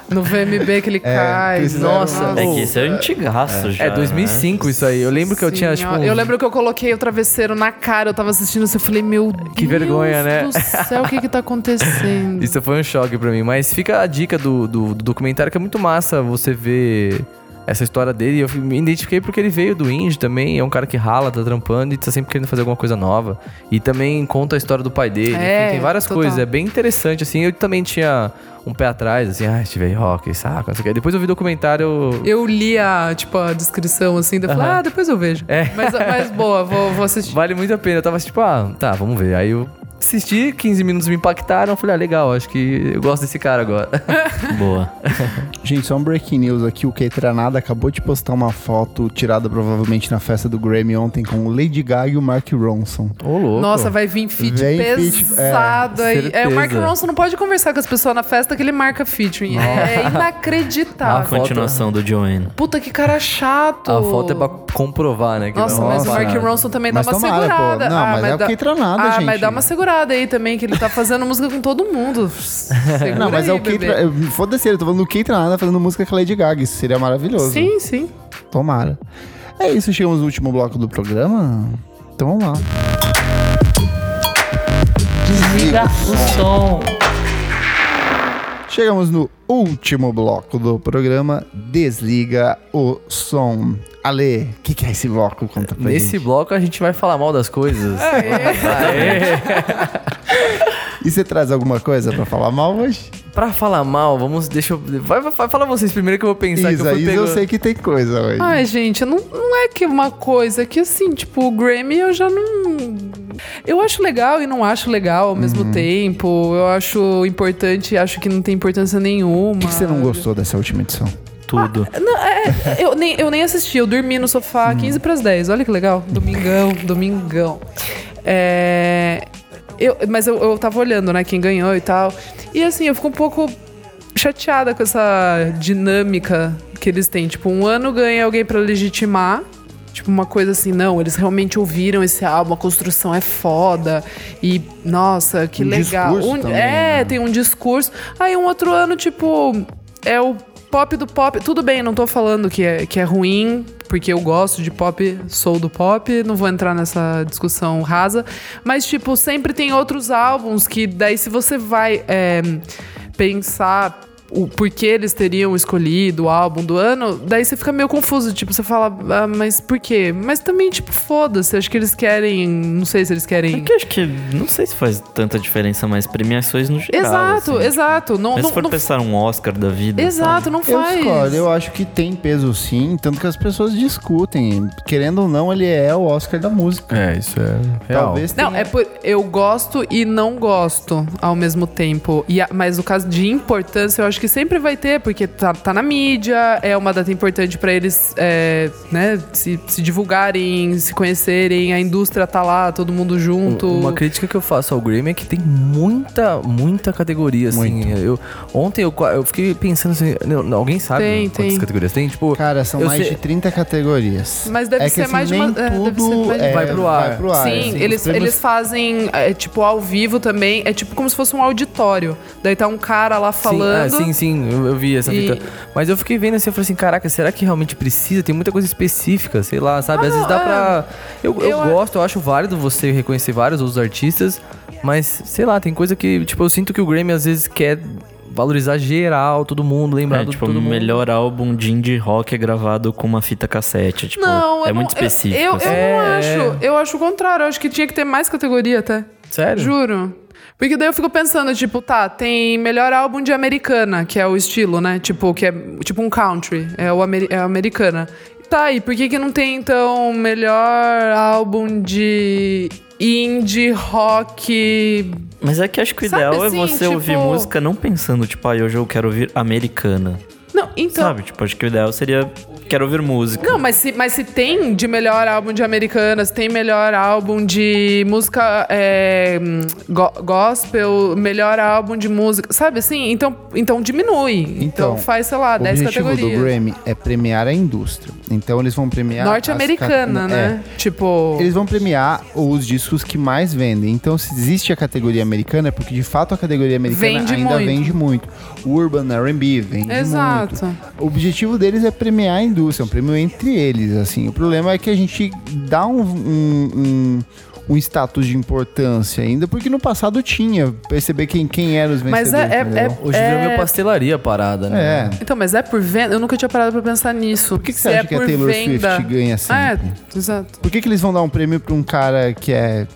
Speaker 2: No VMB que ele cai. né?
Speaker 1: eles
Speaker 4: nossa.
Speaker 3: É
Speaker 1: fizeram-
Speaker 3: que isso é antigaço já.
Speaker 4: é 2005 isso aí, eu lembro que eu tinha,
Speaker 2: Sim,
Speaker 4: tipo...
Speaker 2: ó,
Speaker 4: uns-
Speaker 2: Eu lembro que eu coloquei o travesseiro na cara, eu tava assistindo isso, eu falei, meu
Speaker 4: Que vergonha, né?
Speaker 2: Meu Deus do céu, o que que tá acontecendo?
Speaker 4: Isso foi um choque pra mim. Mas fica a dica do, do, do documentário que é muito massa você ver essa história dele. E Eu me identifiquei porque ele veio do indie também. É um cara que rala, tá trampando e tá sempre querendo fazer alguma coisa nova. E também conta a história do pai dele.
Speaker 2: É,
Speaker 4: Enfim, tem várias
Speaker 2: total.
Speaker 4: coisas. É bem interessante, assim. Eu também tinha um pé atrás, assim. Ah, Steve Vai Rock, saco, não sei o quê. Depois eu vi o documentário...
Speaker 2: Eu li a, tipo, a descrição assim, daí eu falei, ah, depois eu vejo.
Speaker 4: É.
Speaker 2: Mas, mas boa, vou, vou assistir.
Speaker 4: Vale muito a pena. Eu tava assim, tipo, ah, tá, vamos ver. Aí eu assisti, 15 minutos me impactaram. Eu Falei, ah, legal, acho que eu gosto desse cara agora.
Speaker 3: Boa.
Speaker 1: Gente, só um breaking news aqui. O Keitranada acabou de postar uma foto tirada provavelmente na festa do Grammy ontem com o Lady Gaga e o Mark Ronson.
Speaker 4: Ô, louco.
Speaker 2: Nossa, vai vir feat
Speaker 1: Vem feat,
Speaker 2: pesado
Speaker 4: é,
Speaker 2: aí. É, o Mark
Speaker 4: certeza.
Speaker 2: Ronson não pode conversar com as pessoas na festa que ele marca featuring. É
Speaker 3: A
Speaker 2: inacreditável.
Speaker 3: continuação do Joanne.
Speaker 2: Puta, que cara chato.
Speaker 4: A foto é pra comprovar, né? que
Speaker 2: Nossa,
Speaker 4: não-
Speaker 2: mas o
Speaker 1: Nossa.
Speaker 2: Mark Ronson também dá
Speaker 1: Mas
Speaker 2: uma
Speaker 1: tomara, pô.
Speaker 2: segurada. Ah,
Speaker 1: Não, mas é o
Speaker 2: dá-
Speaker 1: Keitranada,
Speaker 2: ah,
Speaker 1: gente.
Speaker 2: mas dá uma segurada aí também, que ele tá fazendo música com todo mundo. Segura
Speaker 1: Não, mas
Speaker 2: aí,
Speaker 1: é o
Speaker 2: bebê.
Speaker 1: Keitranada. Foda-se, eu tô falando do Keitranada fazendo música com a Lady Gaga. Isso seria maravilhoso.
Speaker 2: Sim, sim.
Speaker 1: Tomara. É isso, chegamos no último bloco do programa. Então vamos lá.
Speaker 5: Desliga o som.
Speaker 1: Chegamos no último bloco do programa. Desliga o som. Ale, o que, que é esse bloco? Conta pra
Speaker 4: Nesse
Speaker 1: gente.
Speaker 4: bloco a gente vai falar mal das coisas.
Speaker 2: É.
Speaker 1: E você traz alguma coisa pra falar mal hoje?
Speaker 4: Pra falar mal, vamos. Deixa eu. Vai, vai falar vocês primeiro que eu vou pensar que eu
Speaker 1: Isa,
Speaker 4: fui
Speaker 1: Isa, eu
Speaker 4: pegando.
Speaker 1: sei que tem coisa hoje.
Speaker 2: Ai, gente, não, não é que uma coisa é que assim, tipo, o Grammy eu já não. Eu acho legal e não acho legal ao
Speaker 1: Uhum.
Speaker 2: mesmo tempo. Eu acho importante e acho que não tem importância nenhuma.
Speaker 1: O que você não gostou dessa última edição?
Speaker 3: Tudo.
Speaker 2: Não, é, eu, nem, eu nem assisti, eu dormi no sofá
Speaker 1: Hum.
Speaker 2: 15 pras 10. Olha que legal. Domingão, domingão. É, eu, mas eu, eu tava olhando, né, quem ganhou e tal. E assim, eu fico um pouco chateada com essa dinâmica que eles têm. Tipo, um ano ganha alguém pra legitimar. Tipo, uma coisa assim, não, eles realmente ouviram esse álbum, a construção é foda. E, nossa, que
Speaker 1: Um
Speaker 2: legal.
Speaker 1: discurso
Speaker 2: Um-
Speaker 1: também,
Speaker 2: é,
Speaker 1: né?
Speaker 2: tem um discurso. Aí um outro ano, tipo, é o pop do pop. Tudo bem, não tô falando que é, que é ruim, porque eu gosto de pop, sou do pop, não vou entrar nessa discussão rasa. Mas, tipo, sempre tem outros álbuns que daí se você vai é, pensar o porquê eles teriam escolhido o álbum do ano, daí você fica meio confuso, tipo, você fala, ah, mas por quê? Mas também, tipo, foda-se, acho que eles querem, não sei se eles querem...
Speaker 3: É que eu acho que não sei se faz tanta diferença, mas premiações no geral.
Speaker 2: Exato,
Speaker 3: assim.
Speaker 2: exato. Não,
Speaker 3: Mas
Speaker 2: não,
Speaker 3: se for
Speaker 2: não-
Speaker 3: pensar um Oscar da vida.
Speaker 2: Exato, não
Speaker 1: Eu
Speaker 2: faz.
Speaker 1: discordo, eu acho que tem peso sim, tanto que as pessoas discutem. Querendo ou não, ele é o Oscar da música.
Speaker 4: É, isso é. Real.
Speaker 1: Talvez tenha...
Speaker 2: Não, é por, eu gosto e não gosto ao mesmo tempo. E a- mas o caso de importância, eu acho que sempre vai ter, porque tá, tá na mídia, é uma data importante pra eles é, né, se, se divulgarem, se conhecerem, a indústria tá lá, todo mundo junto.
Speaker 4: Uma crítica que eu faço ao Grammy é que tem muita, muita categoria, assim. Eu, ontem eu, qua- eu fiquei pensando assim, não, não, alguém sabe
Speaker 2: Tem,
Speaker 4: quantas
Speaker 2: tem.
Speaker 4: categorias tem? Tipo,
Speaker 1: Cara, são
Speaker 4: eu
Speaker 1: mais
Speaker 4: sei-
Speaker 1: de 30 categorias.
Speaker 2: Mas deve
Speaker 1: é que,
Speaker 2: ser
Speaker 1: assim,
Speaker 2: mais de
Speaker 1: nem
Speaker 2: uma- é, deve
Speaker 1: tudo
Speaker 2: ser mais de-
Speaker 1: é,
Speaker 4: Vai pro ar.
Speaker 1: Vai pro ar
Speaker 2: Sim,
Speaker 1: assim.
Speaker 2: eles,
Speaker 1: Os prêmios-
Speaker 2: eles fazem, é, tipo, ao vivo também. É tipo como se fosse um auditório. Daí tá um cara lá falando.
Speaker 4: Sim, ah, sim, sim, eu, eu vi essa
Speaker 2: E-
Speaker 4: fita. Mas eu fiquei vendo assim, eu falei assim, caraca, será que realmente precisa? Tem muita coisa específica, sei lá, sabe? Às vezes dá
Speaker 2: é.
Speaker 4: pra. Eu, eu,
Speaker 2: Eu a-
Speaker 4: gosto, eu acho válido você reconhecer vários outros artistas, mas sei lá, tem coisa que, tipo, eu sinto que o Grammy às vezes quer valorizar geral, todo mundo, lembrar
Speaker 3: É,
Speaker 4: do
Speaker 3: tipo, o
Speaker 4: todo mundo.
Speaker 3: melhor álbum de indie rock é gravado com uma fita cassete. Tipo,
Speaker 2: Não,
Speaker 3: é
Speaker 2: eu
Speaker 3: muito
Speaker 2: não, eu-
Speaker 3: específico.
Speaker 2: Eu, eu,
Speaker 3: assim.
Speaker 2: não
Speaker 4: É,
Speaker 2: acho. Eu acho o contrário. Eu acho que tinha que ter mais categoria até.
Speaker 4: Sério?
Speaker 2: Juro. Porque daí eu fico pensando, tipo, tá, tem melhor álbum de americana, que é o estilo, né? Tipo, que é tipo um country, é o ameri- é a americana. Tá, e por que que não tem, então, melhor álbum de indie, rock...
Speaker 3: Mas é que acho que o
Speaker 2: Sabe,
Speaker 3: ideal
Speaker 2: assim,
Speaker 3: é você ouvir
Speaker 2: tipo-
Speaker 3: música não pensando, tipo, ah, hoje eu quero ouvir americana.
Speaker 2: Não, então...
Speaker 3: Sabe? Tipo, acho que o ideal seria quero ouvir música.
Speaker 2: Não, mas se, mas se tem de melhor álbum de americanas, tem melhor álbum de música é, hum, go- gospel, melhor álbum de música, sabe assim? Então, então diminui. Então,
Speaker 1: Então,
Speaker 2: faz, sei lá,
Speaker 1: O
Speaker 2: 10
Speaker 1: objetivo do
Speaker 2: categorias.
Speaker 1: Grammy é premiar a indústria. Então eles vão premiar. as
Speaker 2: Norte-americana,
Speaker 1: cate-
Speaker 2: né? Tipo.
Speaker 1: é. Eles vão premiar os discos que mais vendem. Então, se existe a categoria americana, é porque de fato a categoria americana
Speaker 2: Vende
Speaker 1: ainda
Speaker 2: muito.
Speaker 1: vende muito. O Urban RB vende muito.
Speaker 2: Exato.
Speaker 1: O objetivo deles é premiar a indústria, é um prêmio entre eles, assim. O problema é que a gente dá um, um, um- um status de importância ainda, porque no passado tinha. Perceber quem, quem eram os vencedores.
Speaker 2: Mas é- é-
Speaker 1: entendeu?
Speaker 2: é-
Speaker 4: Hoje virou meio pastelaria a parada, né?
Speaker 1: É.
Speaker 2: Então, mas é por venda? Eu nunca tinha parado pra pensar nisso. é Por
Speaker 1: que você acha que a Taylor Swift ganha sempre?
Speaker 2: É, exato.
Speaker 1: Por que, que eles vão dar um prêmio pra um cara que é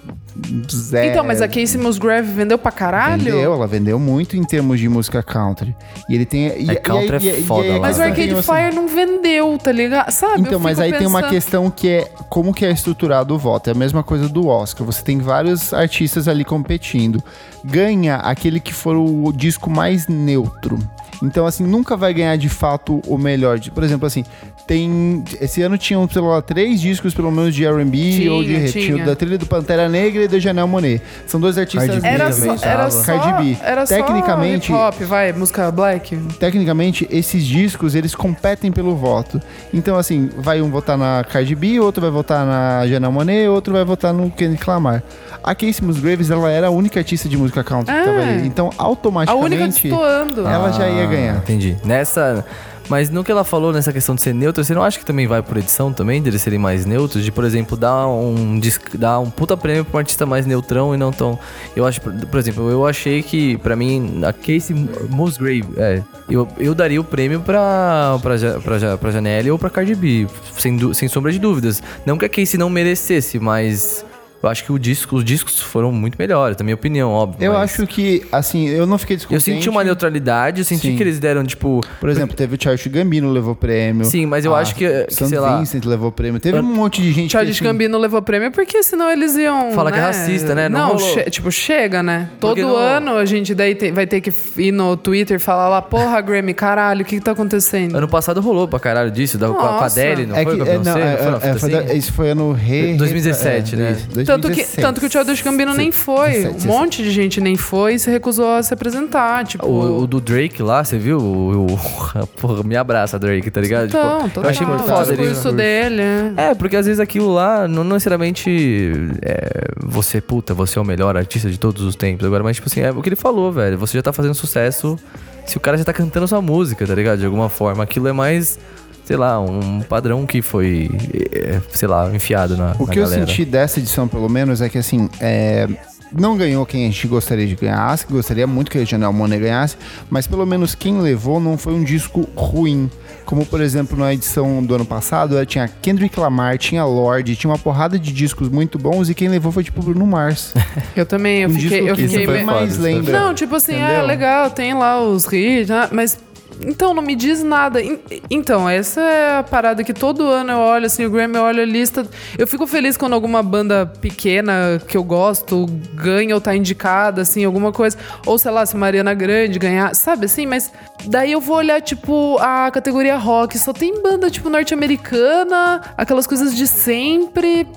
Speaker 1: zero?
Speaker 2: Então, mas é um a Casey Musgrave vendeu pra caralho?
Speaker 1: É. Vendeu, ela vendeu muito em termos de música country. E ele tem. E,
Speaker 4: É,
Speaker 1: e-
Speaker 4: country é
Speaker 1: e- e- e-
Speaker 4: foda,
Speaker 1: e-
Speaker 4: lá.
Speaker 2: Mas o
Speaker 4: Ah,
Speaker 2: Arcade
Speaker 1: tem, assim,
Speaker 2: Fire não vendeu, tá ligado? Sabe?
Speaker 1: Então,
Speaker 2: Eu
Speaker 1: mas
Speaker 2: fico
Speaker 1: aí tem uma
Speaker 2: pensando-
Speaker 1: questão que é como que é estruturado o voto. É a mesma coisa do Oscar. Você tem vários artistas ali competindo. Ganha aquele que for o disco mais neutro. Então, assim, nunca vai ganhar de fato o melhor. Por exemplo, assim, tem. Esse ano tinham, sei lá, três discos, pelo menos, de RB ou de
Speaker 2: Tinha,
Speaker 1: retiro
Speaker 2: tinha.
Speaker 1: da trilha do Pantera Negra e da Janelle Monet. São dois artistas.
Speaker 4: Cardi B
Speaker 2: Era
Speaker 4: também
Speaker 2: só, era
Speaker 4: tava.
Speaker 2: só,
Speaker 1: Cardi B.
Speaker 2: Era
Speaker 1: Tecnicamente-
Speaker 2: só hip hop, vai, música black.
Speaker 1: tecnicamente, esses discos, eles competem pelo voto. Então, assim, vai um votar na Cardi B, outro vai votar na Janelle Monáe, outro vai votar no Kendrick Lamar. A Casey Musgraves, ela era a única artista de música country que
Speaker 2: É.
Speaker 1: tava aí. Então,
Speaker 2: A única
Speaker 1: automaticamente,
Speaker 2: destoando.
Speaker 1: ela já
Speaker 4: Ah,
Speaker 1: ia ganhar.
Speaker 4: Entendi. Nessa. Mas no que ela falou nessa questão de ser neutro, você não acha que também vai por edição também, deles serem mais neutros? De, por exemplo, dar um, disc- dar um puta prêmio pra um artista mais neutrão e não tão. Eu acho, por por exemplo, eu achei que, pra mim, a Casey Musgrave, é, eu, eu daria o prêmio pra, pra, Ja- pra, Ja- pra Janelle ou pra Cardi B, sem, du- sem sombra de dúvidas. Não que a Casey não merecesse, mas eu acho que o disco, os discos foram muito melhores, na minha opinião, óbvio.
Speaker 1: Eu
Speaker 4: mas
Speaker 1: acho que, assim, eu não fiquei
Speaker 4: Eu
Speaker 1: descontente.
Speaker 4: senti uma neutralidade, eu senti
Speaker 1: Sim.
Speaker 4: que eles deram, tipo.
Speaker 1: Por exemplo, teve o Charles Gambino levou prêmio.
Speaker 4: Sim, mas eu
Speaker 1: A
Speaker 4: acho que, que,
Speaker 1: Sam
Speaker 4: sei lá,
Speaker 1: Vincent levou prêmio. Teve um monte de gente
Speaker 2: Charles
Speaker 1: que, assim,
Speaker 2: Gambino levou prêmio porque senão eles iam.
Speaker 4: Fala que é
Speaker 2: né?
Speaker 4: racista, né? Não
Speaker 2: Não,
Speaker 4: rolou.
Speaker 2: che- tipo, chega, né? Todo
Speaker 4: Porque não-
Speaker 2: ano a gente daí te- vai ter que ir no Twitter e falar lá, porra, Grammy, caralho, o que, que tá acontecendo?
Speaker 4: ano passado rolou pra caralho disso, da, com a- com a
Speaker 2: Nossa.
Speaker 4: Adele, não
Speaker 1: É
Speaker 4: foi?
Speaker 1: que,
Speaker 4: com a
Speaker 1: é,
Speaker 4: Beyoncé,
Speaker 1: não, é,
Speaker 4: não foi uma
Speaker 1: é,
Speaker 4: fita
Speaker 1: foi da-
Speaker 4: assim?
Speaker 1: isso foi ano re... é,
Speaker 4: 2017, né?
Speaker 1: isso,
Speaker 2: Tanto que,
Speaker 1: 2016.
Speaker 2: tanto que o Childish Gambino nem foi.
Speaker 1: 17,
Speaker 2: um monte de gente nem foi e se recusou a se apresentar.
Speaker 1: é,
Speaker 2: Tipo,
Speaker 4: O, o do Drake lá, você viu? O, o- porra, me abraça, Drake, tá ligado? Tipo,
Speaker 2: então, total,
Speaker 4: eu achei muito
Speaker 2: o
Speaker 4: foda ele.
Speaker 2: discurso dele. é.
Speaker 4: É, porque às vezes aquilo lá não necessariamente é você, puta, você é o melhor artista de todos os tempos. Agora, mas tipo assim, é o que ele falou, velho. Você já tá fazendo sucesso se o cara já tá cantando sua música, tá ligado? De alguma forma. Aquilo é mais, sei lá, um padrão que foi, é, sei lá, enfiado na.
Speaker 1: O
Speaker 4: na
Speaker 1: que eu
Speaker 4: galera.
Speaker 1: senti dessa edição, pelo menos, é que assim. é, Não ganhou quem a gente gostaria de ganhasse, que gostaria muito que a Janelle Monáe ganhasse, mas pelo menos quem levou não foi um disco ruim. Como, por exemplo, na edição do ano passado, ela tinha Kendrick Lamar, tinha Lorde, tinha uma porrada de discos muito bons e quem levou foi tipo Bruno Mars.
Speaker 2: Eu também, eu
Speaker 1: um
Speaker 2: fiquei.
Speaker 1: disco
Speaker 2: Eu
Speaker 1: que
Speaker 2: fiquei
Speaker 1: foi
Speaker 2: me-
Speaker 1: mais
Speaker 4: foda,
Speaker 1: lembra.
Speaker 2: Não, tipo assim, é
Speaker 1: Entendeu?
Speaker 2: legal, tem lá os hits, né? mas. Então, não me diz nada. En- Então, essa é a parada que todo ano eu olho, assim, o Grammy eu olho a lista. Eu fico feliz quando alguma banda pequena que eu gosto ganha ou tá indicada, assim, alguma coisa. Ou, sei lá, se Mariana Grande ganhar, sabe assim? Mas daí eu vou olhar, tipo, a categoria rock. Só tem banda, tipo, norte-americana, aquelas coisas de sempre.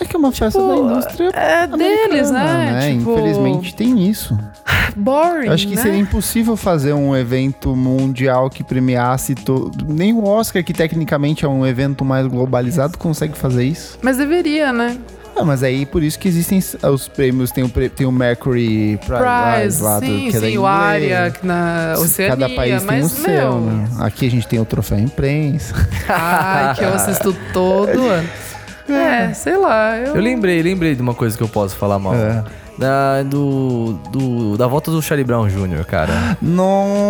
Speaker 1: É que é uma festa da indústria.
Speaker 2: É deles, né?
Speaker 1: americana,
Speaker 2: Tipo,
Speaker 1: Infelizmente tem isso.
Speaker 2: Boring,
Speaker 1: Eu acho que
Speaker 2: né?
Speaker 1: seria impossível fazer um evento mundial que premiasse. To... Nem o Oscar, que tecnicamente é um evento mais globalizado, consegue fazer isso.
Speaker 2: Mas deveria, né?
Speaker 1: Ah, mas aí por isso que existem s- os prêmios, tem o, pre- tem o Mercury Prize,
Speaker 2: Prize,
Speaker 1: lá do
Speaker 2: sim,
Speaker 1: que é da
Speaker 2: sim, o
Speaker 1: inglês.
Speaker 2: área na Oceania,
Speaker 1: Cada país tem o
Speaker 2: mas,
Speaker 1: seu,
Speaker 2: meu,
Speaker 1: né? Aqui a gente tem o troféu imprensa.
Speaker 2: ai, que eu assisto todo ano. É, sei lá, eu...
Speaker 4: Eu lembrei, lembrei de uma coisa que eu posso falar mal.
Speaker 1: É.
Speaker 4: Da, do, do- da volta do Charlie Brown Jr., cara.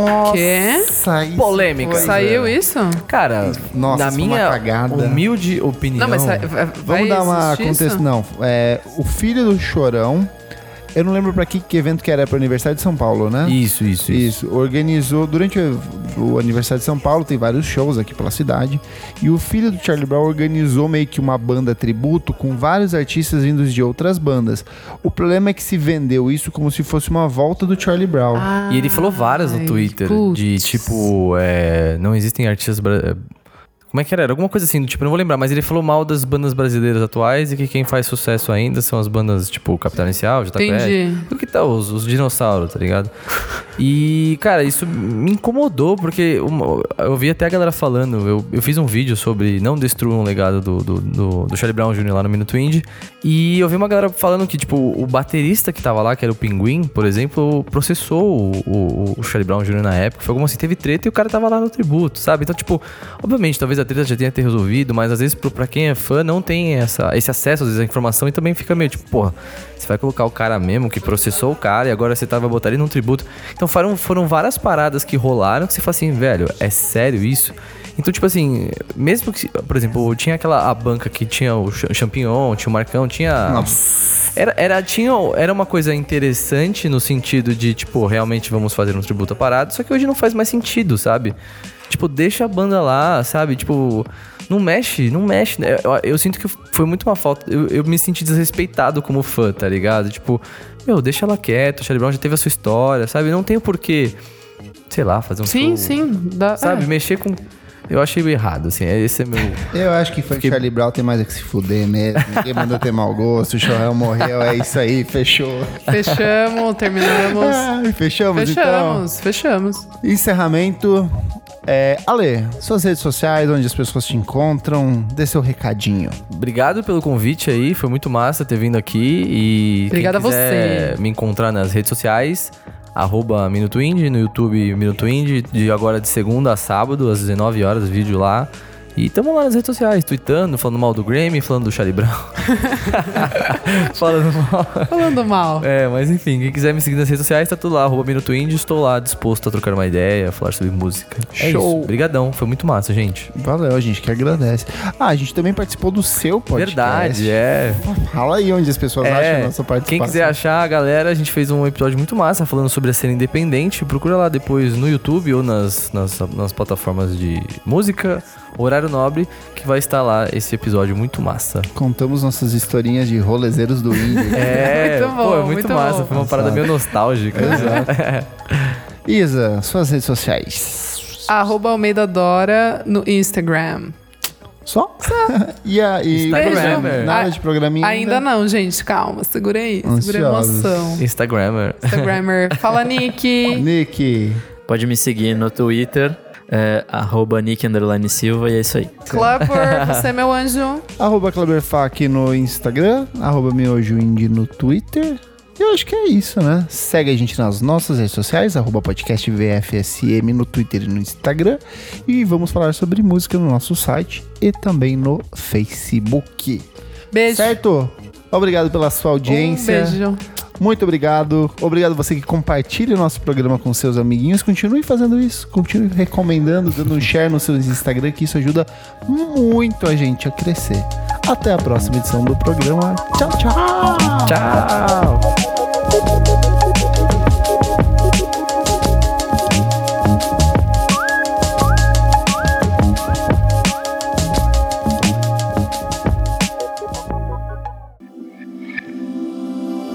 Speaker 1: Nossa!
Speaker 2: Quê?
Speaker 1: Ah, isso é
Speaker 4: Polêmica.
Speaker 1: foi-
Speaker 2: Saiu isso?
Speaker 4: Cara,
Speaker 1: Nossa,
Speaker 4: na
Speaker 1: isso foi uma
Speaker 4: minha
Speaker 1: cagada.
Speaker 4: humilde opinião.
Speaker 2: Não, mas sai- vai- vai
Speaker 1: Vamos dar uma
Speaker 2: existir isso?
Speaker 1: contexto. Não, é, o filho do Chorão, eu não lembro pra que, que evento que era, é pro aniversário de São Paulo, né?
Speaker 4: Isso, isso, isso.
Speaker 1: Isso, organizou durante o, o aniversário de São Paulo, tem vários shows aqui pela cidade. E o filho do Charlie Brown organizou meio que uma banda tributo com vários artistas vindos de outras bandas. O problema é que se vendeu isso como se fosse uma volta do Charlie Brown.
Speaker 4: E ele falou várias no
Speaker 2: Ai,
Speaker 4: Twitter
Speaker 2: putz.
Speaker 4: de tipo, é, não existem artistas. bra- Como é que era? Era Alguma coisa assim, do tipo, eu não vou lembrar, mas ele falou mal das bandas brasileiras atuais e que quem faz sucesso ainda são as bandas tipo Capital Inicial, JPR.
Speaker 2: Entendi.
Speaker 4: O que tá os, os dinossauros, tá ligado? E, cara, isso me incomodou, porque uma- eu vi até a galera falando, eu, eu fiz um vídeo sobre não destruam o legado do, do, do, do Charlie Brown Jr. lá no Minuto Indie, e eu vi uma galera falando que, tipo, o baterista que tava lá, que era o Pinguim, por exemplo, processou o, o, o Charlie Brown Jr. na época, foi alguma assim, teve treta e o cara tava lá no tributo, sabe? Então, tipo, obviamente, talvez a treta já tenha ter resolvido, mas às vezes pro- pra quem é fã não tem essa, esse acesso às vezes, à informação e também fica meio tipo, porra, você vai colocar o cara mesmo que processou o cara e agora você tá, vai botar ele num tributo. Então foram, foram várias paradas que rolaram que você fala assim, velho, é sério isso? Então, tipo assim, mesmo que, por exemplo, tinha aquela a banca que tinha o Cha- Champignon, tinha o Marcão, tinha. Era, era, tinha, era uma coisa interessante no sentido de, tipo, realmente vamos fazer um tributo à parada, só que hoje não faz mais sentido, sabe? Tipo, deixa a banda lá, sabe? Tipo, não mexe, não mexe. né? Eu, eu sinto que foi muito uma falta. Eu, eu me senti desrespeitado como fã, tá ligado? Tipo, meu, deixa ela quieta, o Charlie Brown já teve a sua história, sabe? Não tem o porquê, sei lá, fazer um
Speaker 2: Sim,
Speaker 4: show,
Speaker 2: sim. Dá,
Speaker 4: Sabe?
Speaker 2: é.
Speaker 4: Mexer com. Eu achei errado, assim. Esse é meu.
Speaker 1: Eu acho que foi o Charlie Brown tem mais é que se fuder mesmo. Ninguém mandou ter mau gosto, o Chorrel morreu, é isso aí, fechou.
Speaker 2: Fechamos, terminamos.
Speaker 1: Ai, fechamos, então.
Speaker 2: Fechamos, fechamos.
Speaker 1: Encerramento. É, Ale, suas redes sociais, onde as pessoas te encontram, dê seu recadinho.
Speaker 4: Obrigado pelo convite aí, foi muito massa ter vindo aqui e
Speaker 2: Obrigada a
Speaker 4: quem quiser
Speaker 2: você.
Speaker 4: me encontrar nas redes sociais, arroba Minuto Indie, no YouTube Minuto Indie, de agora de segunda a sábado, às 19 horas, vídeo lá. E tamo lá nas redes sociais, tweetando, falando mal do Grammy, falando do Charlie Brown. falando mal.
Speaker 2: Falando mal.
Speaker 4: É, mas enfim, quem quiser me seguir nas redes sociais, tá tudo lá, arroba Minuto Indie, estou lá disposto a trocar uma ideia, falar sobre música. É
Speaker 1: Show.
Speaker 4: isso, brigadão, foi muito massa, gente.
Speaker 1: Valeu, a gente que agradece. Ah, a gente também participou do seu podcast.
Speaker 4: Verdade, é.
Speaker 1: Fala aí onde as pessoas acham a nossa participação.
Speaker 4: Quem quiser achar, galera, a gente fez um episódio muito massa falando sobre a cena independente. Procura lá depois no YouTube ou nas, nas, nas plataformas de música, horário nobre, que vai estar lá esse episódio muito massa.
Speaker 1: Contamos nossas historinhas de rolezeiros do índio.
Speaker 4: É,
Speaker 2: Muito bom,
Speaker 4: pô, é muito,
Speaker 2: muito
Speaker 4: massa.
Speaker 2: bom.
Speaker 4: Foi uma parada meio nostálgica.
Speaker 1: Uhum. Isa, suas redes sociais.
Speaker 2: Arroba Almeida Dora no Instagram.
Speaker 1: Só? e aí,
Speaker 4: Instagram.
Speaker 1: nada de programinha
Speaker 2: Ah, Ainda não, gente. Calma, segura aí. Segura a
Speaker 1: Ansiosos.
Speaker 2: emoção.
Speaker 4: Instagrammer.
Speaker 2: Instagrammer. Fala, Nick.
Speaker 1: Nick,
Speaker 3: Pode me seguir no Twitter, é, arroba Nick underline Silva, e é isso aí.
Speaker 2: Clubber, você é meu anjo.
Speaker 1: arroba Kleberfac no Instagram, arroba miojoindie no Twitter. E eu acho que é isso, né? Segue a gente nas nossas redes sociais, arroba podcast VFSM no Twitter e no Instagram. E vamos falar sobre música no nosso site e também no Facebook.
Speaker 2: Beijo.
Speaker 1: Certo? Obrigado pela sua
Speaker 2: Um
Speaker 1: audiência.
Speaker 2: beijo.
Speaker 1: Muito obrigado. Obrigado você que compartilha o nosso programa com seus amiguinhos. Continue fazendo isso. Continue recomendando, dando um share no seu Instagram, que isso ajuda muito a gente a crescer. Até a próxima edição do programa. Tchau, tchau.
Speaker 4: Tchau!